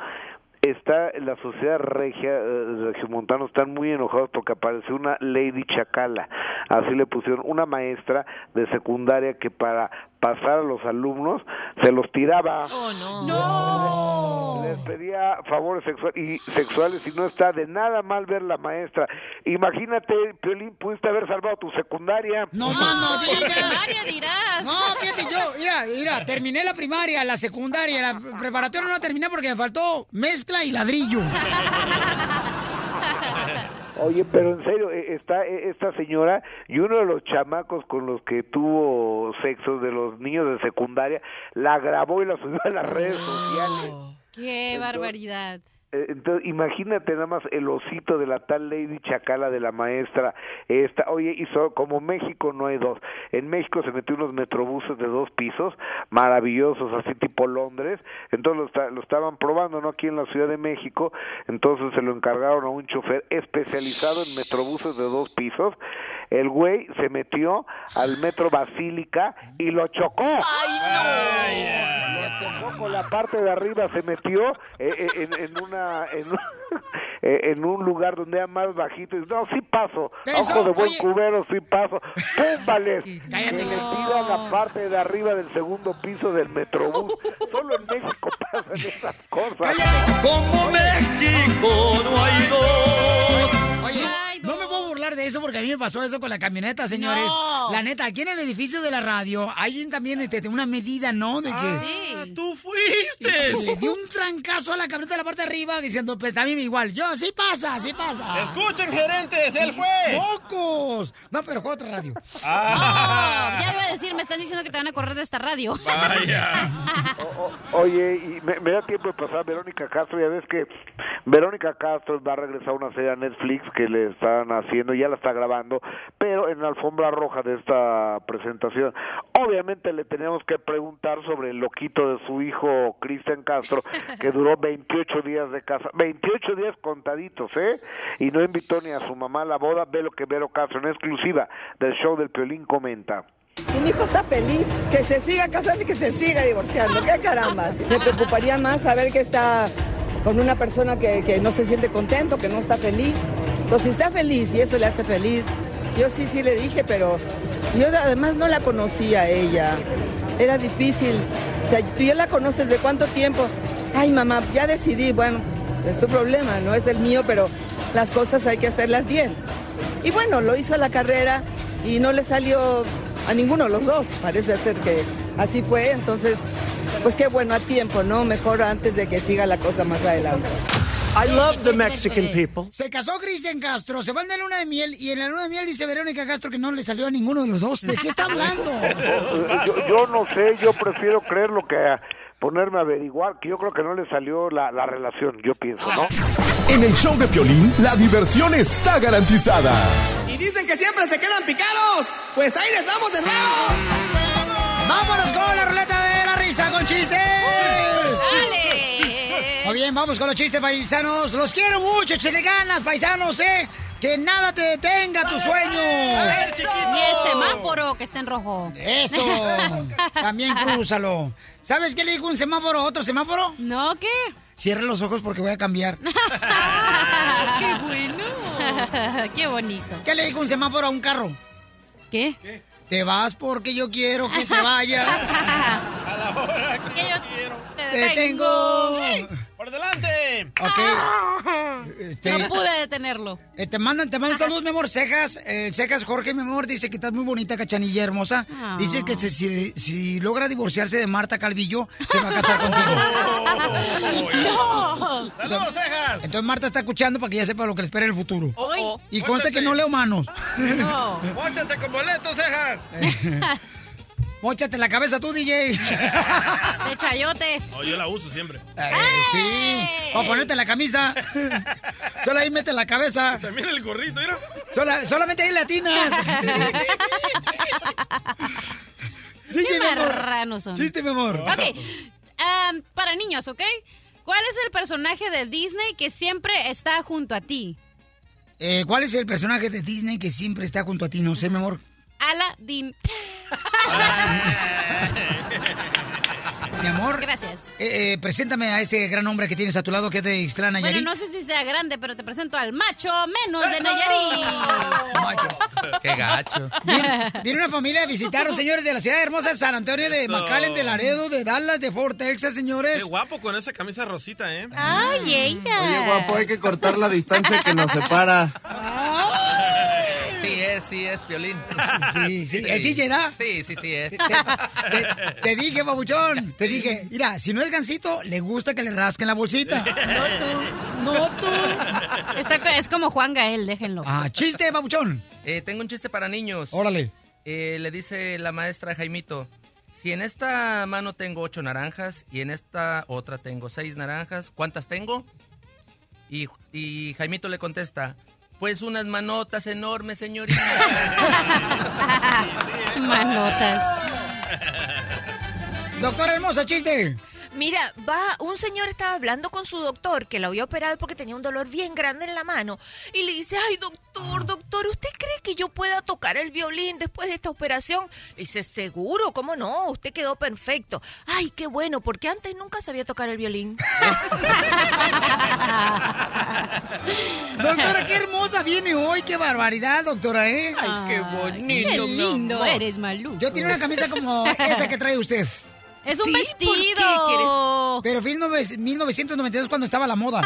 Speaker 20: está la sociedad regia, eh, regiomontano, están muy enojados porque apareció una Lady Chacala. Así le pusieron una maestra de secundaria que para pasar a los alumnos se los tiraba.
Speaker 5: Oh, no.
Speaker 1: Oh.
Speaker 20: Les pedía favores sexua- y sexuales y no está de nada mal ver la maestra. Imagínate, Piolín, pudiste haber salvado tu secundaria.
Speaker 1: No, no,
Speaker 4: primaria dirás.
Speaker 1: No, fíjate yo, mira, mira, terminé la primaria, la secundaria, la preparatoria no la terminé porque me faltó mezcla y ladrillo.
Speaker 20: Oye, pero en serio, eh, está eh, esta señora y uno de los chamacos con los que tuvo sexo de los niños de secundaria, la grabó y la subió a las redes sociales.
Speaker 4: Qué barbaridad.
Speaker 20: Eh, Entonces, imagínate nada más el osito de la tal Lady Chacala de la maestra. Esta, oye, y so- como México no hay dos. En México se metió unos metrobuses de dos pisos, maravillosos, así tipo Londres. Entonces lo, esta- lo estaban probando, ¿no? Aquí en la Ciudad de México. Entonces se lo encargaron a un chofer especializado en metrobuses de dos pisos. El güey se metió al metro Basílica y lo chocó. Con la parte de arriba se metió eh, eh, en, en una en, un- *laughs* eh, en un lugar donde era más bajito y dice, no sí paso a
Speaker 5: Eso,
Speaker 20: ojo de buen
Speaker 5: oye.
Speaker 20: cubero sí
Speaker 5: *laughs*
Speaker 20: paso púmbales se le tira la parte de arriba del segundo piso del metrobús solo en México pasan esas cosas
Speaker 5: Como México no hay dos.
Speaker 1: Oye, no me puedo burlar de eso porque a mí me pasó eso con la camioneta, señores.
Speaker 5: No.
Speaker 1: La neta, aquí en el edificio de la radio hay un- también este, una medida, ¿no? De que...
Speaker 3: Ah, ¡Tú fuiste!
Speaker 1: Le di un trancazo a la camioneta de la parte de arriba diciendo, pues también igual. Yo, sí pasa, sí pasa.
Speaker 3: Escuchen, gerentes, él fue. Ah,
Speaker 1: ¡Mocos! No, pero fue otra radio.
Speaker 4: Oh, ya iba a decir, me están diciendo que te van a correr de esta radio.
Speaker 20: Oye, y me, me da tiempo de pasar a Verónica Castro, ya ves que Verónica Castro va a regresar a una serie a Netflix que le están haciendo, ya la está grabando, pero en la alfombra roja de esta presentación, obviamente le tenemos que preguntar sobre el loquito de su hijo Cristian Castro, que duró 28 días de casa, 28 días contaditos, ¿eh? Y no invitó ni a su mamá a la boda, ve lo que Vero Castro en exclusiva del show del Piolín comenta.
Speaker 27: Si mi hijo está feliz, que se siga casando y que se siga divorciando. ¡Qué caramba! Me preocuparía más saber que está con una persona que, que no se siente contento, que no está feliz. Entonces, si está feliz y eso le hace feliz, yo sí, sí le dije, pero yo además no la conocía a ella. Era difícil. O sea, tú ya la conoces de cuánto tiempo. Ay, mamá, ya decidí. Bueno, es tu problema, no es el mío, pero las cosas hay que hacerlas bien. Y bueno, lo hizo a la carrera y no le salió a ninguno de los dos. Parece ser que así fue. Entonces, pues qué bueno, a tiempo, ¿no? Mejor antes de que siga la cosa más adelante.
Speaker 10: I love the Mexican people.
Speaker 1: Se casó Cristian Castro, se van de luna de miel y en la luna de miel dice Verónica Castro que no le salió a ninguno de los dos. ¿De qué está
Speaker 4: *laughs*
Speaker 1: hablando?
Speaker 20: *laughs* Yo, yo no sé, yo prefiero creer lo que ponerme a averiguar, que yo creo que no le salió la, la relación, yo pienso, ¿no?
Speaker 7: En el show de Piolín, la diversión está garantizada.
Speaker 19: Y dicen que siempre se quedan picados. Pues ahí les vamos de nuevo.
Speaker 1: ¡Vámonos con la ruleta de la risa con chistes!
Speaker 4: ¡Dale!
Speaker 1: *laughs* Muy bien, vamos con los chistes paisanos. Los quiero mucho, échale ganas, paisanos, ¿eh? Que nada te detenga tu sueño.
Speaker 4: Y el semáforo que está en rojo. *laughs*
Speaker 1: Eso. También crúzalo. ¿Sabes qué le dijo un semáforo a otro semáforo?
Speaker 4: No, ¿qué?
Speaker 1: Cierra los ojos porque voy a cambiar.
Speaker 4: ¡Qué bueno! Ah, *laughs* ¡Qué bonito!
Speaker 1: ¿Qué le dijo un semáforo a un carro?
Speaker 4: ¿Qué? ¿Qué?
Speaker 1: Te vas porque yo quiero que te vayas.
Speaker 3: A la hora que, yo quiero.
Speaker 1: Te detengo.
Speaker 3: ¡Ey! ¡Por delante! Ah.
Speaker 1: Ok. Este-
Speaker 4: *laughs* No pude detenerlo.
Speaker 1: Eh, te mandan, te mandan saludos, mi amor. Cejas, eh, Cejas Jorge, mi amor, dice que estás muy bonita, cachanilla hermosa.
Speaker 4: Ah.
Speaker 1: Dice que se- si, si logra divorciarse de Marta Calvillo, se va a casar contigo.
Speaker 3: *laughs*
Speaker 4: ¡No!
Speaker 3: ¡Saludos, cejas!
Speaker 1: Entonces Marta está escuchando para que ya sepa lo que le espera en el futuro.
Speaker 3: Hoy.
Speaker 1: Y conste que no leo manos.
Speaker 3: No. ¡Póchate con boletos, cejas!
Speaker 1: *laughs* Móchate la cabeza tú, DJ.
Speaker 4: *laughs* De chayote.
Speaker 3: No, yo la uso siempre.
Speaker 1: Eh, sí. O ponerte la camisa. Solo ahí mete la cabeza.
Speaker 3: También el gorrito, mira.
Speaker 1: Sola- solamente hay latinas.
Speaker 4: *laughs*
Speaker 1: *laughs*
Speaker 4: Qué
Speaker 1: DJ, mi amor.
Speaker 4: marranos son.
Speaker 1: Chiste, mi amor.
Speaker 4: Ok. am, para niños, ¿ok? ¿Cuál es el personaje de Disney que siempre está junto a ti?
Speaker 1: Eh, ¿Cuál es el personaje de Disney que siempre está junto a ti? No sé, mi amor.
Speaker 4: Aladdin.
Speaker 1: Mi amor.
Speaker 4: Gracias.
Speaker 1: Eh, eh, preséntame a ese gran hombre que tienes a tu lado que es de Ixtlán,
Speaker 4: Bueno,
Speaker 1: Nayarit.
Speaker 4: no sé si sea grande, pero te presento al macho menos
Speaker 1: *laughs*
Speaker 4: de *laughs* Nayarit.
Speaker 21: Qué gacho.
Speaker 1: Viene, viene una familia a visitaros, señores, de la ciudad hermosa de San Antonio, de
Speaker 3: Eso.
Speaker 1: McAllen, de Laredo, de Dallas, de Fort Texas,
Speaker 3: Qué
Speaker 1: señores.
Speaker 3: guapo con esa camisa rosita, ¿eh?
Speaker 4: Ay, ella.
Speaker 23: Oye, guapo, hay que cortar la distancia que nos separa.
Speaker 21: Sí es, sí es, Piolín.
Speaker 1: *laughs* Sí, sí. ¿Es DJ, da?
Speaker 21: Sí, sí, sí es. *laughs*
Speaker 1: Te, te dije, babuchón, te dije, mira, si no es gancito, le gusta que le rasquen la bolsita. No tú, no tú.
Speaker 4: Está co- es como Juan Gael, déjenlo.
Speaker 1: Ah, chiste, babuchón.
Speaker 21: Eh, tengo un chiste para niños.
Speaker 1: Órale.
Speaker 21: Eh, le dice la maestra a Jaimito, si en esta mano tengo ocho naranjas y en esta otra tengo seis naranjas, ¿cuántas tengo? Y, y Jaimito le contesta, pues unas manotas enormes, señorita.
Speaker 4: Manotas.
Speaker 1: Doctor
Speaker 17: *laughs*
Speaker 1: hermosa, chiste.
Speaker 17: Mira, va, un señor estaba hablando con su doctor que lo había operado porque tenía un dolor bien grande en la mano y le dice, ay doctor, doctor, ¿usted cree que yo pueda tocar el violín después de esta operación? Le dice, seguro, ¿cómo no? Usted quedó perfecto. Ay, qué bueno, porque antes nunca sabía tocar
Speaker 1: *laughs*
Speaker 17: el violín.
Speaker 1: Doctora, qué hermosa viene hoy, qué barbaridad, doctora, ¿eh?
Speaker 4: Ay, qué bonito, qué mi lindo amor. eres, Malú.
Speaker 1: Yo tenía una camisa como esa que trae usted.
Speaker 4: Es un Sí, ¿por vestido. qué quieres?
Speaker 1: Pero fue en nove- 1992 cuando estaba la moda.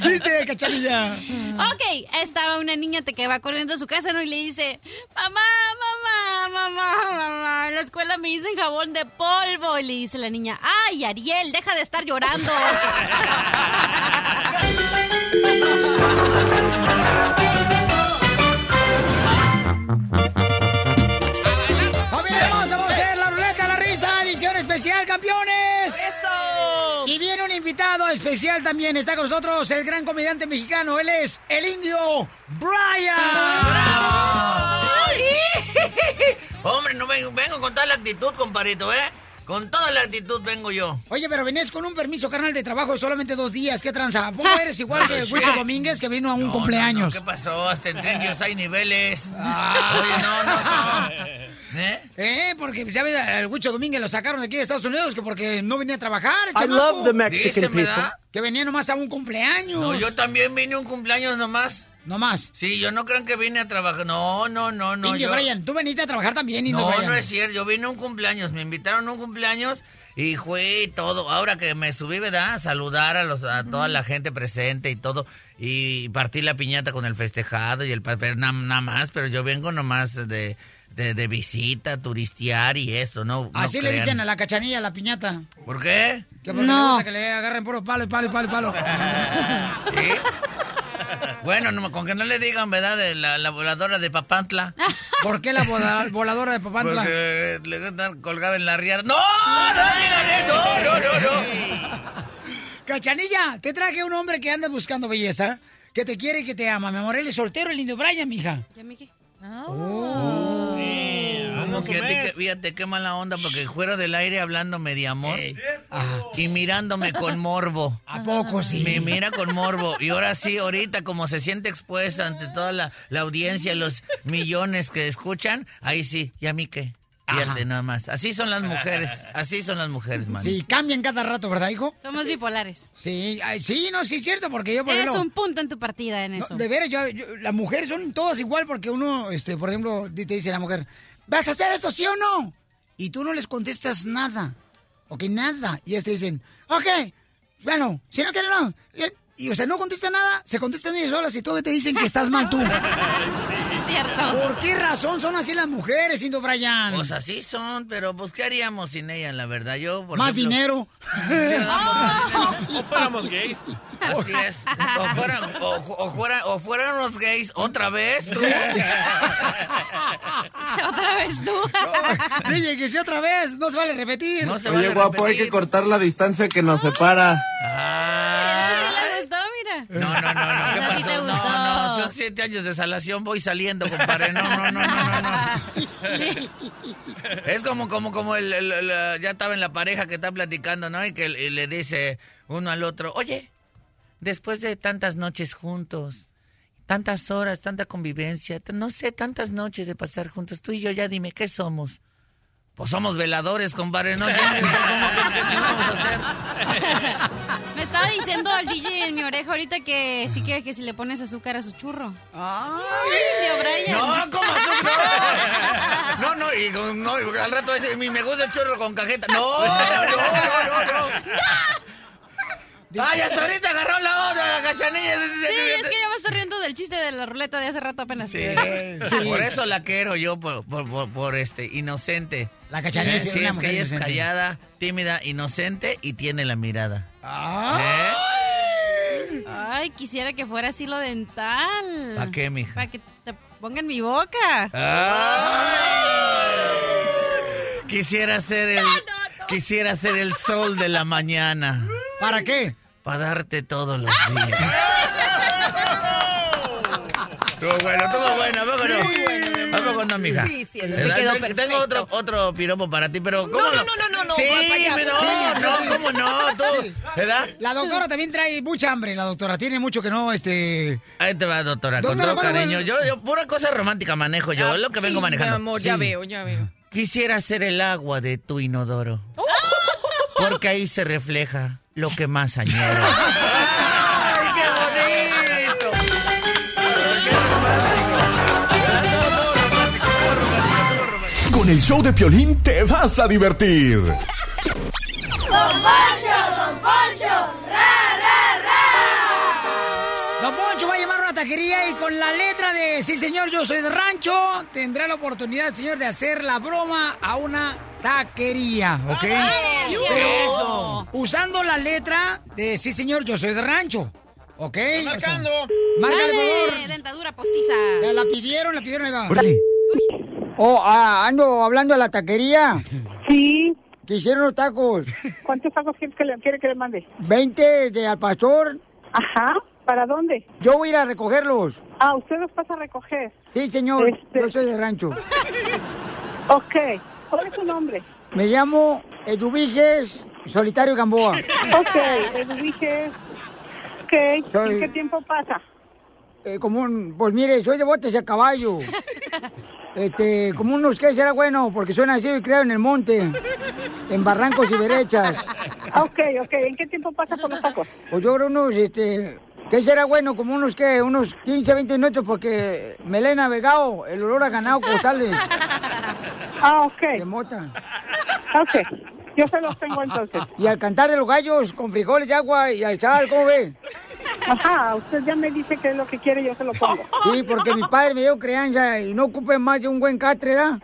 Speaker 1: ¡Chiste, cachanilla!
Speaker 4: Ok, estaba una niña te que va corriendo a su casa ¿no? y le dice, mamá, mamá, mamá, mamá, en la escuela me dicen jabón de polvo. Y le dice la niña, ay, Ariel, deja de estar
Speaker 1: *laughs*
Speaker 4: llorando.
Speaker 1: ¡Familia hermosa, vamos a hacer la ruleta de la risa! ¡Edición especial, campeones! ¡Eso! Y viene un invitado especial también. Está con nosotros el gran comediante mexicano. Él es el indio Brian.
Speaker 26: Hombre, no vengo, vengo con toda la actitud, comparito, ¿eh?
Speaker 2: Con toda la actitud vengo yo.
Speaker 1: Oye, pero venías con un permiso, carnal, de trabajo de solamente dos días. ¿Qué tranza? ¿A poco eres igual que
Speaker 2: Ah, Sí.
Speaker 1: Huicho Domínguez que vino a un cumpleaños?
Speaker 2: ¿Qué pasó? Hasta en trinquios hay niveles.
Speaker 19: Ah,
Speaker 2: Oye, no,
Speaker 1: ¿Eh? Porque ya ves, al Huicho Domínguez lo sacaron de aquí de Estados Unidos que porque no venía a trabajar.
Speaker 2: I
Speaker 1: chamaco.
Speaker 2: love the Mexican Díseme, people. ¿da?
Speaker 1: Que venía nomás a un cumpleaños.
Speaker 2: No, yo también vine un cumpleaños nomás.
Speaker 1: ¿Nomás?
Speaker 2: Sí, yo no crean que vine a trabajar. No, no, no, no.
Speaker 1: Indio
Speaker 2: yo-
Speaker 1: Brian, tú veniste a trabajar también, Indio
Speaker 2: No,
Speaker 1: Brian.
Speaker 2: no es cierto. Yo vine a un cumpleaños. Me invitaron a un cumpleaños y fue todo. Ahora que me subí, ¿verdad? A saludar a, los, a toda la gente presente y todo. Y partí la piñata con el festejado y el pa- pero na- Nada más, pero yo vengo nomás de, de, de visita, turistear y eso, ¿no?
Speaker 1: Así le dicen a la cachanilla, a la piñata.
Speaker 2: ¿Por qué?
Speaker 1: Que porque le gusta que le agarren puro palo y palo y palo y
Speaker 2: *laughs*
Speaker 1: palo.
Speaker 2: ¿Sí? Bueno, no- con que no le digan, ¿verdad? De la, la voladora de
Speaker 1: *laughs*
Speaker 2: Papantla.
Speaker 1: ¿Por qué la voda- voladora de Papantla?
Speaker 2: Porque le están colgada en la riada. ¡No! ¡No digan eso! ¡No, no, no!
Speaker 1: Cachanilla, te traje un hombre que anda buscando belleza, que te quiere y que te ama. Mi amor, él es soltero, el Indio Brian, mija.
Speaker 4: ¿Ya me qué?
Speaker 2: Como que te- que- fíjate qué mala onda, porque fuera del aire hablándome de amor ah, y mirándome con morbo.
Speaker 1: ¿A poco sí?
Speaker 2: Me mira con morbo. Y ahora sí, ahorita como se siente expuesta ante toda la, la audiencia, los millones que escuchan, ahí sí, ¿y a mí qué? Fíjate nada más. Así son las mujeres, así son las mujeres, man.
Speaker 1: Sí, cambian cada rato, ¿verdad, hijo?
Speaker 4: Somos bipolares.
Speaker 1: Sí, ay, sí, no, sí es cierto, porque yo, por
Speaker 4: Tienes
Speaker 1: ejemplo,
Speaker 4: un punto en tu partida en
Speaker 1: no,
Speaker 4: eso.
Speaker 1: de veras, yo- yo- las mujeres son todas igual, porque uno, este, por ejemplo, di- te dice la mujer, ¿vas a hacer esto sí o no? Y tú no les contestas nada, ok, nada, y ellas te dicen, ok, bueno, si no quieren, no. Y, y, o sea, no contesta nada, se contestan ellas solas y todavía te dicen que estás
Speaker 23: *laughs*
Speaker 1: mal tú.
Speaker 4: es
Speaker 2: cierto.
Speaker 1: ¿Por qué razón son así las mujeres, Indo Brian?
Speaker 2: Pues
Speaker 1: *laughs*
Speaker 2: así son, pero pues ¿qué haríamos sin ella, la verdad? Yo, por
Speaker 1: Más
Speaker 2: ejemplo,
Speaker 1: dinero.
Speaker 2: Sí,
Speaker 4: Oh.
Speaker 3: *laughs* O fuéramos gays.
Speaker 2: Así es. O, fueran, o, o fueran- o fueran los gays otra vez, tú.
Speaker 4: *laughs* Otra vez tú.
Speaker 2: *laughs*
Speaker 1: Dije que sí otra vez, no se vale repetir.
Speaker 2: No
Speaker 23: Oye, guapo, hay que cortar la distancia que nos separa. eh.
Speaker 4: le gustó, mira.
Speaker 2: No, no, no, no. ¿Qué
Speaker 4: No, sí te
Speaker 2: pasó?
Speaker 4: gustó.
Speaker 2: No, no, son siete años de salación, voy saliendo, compadre. No, no, no, no, no.
Speaker 4: *laughs*
Speaker 2: no. Es como, como, como el, el- el- ya estaba en la pareja que está platicando, ¿no? Y que le- le dice uno al otro, oye, después de tantas noches juntos, tantas horas, tanta convivencia, t- no sé, tantas noches de pasar juntos, tú y yo ya dime, ¿qué somos? Pues somos veladores, compadre, ¿no? Ya, eso, ¿cómo que- qué chingamos a hacer?
Speaker 4: Me estaba diciendo al DJ en mi oreja ahorita que sí que, que si le pones azúcar a su churro. ¡Ay, Indio Brian!
Speaker 2: No, ¿cómo
Speaker 4: *laughs*
Speaker 2: azúcar? No, no, y, con- no, y al rato dice, "Mi, me gusta el churro con cajeta. No, no,
Speaker 1: Ah,
Speaker 2: no, no, no. Ay, hasta ahorita agarró la otra, la cachanilla.
Speaker 4: Sí, es que ya me estoy riendo del chiste de la ruleta de hace rato apenas.
Speaker 2: Sí, Por eso la quiero yo, por, por- por- por, este, inocente. Eh,
Speaker 1: La Cachanilla es
Speaker 2: Sí,
Speaker 1: una
Speaker 2: es
Speaker 1: mujer
Speaker 2: que ella es
Speaker 1: inocente.
Speaker 2: callada, tímida, inocente y tiene la mirada.
Speaker 1: Ah.
Speaker 2: ¿Eh?
Speaker 4: Ay, quisiera que fuera así lo dental.
Speaker 2: ¿Para qué, mija?
Speaker 4: Para que te pongan mi boca.
Speaker 2: Quisiera ser el quisiera ser el sol de la mañana.
Speaker 1: ¿Para qué?
Speaker 2: Para darte todos los días. Estuvo bueno, estuvo bueno, vámonos. Vámonos, no, mija.
Speaker 17: Sí, sí, me
Speaker 2: ¿Verdad?
Speaker 17: quedó
Speaker 2: Ten- Tengo otro, otro piropo para ti, pero ¿cómo
Speaker 17: No,
Speaker 2: lo-
Speaker 17: no, no, no, no,
Speaker 2: Sí,
Speaker 17: va para allá,
Speaker 2: me-
Speaker 17: va para allá.
Speaker 2: no, no, ¿cómo no? Tú, ¿verdad?
Speaker 1: La doctora también trae mucha hambre, la doctora. Tiene mucho que no, este...
Speaker 2: Ahí te va, doctora, con
Speaker 1: Doctora,
Speaker 2: todo
Speaker 1: bueno,
Speaker 2: cariño. Yo, yo, pura cosa romántica manejo yo, es lo que vengo
Speaker 17: Sí,
Speaker 2: manejando.
Speaker 17: Mi amor, ya
Speaker 2: Sí.
Speaker 17: veo, ya veo.
Speaker 2: Quisiera ser el agua de tu inodoro. Porque ahí se refleja lo que más añoro. ¡Ay, qué bonito!
Speaker 7: Con el show de Piolín te vas a divertir.
Speaker 5: Don Poncho, Don Poncho,
Speaker 1: Don Poncho va a llevar una taquería y con la letra de Sí, señor, yo soy de rancho, tendrá la oportunidad, señor, de hacer la broma a una taquería,
Speaker 5: Ah,
Speaker 1: ¿ok?
Speaker 5: ¡Ay,
Speaker 1: Pero
Speaker 5: eso!
Speaker 1: usando la letra de Sí, señor, yo soy de rancho, ¿ok? Marcando. Márcale, por favor.
Speaker 4: Dale, dentadura postiza.
Speaker 1: Ya La pidieron, la pidieron, ahí va.
Speaker 22: Oh, ah, ando hablando a la taquería. Sí. Quisieron los tacos. ¿Cuántos tacos quieres que le, quiere que le mande? 20 de al pastor. Ajá. ¿Para dónde? Yo voy a ir a recogerlos. Ah, ¿usted los pasa a Este- recoger? Sí, señor. Yo soy de rancho. ok. ¿Cuál es su nombre?
Speaker 1: Me llamo Eduviges Solitario Gamboa.
Speaker 5: Ok, Eduviges.
Speaker 1: ¿Qué,
Speaker 5: ¿y qué
Speaker 1: tiempo pasa? como un, pues mire, soy de botes a *laughs* caballo. Este, como unos que será bueno, porque soy nacido y criado en el monte, en barrancos y derechas. Ah, Ok, ok, ¿en qué tiempo pasa por los tacos? Pues yo creo unos, este, que será bueno, como unos que, unos 15, 20 minutos, porque me le he navegado, el olor ha ganado costales. Ah, ok. De mota. Ok, yo se los tengo entonces. Y al cantar de los gallos, con frijoles de agua y al sal, ¿cómo ve?
Speaker 5: Ajá, usted ya me dice qué es lo que quiere, yo se lo pongo.
Speaker 1: Sí, porque mi padre me dio crianza y no ocupé más de un buen catre, ¿da?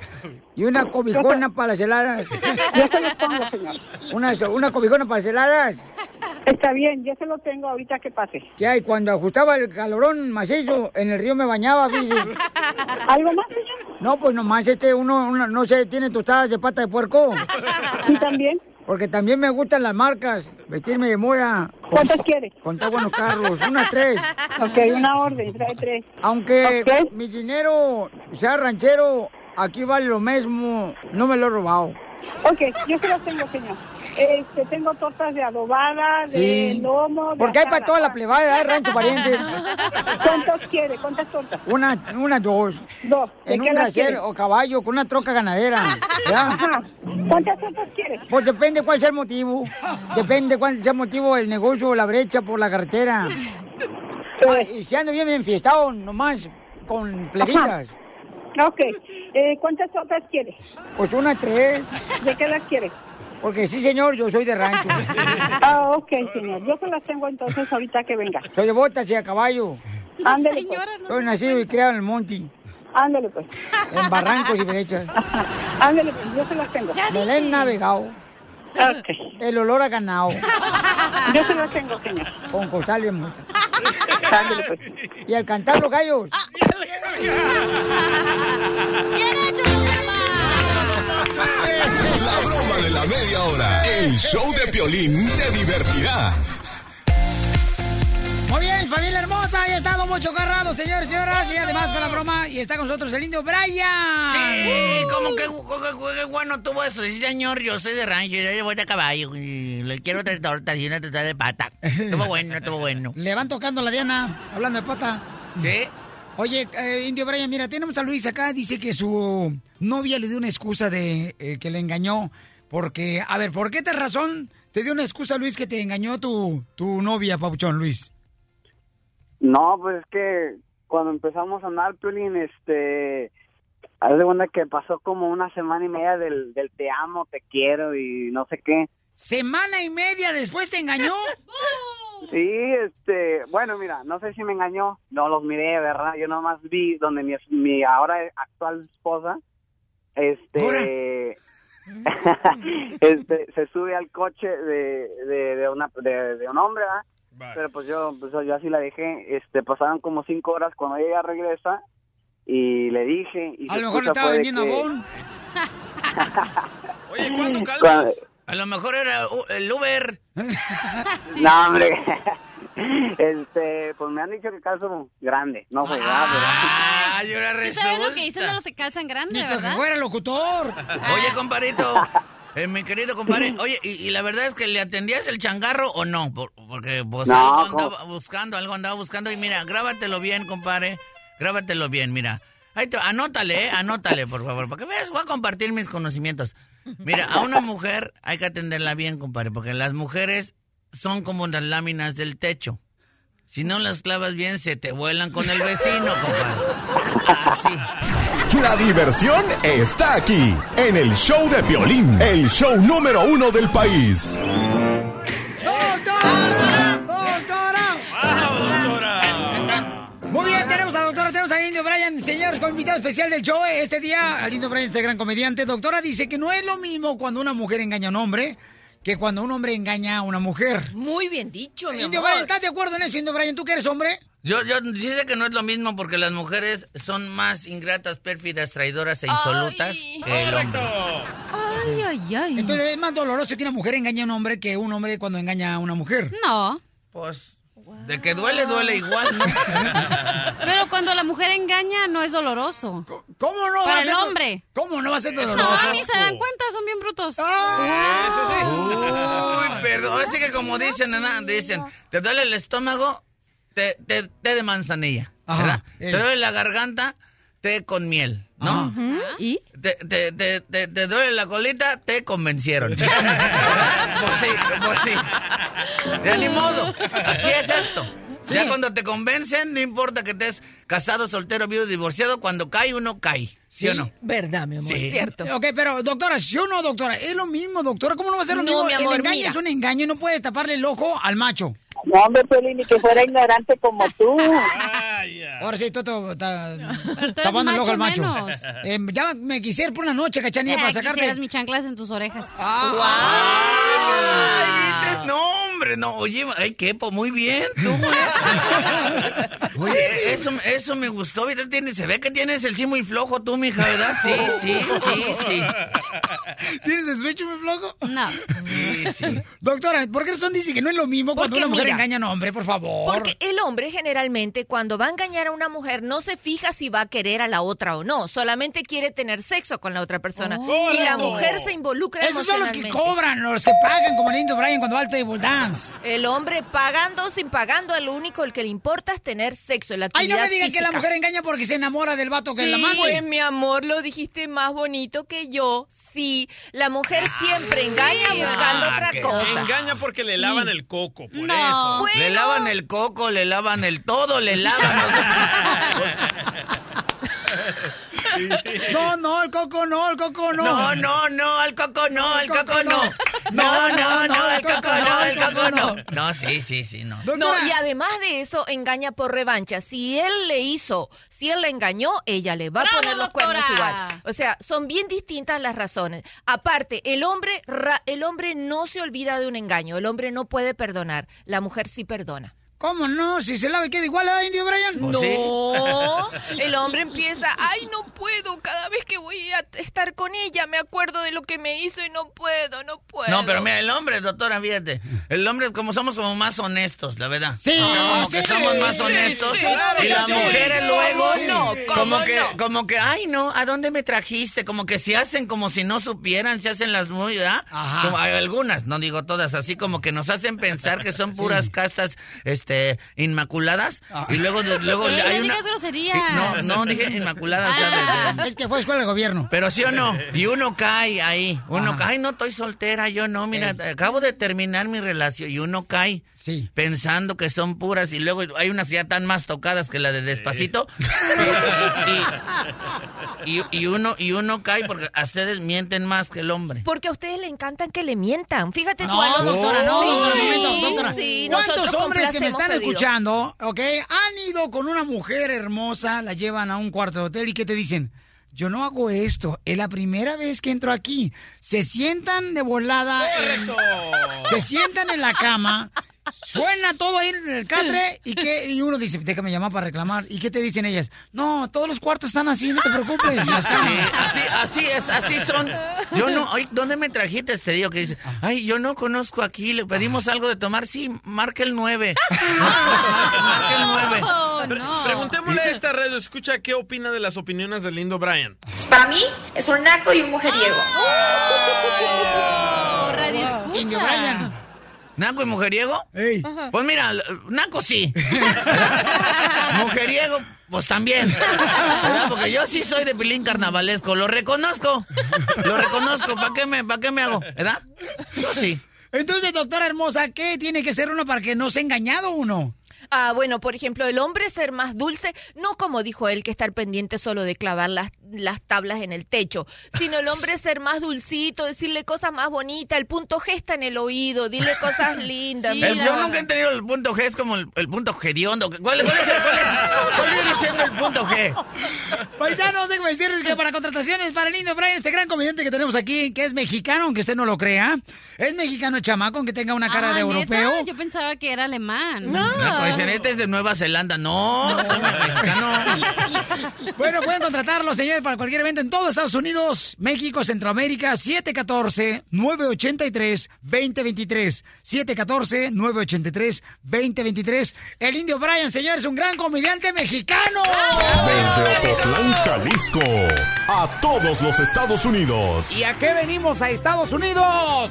Speaker 1: Y una cobijona para las heladas. *laughs* Yo se lo pongo, señor. Una, una cobijona para las heladas. Está bien, yo se lo tengo ahorita que pase. Ya, y cuando ajustaba el calorón macizo, en el río me bañaba, fíjese. ¿Algo más, señor? No, pues nomás este, uno, uno, no sé, tiene tostadas de pata de puerco. ¿Y también? Porque también me gustan las marcas, vestirme de moda.
Speaker 5: ¿Cuántas quiere?
Speaker 1: Contar buenos carros, unas tres.
Speaker 5: Ok, una orden, trae tres.
Speaker 1: Aunque mi dinero sea ranchero, aquí vale lo mismo. No me lo he robado.
Speaker 5: Ok, yo se los tengo, señor. Este, tengo tortas de adobada, de
Speaker 1: Sí.
Speaker 5: lomo, de
Speaker 1: Porque hay para
Speaker 5: asada.
Speaker 1: toda la plebada, ¿eh, rancho pariente.
Speaker 5: ¿Cuántas quiere? ¿Cuántas tortas?
Speaker 1: Una, una dos. Dos.
Speaker 5: ¿de
Speaker 1: En
Speaker 5: qué
Speaker 1: un
Speaker 5: las quiere?
Speaker 1: brasero o caballo, con una troca *laughs* ganadera. ¿ya? ¿Cuántas tortas quieres? Pues depende cuál sea el motivo. Depende cuál sea el motivo, el negocio o la brecha por la carretera. Ah, y si ando bien enfiestado, nomás con plebitas. Ok. Eh, ¿Cuántas tortas quieres? Pues una, tres. ¿De qué las quieres? Porque sí, señor, yo soy de *laughs* rancho.
Speaker 5: Ah, ok, señor. Yo se las tengo entonces ahorita que venga.
Speaker 1: Soy de botas y a caballo.
Speaker 5: La Ándele, pues. señora no
Speaker 1: Soy
Speaker 5: se
Speaker 1: nacido y criado en el monte. Ándale, pues. En barrancos y brechas. *laughs* Ándale, pues, yo se las tengo. Me la he navegado. El olor a ganado. Yo se las tengo, señor. Con costales de mota. Ándale, pues. Y al cantar los gallos.
Speaker 7: La broma de la media hora. El show de Piolín te divertirá.
Speaker 14: Muy bien, familia hermosa, ya está Don Bocho Carrado, señores, señoras, y además con la broma, y está con nosotros el indio Brian.
Speaker 2: Sí,
Speaker 14: Uh.
Speaker 2: como que, que- que- que bueno tuvo eso. Sí, señor, yo soy de rancho, yo le voy de caballo. Y le quiero tres tortas y una torta de pata. Estuvo bueno, estuvo bueno.
Speaker 14: Le van tocando a la Diana, hablando de pata.
Speaker 2: ¿Sí?
Speaker 14: Oye, eh, Indio Brian, mira, tenemos a Luis acá, dice que su novia le dio una excusa de eh, que le engañó, porque, a ver, ¿por qué te razón te dio una excusa, Luis, que te engañó tu, tu novia, Papuchón, Luis?
Speaker 24: No, pues es que cuando empezamos a andar, Piolín, este... Haz de cuenta que pasó como una semana y media del, del te amo, te quiero y no sé qué.
Speaker 14: ¿Semana y media después te engañó?
Speaker 24: Sí, este... Bueno, mira, no sé si me engañó. No los miré, ¿verdad? Yo nomás vi donde mi, es- mi ahora actual esposa, este... *laughs* este se sube al coche de, de, de una, de, de un hombre, ¿verdad? Pero pues yo, pues yo así la dejé. Este, pasaron como cinco horas cuando ella regresa y le dije. Y
Speaker 14: A
Speaker 24: su
Speaker 14: lo mejor le
Speaker 24: excusa
Speaker 14: estaba
Speaker 24: fue de
Speaker 14: vendiendo
Speaker 24: que- *laughs*
Speaker 14: abón.
Speaker 2: Oye, ¿cuánto
Speaker 24: Cuando-
Speaker 2: A lo mejor era uh, el Uber.
Speaker 24: *laughs* No, hombre. *laughs* Este, pues me han dicho que calzo grande, no soy grande.
Speaker 2: Ah, yo era
Speaker 4: ¿Sí sabes lo que dicen de los que calzan grande, verdad? Ah.
Speaker 14: fuera locutor.
Speaker 2: Oye,
Speaker 4: *laughs*
Speaker 2: comparito. eh, mi querido compadre, oye, y, y la verdad es que le atendías el changarro o no, Por- porque vos
Speaker 24: No,
Speaker 2: algo
Speaker 24: ¿cómo?
Speaker 2: andaba buscando, algo andaba buscando y mira, grábatelo bien, compadre, grábatelo bien, mira. Ahí te- anótale, eh, anótale, por favor, porque ves, voy a compartir mis conocimientos. Mira, a una mujer hay que atenderla bien, compadre, porque las mujeres son como las láminas del techo. Si no las clavas bien, se te vuelan con el vecino, compadre.
Speaker 7: La diversión está aquí, en el show de Piolín, el show número uno del país.
Speaker 14: ¡Doctora! ¡Doctora! Muy bien, tenemos a doctora, tenemos a Indio Brian, señores, con invitado especial del show eh, este día, al Indio Brian, este gran comediante. Doctora dice que no es lo mismo cuando una mujer engaña a un hombre que cuando un hombre engaña a una mujer.
Speaker 17: Muy bien dicho, mi
Speaker 14: Indio
Speaker 17: amor.
Speaker 14: Brian, ¿estás de acuerdo en eso, Indio Brian? ¿Tú que eres hombre?
Speaker 2: Yo, yo sí sé que no es lo mismo porque las mujeres son más ingratas, pérfidas, traidoras e insolutas que el hombre.
Speaker 14: Ay, ay, ay. Entonces es más doloroso que una mujer engañe a un hombre que un hombre cuando engaña a una mujer.
Speaker 4: No.
Speaker 2: Pues, De que duele, duele igual. ¿no?
Speaker 4: Pero cuando la mujer engaña no es doloroso.
Speaker 1: ¿Cómo no?
Speaker 4: Para
Speaker 1: va a
Speaker 4: el
Speaker 1: ser do-
Speaker 4: hombre.
Speaker 1: ¿Cómo no va a ser doloroso?
Speaker 4: No, ni se dan cuenta, son bien brutos.
Speaker 2: Uh. Uy, perdón. Así que como dicen, nena, dicen, te duele el estómago, té té- té de manzanilla. ¿verdad? Te duele la garganta, té con miel, ¿no?
Speaker 4: ¿Y?
Speaker 2: Te, te- te- te- te duele la colita, te convencieron. *laughs* pues sí, pues sí. De ni modo. Así es esto. Ya cuando te convencen, no importa que estés casado, soltero, viudo, divorciado, cuando cae uno cae. ¿Sí, o no?
Speaker 1: Verdad, mi
Speaker 2: amor. Sí. Cierto.
Speaker 1: Ok, pero doctora, si yo no, doctora, es lo mismo, doctora. ¿Cómo no va a ser lo
Speaker 22: No,
Speaker 1: mismo?
Speaker 22: mi amor,
Speaker 1: el engaño
Speaker 22: mira.
Speaker 1: es un engaño y no puedes taparle el ojo al macho.
Speaker 22: No, hombre, Piolín, ni que fuera ignorante como tú.
Speaker 1: Ahora sí, Toto está
Speaker 4: eres
Speaker 1: tapando el ojo al
Speaker 4: macho
Speaker 1: macho. *laughs*
Speaker 4: menos.
Speaker 1: Eh, ya me quisiera por una noche, cachanilla, para sacarte.
Speaker 4: Eh,
Speaker 1: Ah.
Speaker 4: Quisieras mis chanclas en tus orejas.
Speaker 2: Entonces, Pues, No, hombre, no. Oye, ay, qué, po, muy bien, tú,
Speaker 3: *laughs*
Speaker 2: güey. Oye, eso, eso me gustó. mira, tienes- se ve que tienes el sí muy flojo tú, mija, ¿verdad? Sí, sí, sí, sí.
Speaker 1: ¿Tienes el switch muy flojo?
Speaker 4: No.
Speaker 3: Ah,
Speaker 2: Sí, sí.
Speaker 1: Doctora, ¿por qué son dice que no es lo mismo cuando
Speaker 17: Porque
Speaker 1: una mujer
Speaker 17: mira.
Speaker 1: engaña a un hombre, por favor?
Speaker 17: Porque el hombre generalmente cuando va a engañar a una mujer no se fija si va a querer a la otra o no, solamente quiere tener sexo con la otra persona y la
Speaker 1: Correcto.
Speaker 17: mujer se involucra
Speaker 1: Esos son los que
Speaker 17: emocionalmente.
Speaker 1: cobran, los que pagan, como lindo Brian cuando va al table dance.
Speaker 17: El hombre pagando o sin pagando, al único el que le importa es tener sexo, la
Speaker 1: Ay, no me
Speaker 17: actividad
Speaker 1: digan que la
Speaker 17: física.
Speaker 1: mujer engaña porque se enamora del vato que la
Speaker 17: Sí,
Speaker 1: manda.
Speaker 17: pues, mi amor, lo dijiste más bonito que yo. Sí, la mujer siempre engaña
Speaker 3: sí.
Speaker 17: buscando
Speaker 3: Ah,
Speaker 17: otra
Speaker 3: que
Speaker 17: cosa.
Speaker 3: Engaña porque le lavan el coco, por
Speaker 17: No.
Speaker 3: eso.
Speaker 17: Bueno.
Speaker 2: Le lavan el coco, le lavan el todo, le lavan.
Speaker 3: *laughs*
Speaker 2: *laughs*
Speaker 1: No, no, el coco no, el coco no.
Speaker 2: No, no, no, al coco no, al coco no. No, no, no, al coco no, al
Speaker 3: Ah,
Speaker 2: coco no. No, sí, sí, sí, no.
Speaker 17: No, y además de eso, engaña por revancha. Si él le hizo, si él le engañó, ella le va a
Speaker 4: ¡Bravo,
Speaker 17: poner los
Speaker 4: doctora!
Speaker 17: cuernos igual. O sea, son bien distintas las razones. Aparte, el hombre, ra- el hombre no se olvida de un engaño. El hombre no puede perdonar. La mujer sí perdona.
Speaker 1: ¿Cómo no? Si se lava y queda igual a Indio Brian.
Speaker 17: No, *laughs* el hombre empieza, ay, no puedo, cada vez que voy a estar con ella me acuerdo de lo que me hizo y no puedo, no puedo.
Speaker 2: No, pero mira, el hombre, doctora, fíjate. El hombre, como somos como más honestos, la verdad.
Speaker 1: Sí,
Speaker 2: O sea, como que
Speaker 5: sí,
Speaker 2: somos más
Speaker 5: sí,
Speaker 2: honestos.
Speaker 5: sí, claro
Speaker 2: y las
Speaker 5: que sí.
Speaker 2: mujeres
Speaker 5: ¿Cómo
Speaker 2: luego,
Speaker 5: no?
Speaker 2: como
Speaker 5: ¿Cómo
Speaker 2: que,
Speaker 5: no?
Speaker 2: como que, ay, no, ¿a dónde me trajiste? Como que se hacen como si no supieran, se hacen las muy, ¿verdad?
Speaker 5: Ajá.
Speaker 2: Como hay algunas, no digo todas, así como que nos hacen pensar que
Speaker 5: *laughs*
Speaker 2: son puras castas, este, inmaculadas. Y luego, de- luego hay
Speaker 4: Eh, no
Speaker 2: una.
Speaker 4: digas
Speaker 1: Eh,
Speaker 4: groserías.
Speaker 2: No, no dije inmaculadas. ya de- de-
Speaker 1: Ah. Es que fue escuela de gobierno.
Speaker 2: pero sí o no, y uno cae ahí, uno cae, "Ay, no estoy soltera, yo no, mira, acabo de terminar mi relación y uno cae pensando que son puras y luego hay unas ya tan más tocadas que la de despacito y, y- y uno y uno cae porque a ustedes mienten más que el hombre.
Speaker 17: Porque a ustedes les encantan que le mientan. Fíjate
Speaker 1: No,
Speaker 17: tú a los-
Speaker 1: doctora, no,
Speaker 17: Sí,
Speaker 1: doctora, un momento, doctora. *laughs*
Speaker 17: sí,
Speaker 1: ¿Cuántos
Speaker 17: nosotros
Speaker 1: hombres que me
Speaker 17: complacemos
Speaker 1: están
Speaker 17: pedidos.
Speaker 1: escuchando, ok, han ido con una mujer hermosa, la llevan a un cuarto de hotel y qué te dicen? Yo no hago esto, es la primera vez que entro aquí. Se sientan de volada, en- se sientan en la cama, suena todo ahí en el catre y que y uno dice, déjame llamar para reclamar. ¿Y qué te dicen ellas? No, todos los cuartos están así, no te preocupes, las camas.
Speaker 2: Así, así es, así son. Yo no, ay, ¿dónde me trajiste este digo que dice? Ay, yo no conozco aquí, le pedimos algo de tomar, sí, marca el
Speaker 4: *laughs*
Speaker 2: 9. marca el 9.
Speaker 4: Oh,
Speaker 3: Pre- Preguntémosle a esta red, escucha qué opina de las opiniones de Lindo Brian.
Speaker 6: Para mí es un naco y un mujeriego.
Speaker 3: ¡Ah!
Speaker 4: Oh, Radio escucha.
Speaker 1: Indio Brian.
Speaker 2: ¿Naco y mujeriego?
Speaker 4: Ajá.
Speaker 2: Pues mira, l- naco
Speaker 4: *laughs*
Speaker 2: sí. mujeriego, pues también. ¿Verdad? Porque yo sí soy de pilín carnavalesco, lo reconozco. Lo reconozco, ¿para qué me, para qué me hago? ¿Verdad? Yo sí.
Speaker 1: Entonces, doctora hermosa, ¿qué tiene que ser uno para que no sea engañado uno?
Speaker 17: Ah, bueno, por ejemplo, el hombre ser más dulce, no como dijo él, que estar pendiente solo de clavar las, las tablas en el techo, sino
Speaker 1: *laughs*
Speaker 17: el hombre ser más dulcito, decirle cosas más bonitas, el punto gesta en el oído, dile
Speaker 1: *laughs*
Speaker 17: cosas lindas.
Speaker 2: El-
Speaker 17: mira.
Speaker 2: yo nunca he entendido el punto G, es como el, el punto gediondo. ¿Cuál, cuál es el, cuál, es- cuál viene siendo el punto G?
Speaker 1: Paisanos, déjenme decirles que para contrataciones, para el lindo Brian, este gran comediante que tenemos aquí, que es mexicano, aunque usted no lo crea, es mexicano el chamaco, aunque tenga una cara
Speaker 4: Ah,
Speaker 1: de
Speaker 4: ¿neta?
Speaker 1: europeo.
Speaker 4: Yo pensaba que era alemán.
Speaker 1: No, pues
Speaker 2: Naco, ahí Dicen, este es de Nueva Zelanda. No, soy mexicano.
Speaker 1: Bueno, pueden contratarlos, señores, para cualquier evento en todo Estados Unidos, México, Centroamérica, 714-983-2023. 714-983-2023. El Indio Brian, señores, un gran comediante mexicano.
Speaker 7: Desde Ocotlán, Jalisco, a todos los Estados Unidos.
Speaker 1: ¿Y a qué venimos a Estados Unidos?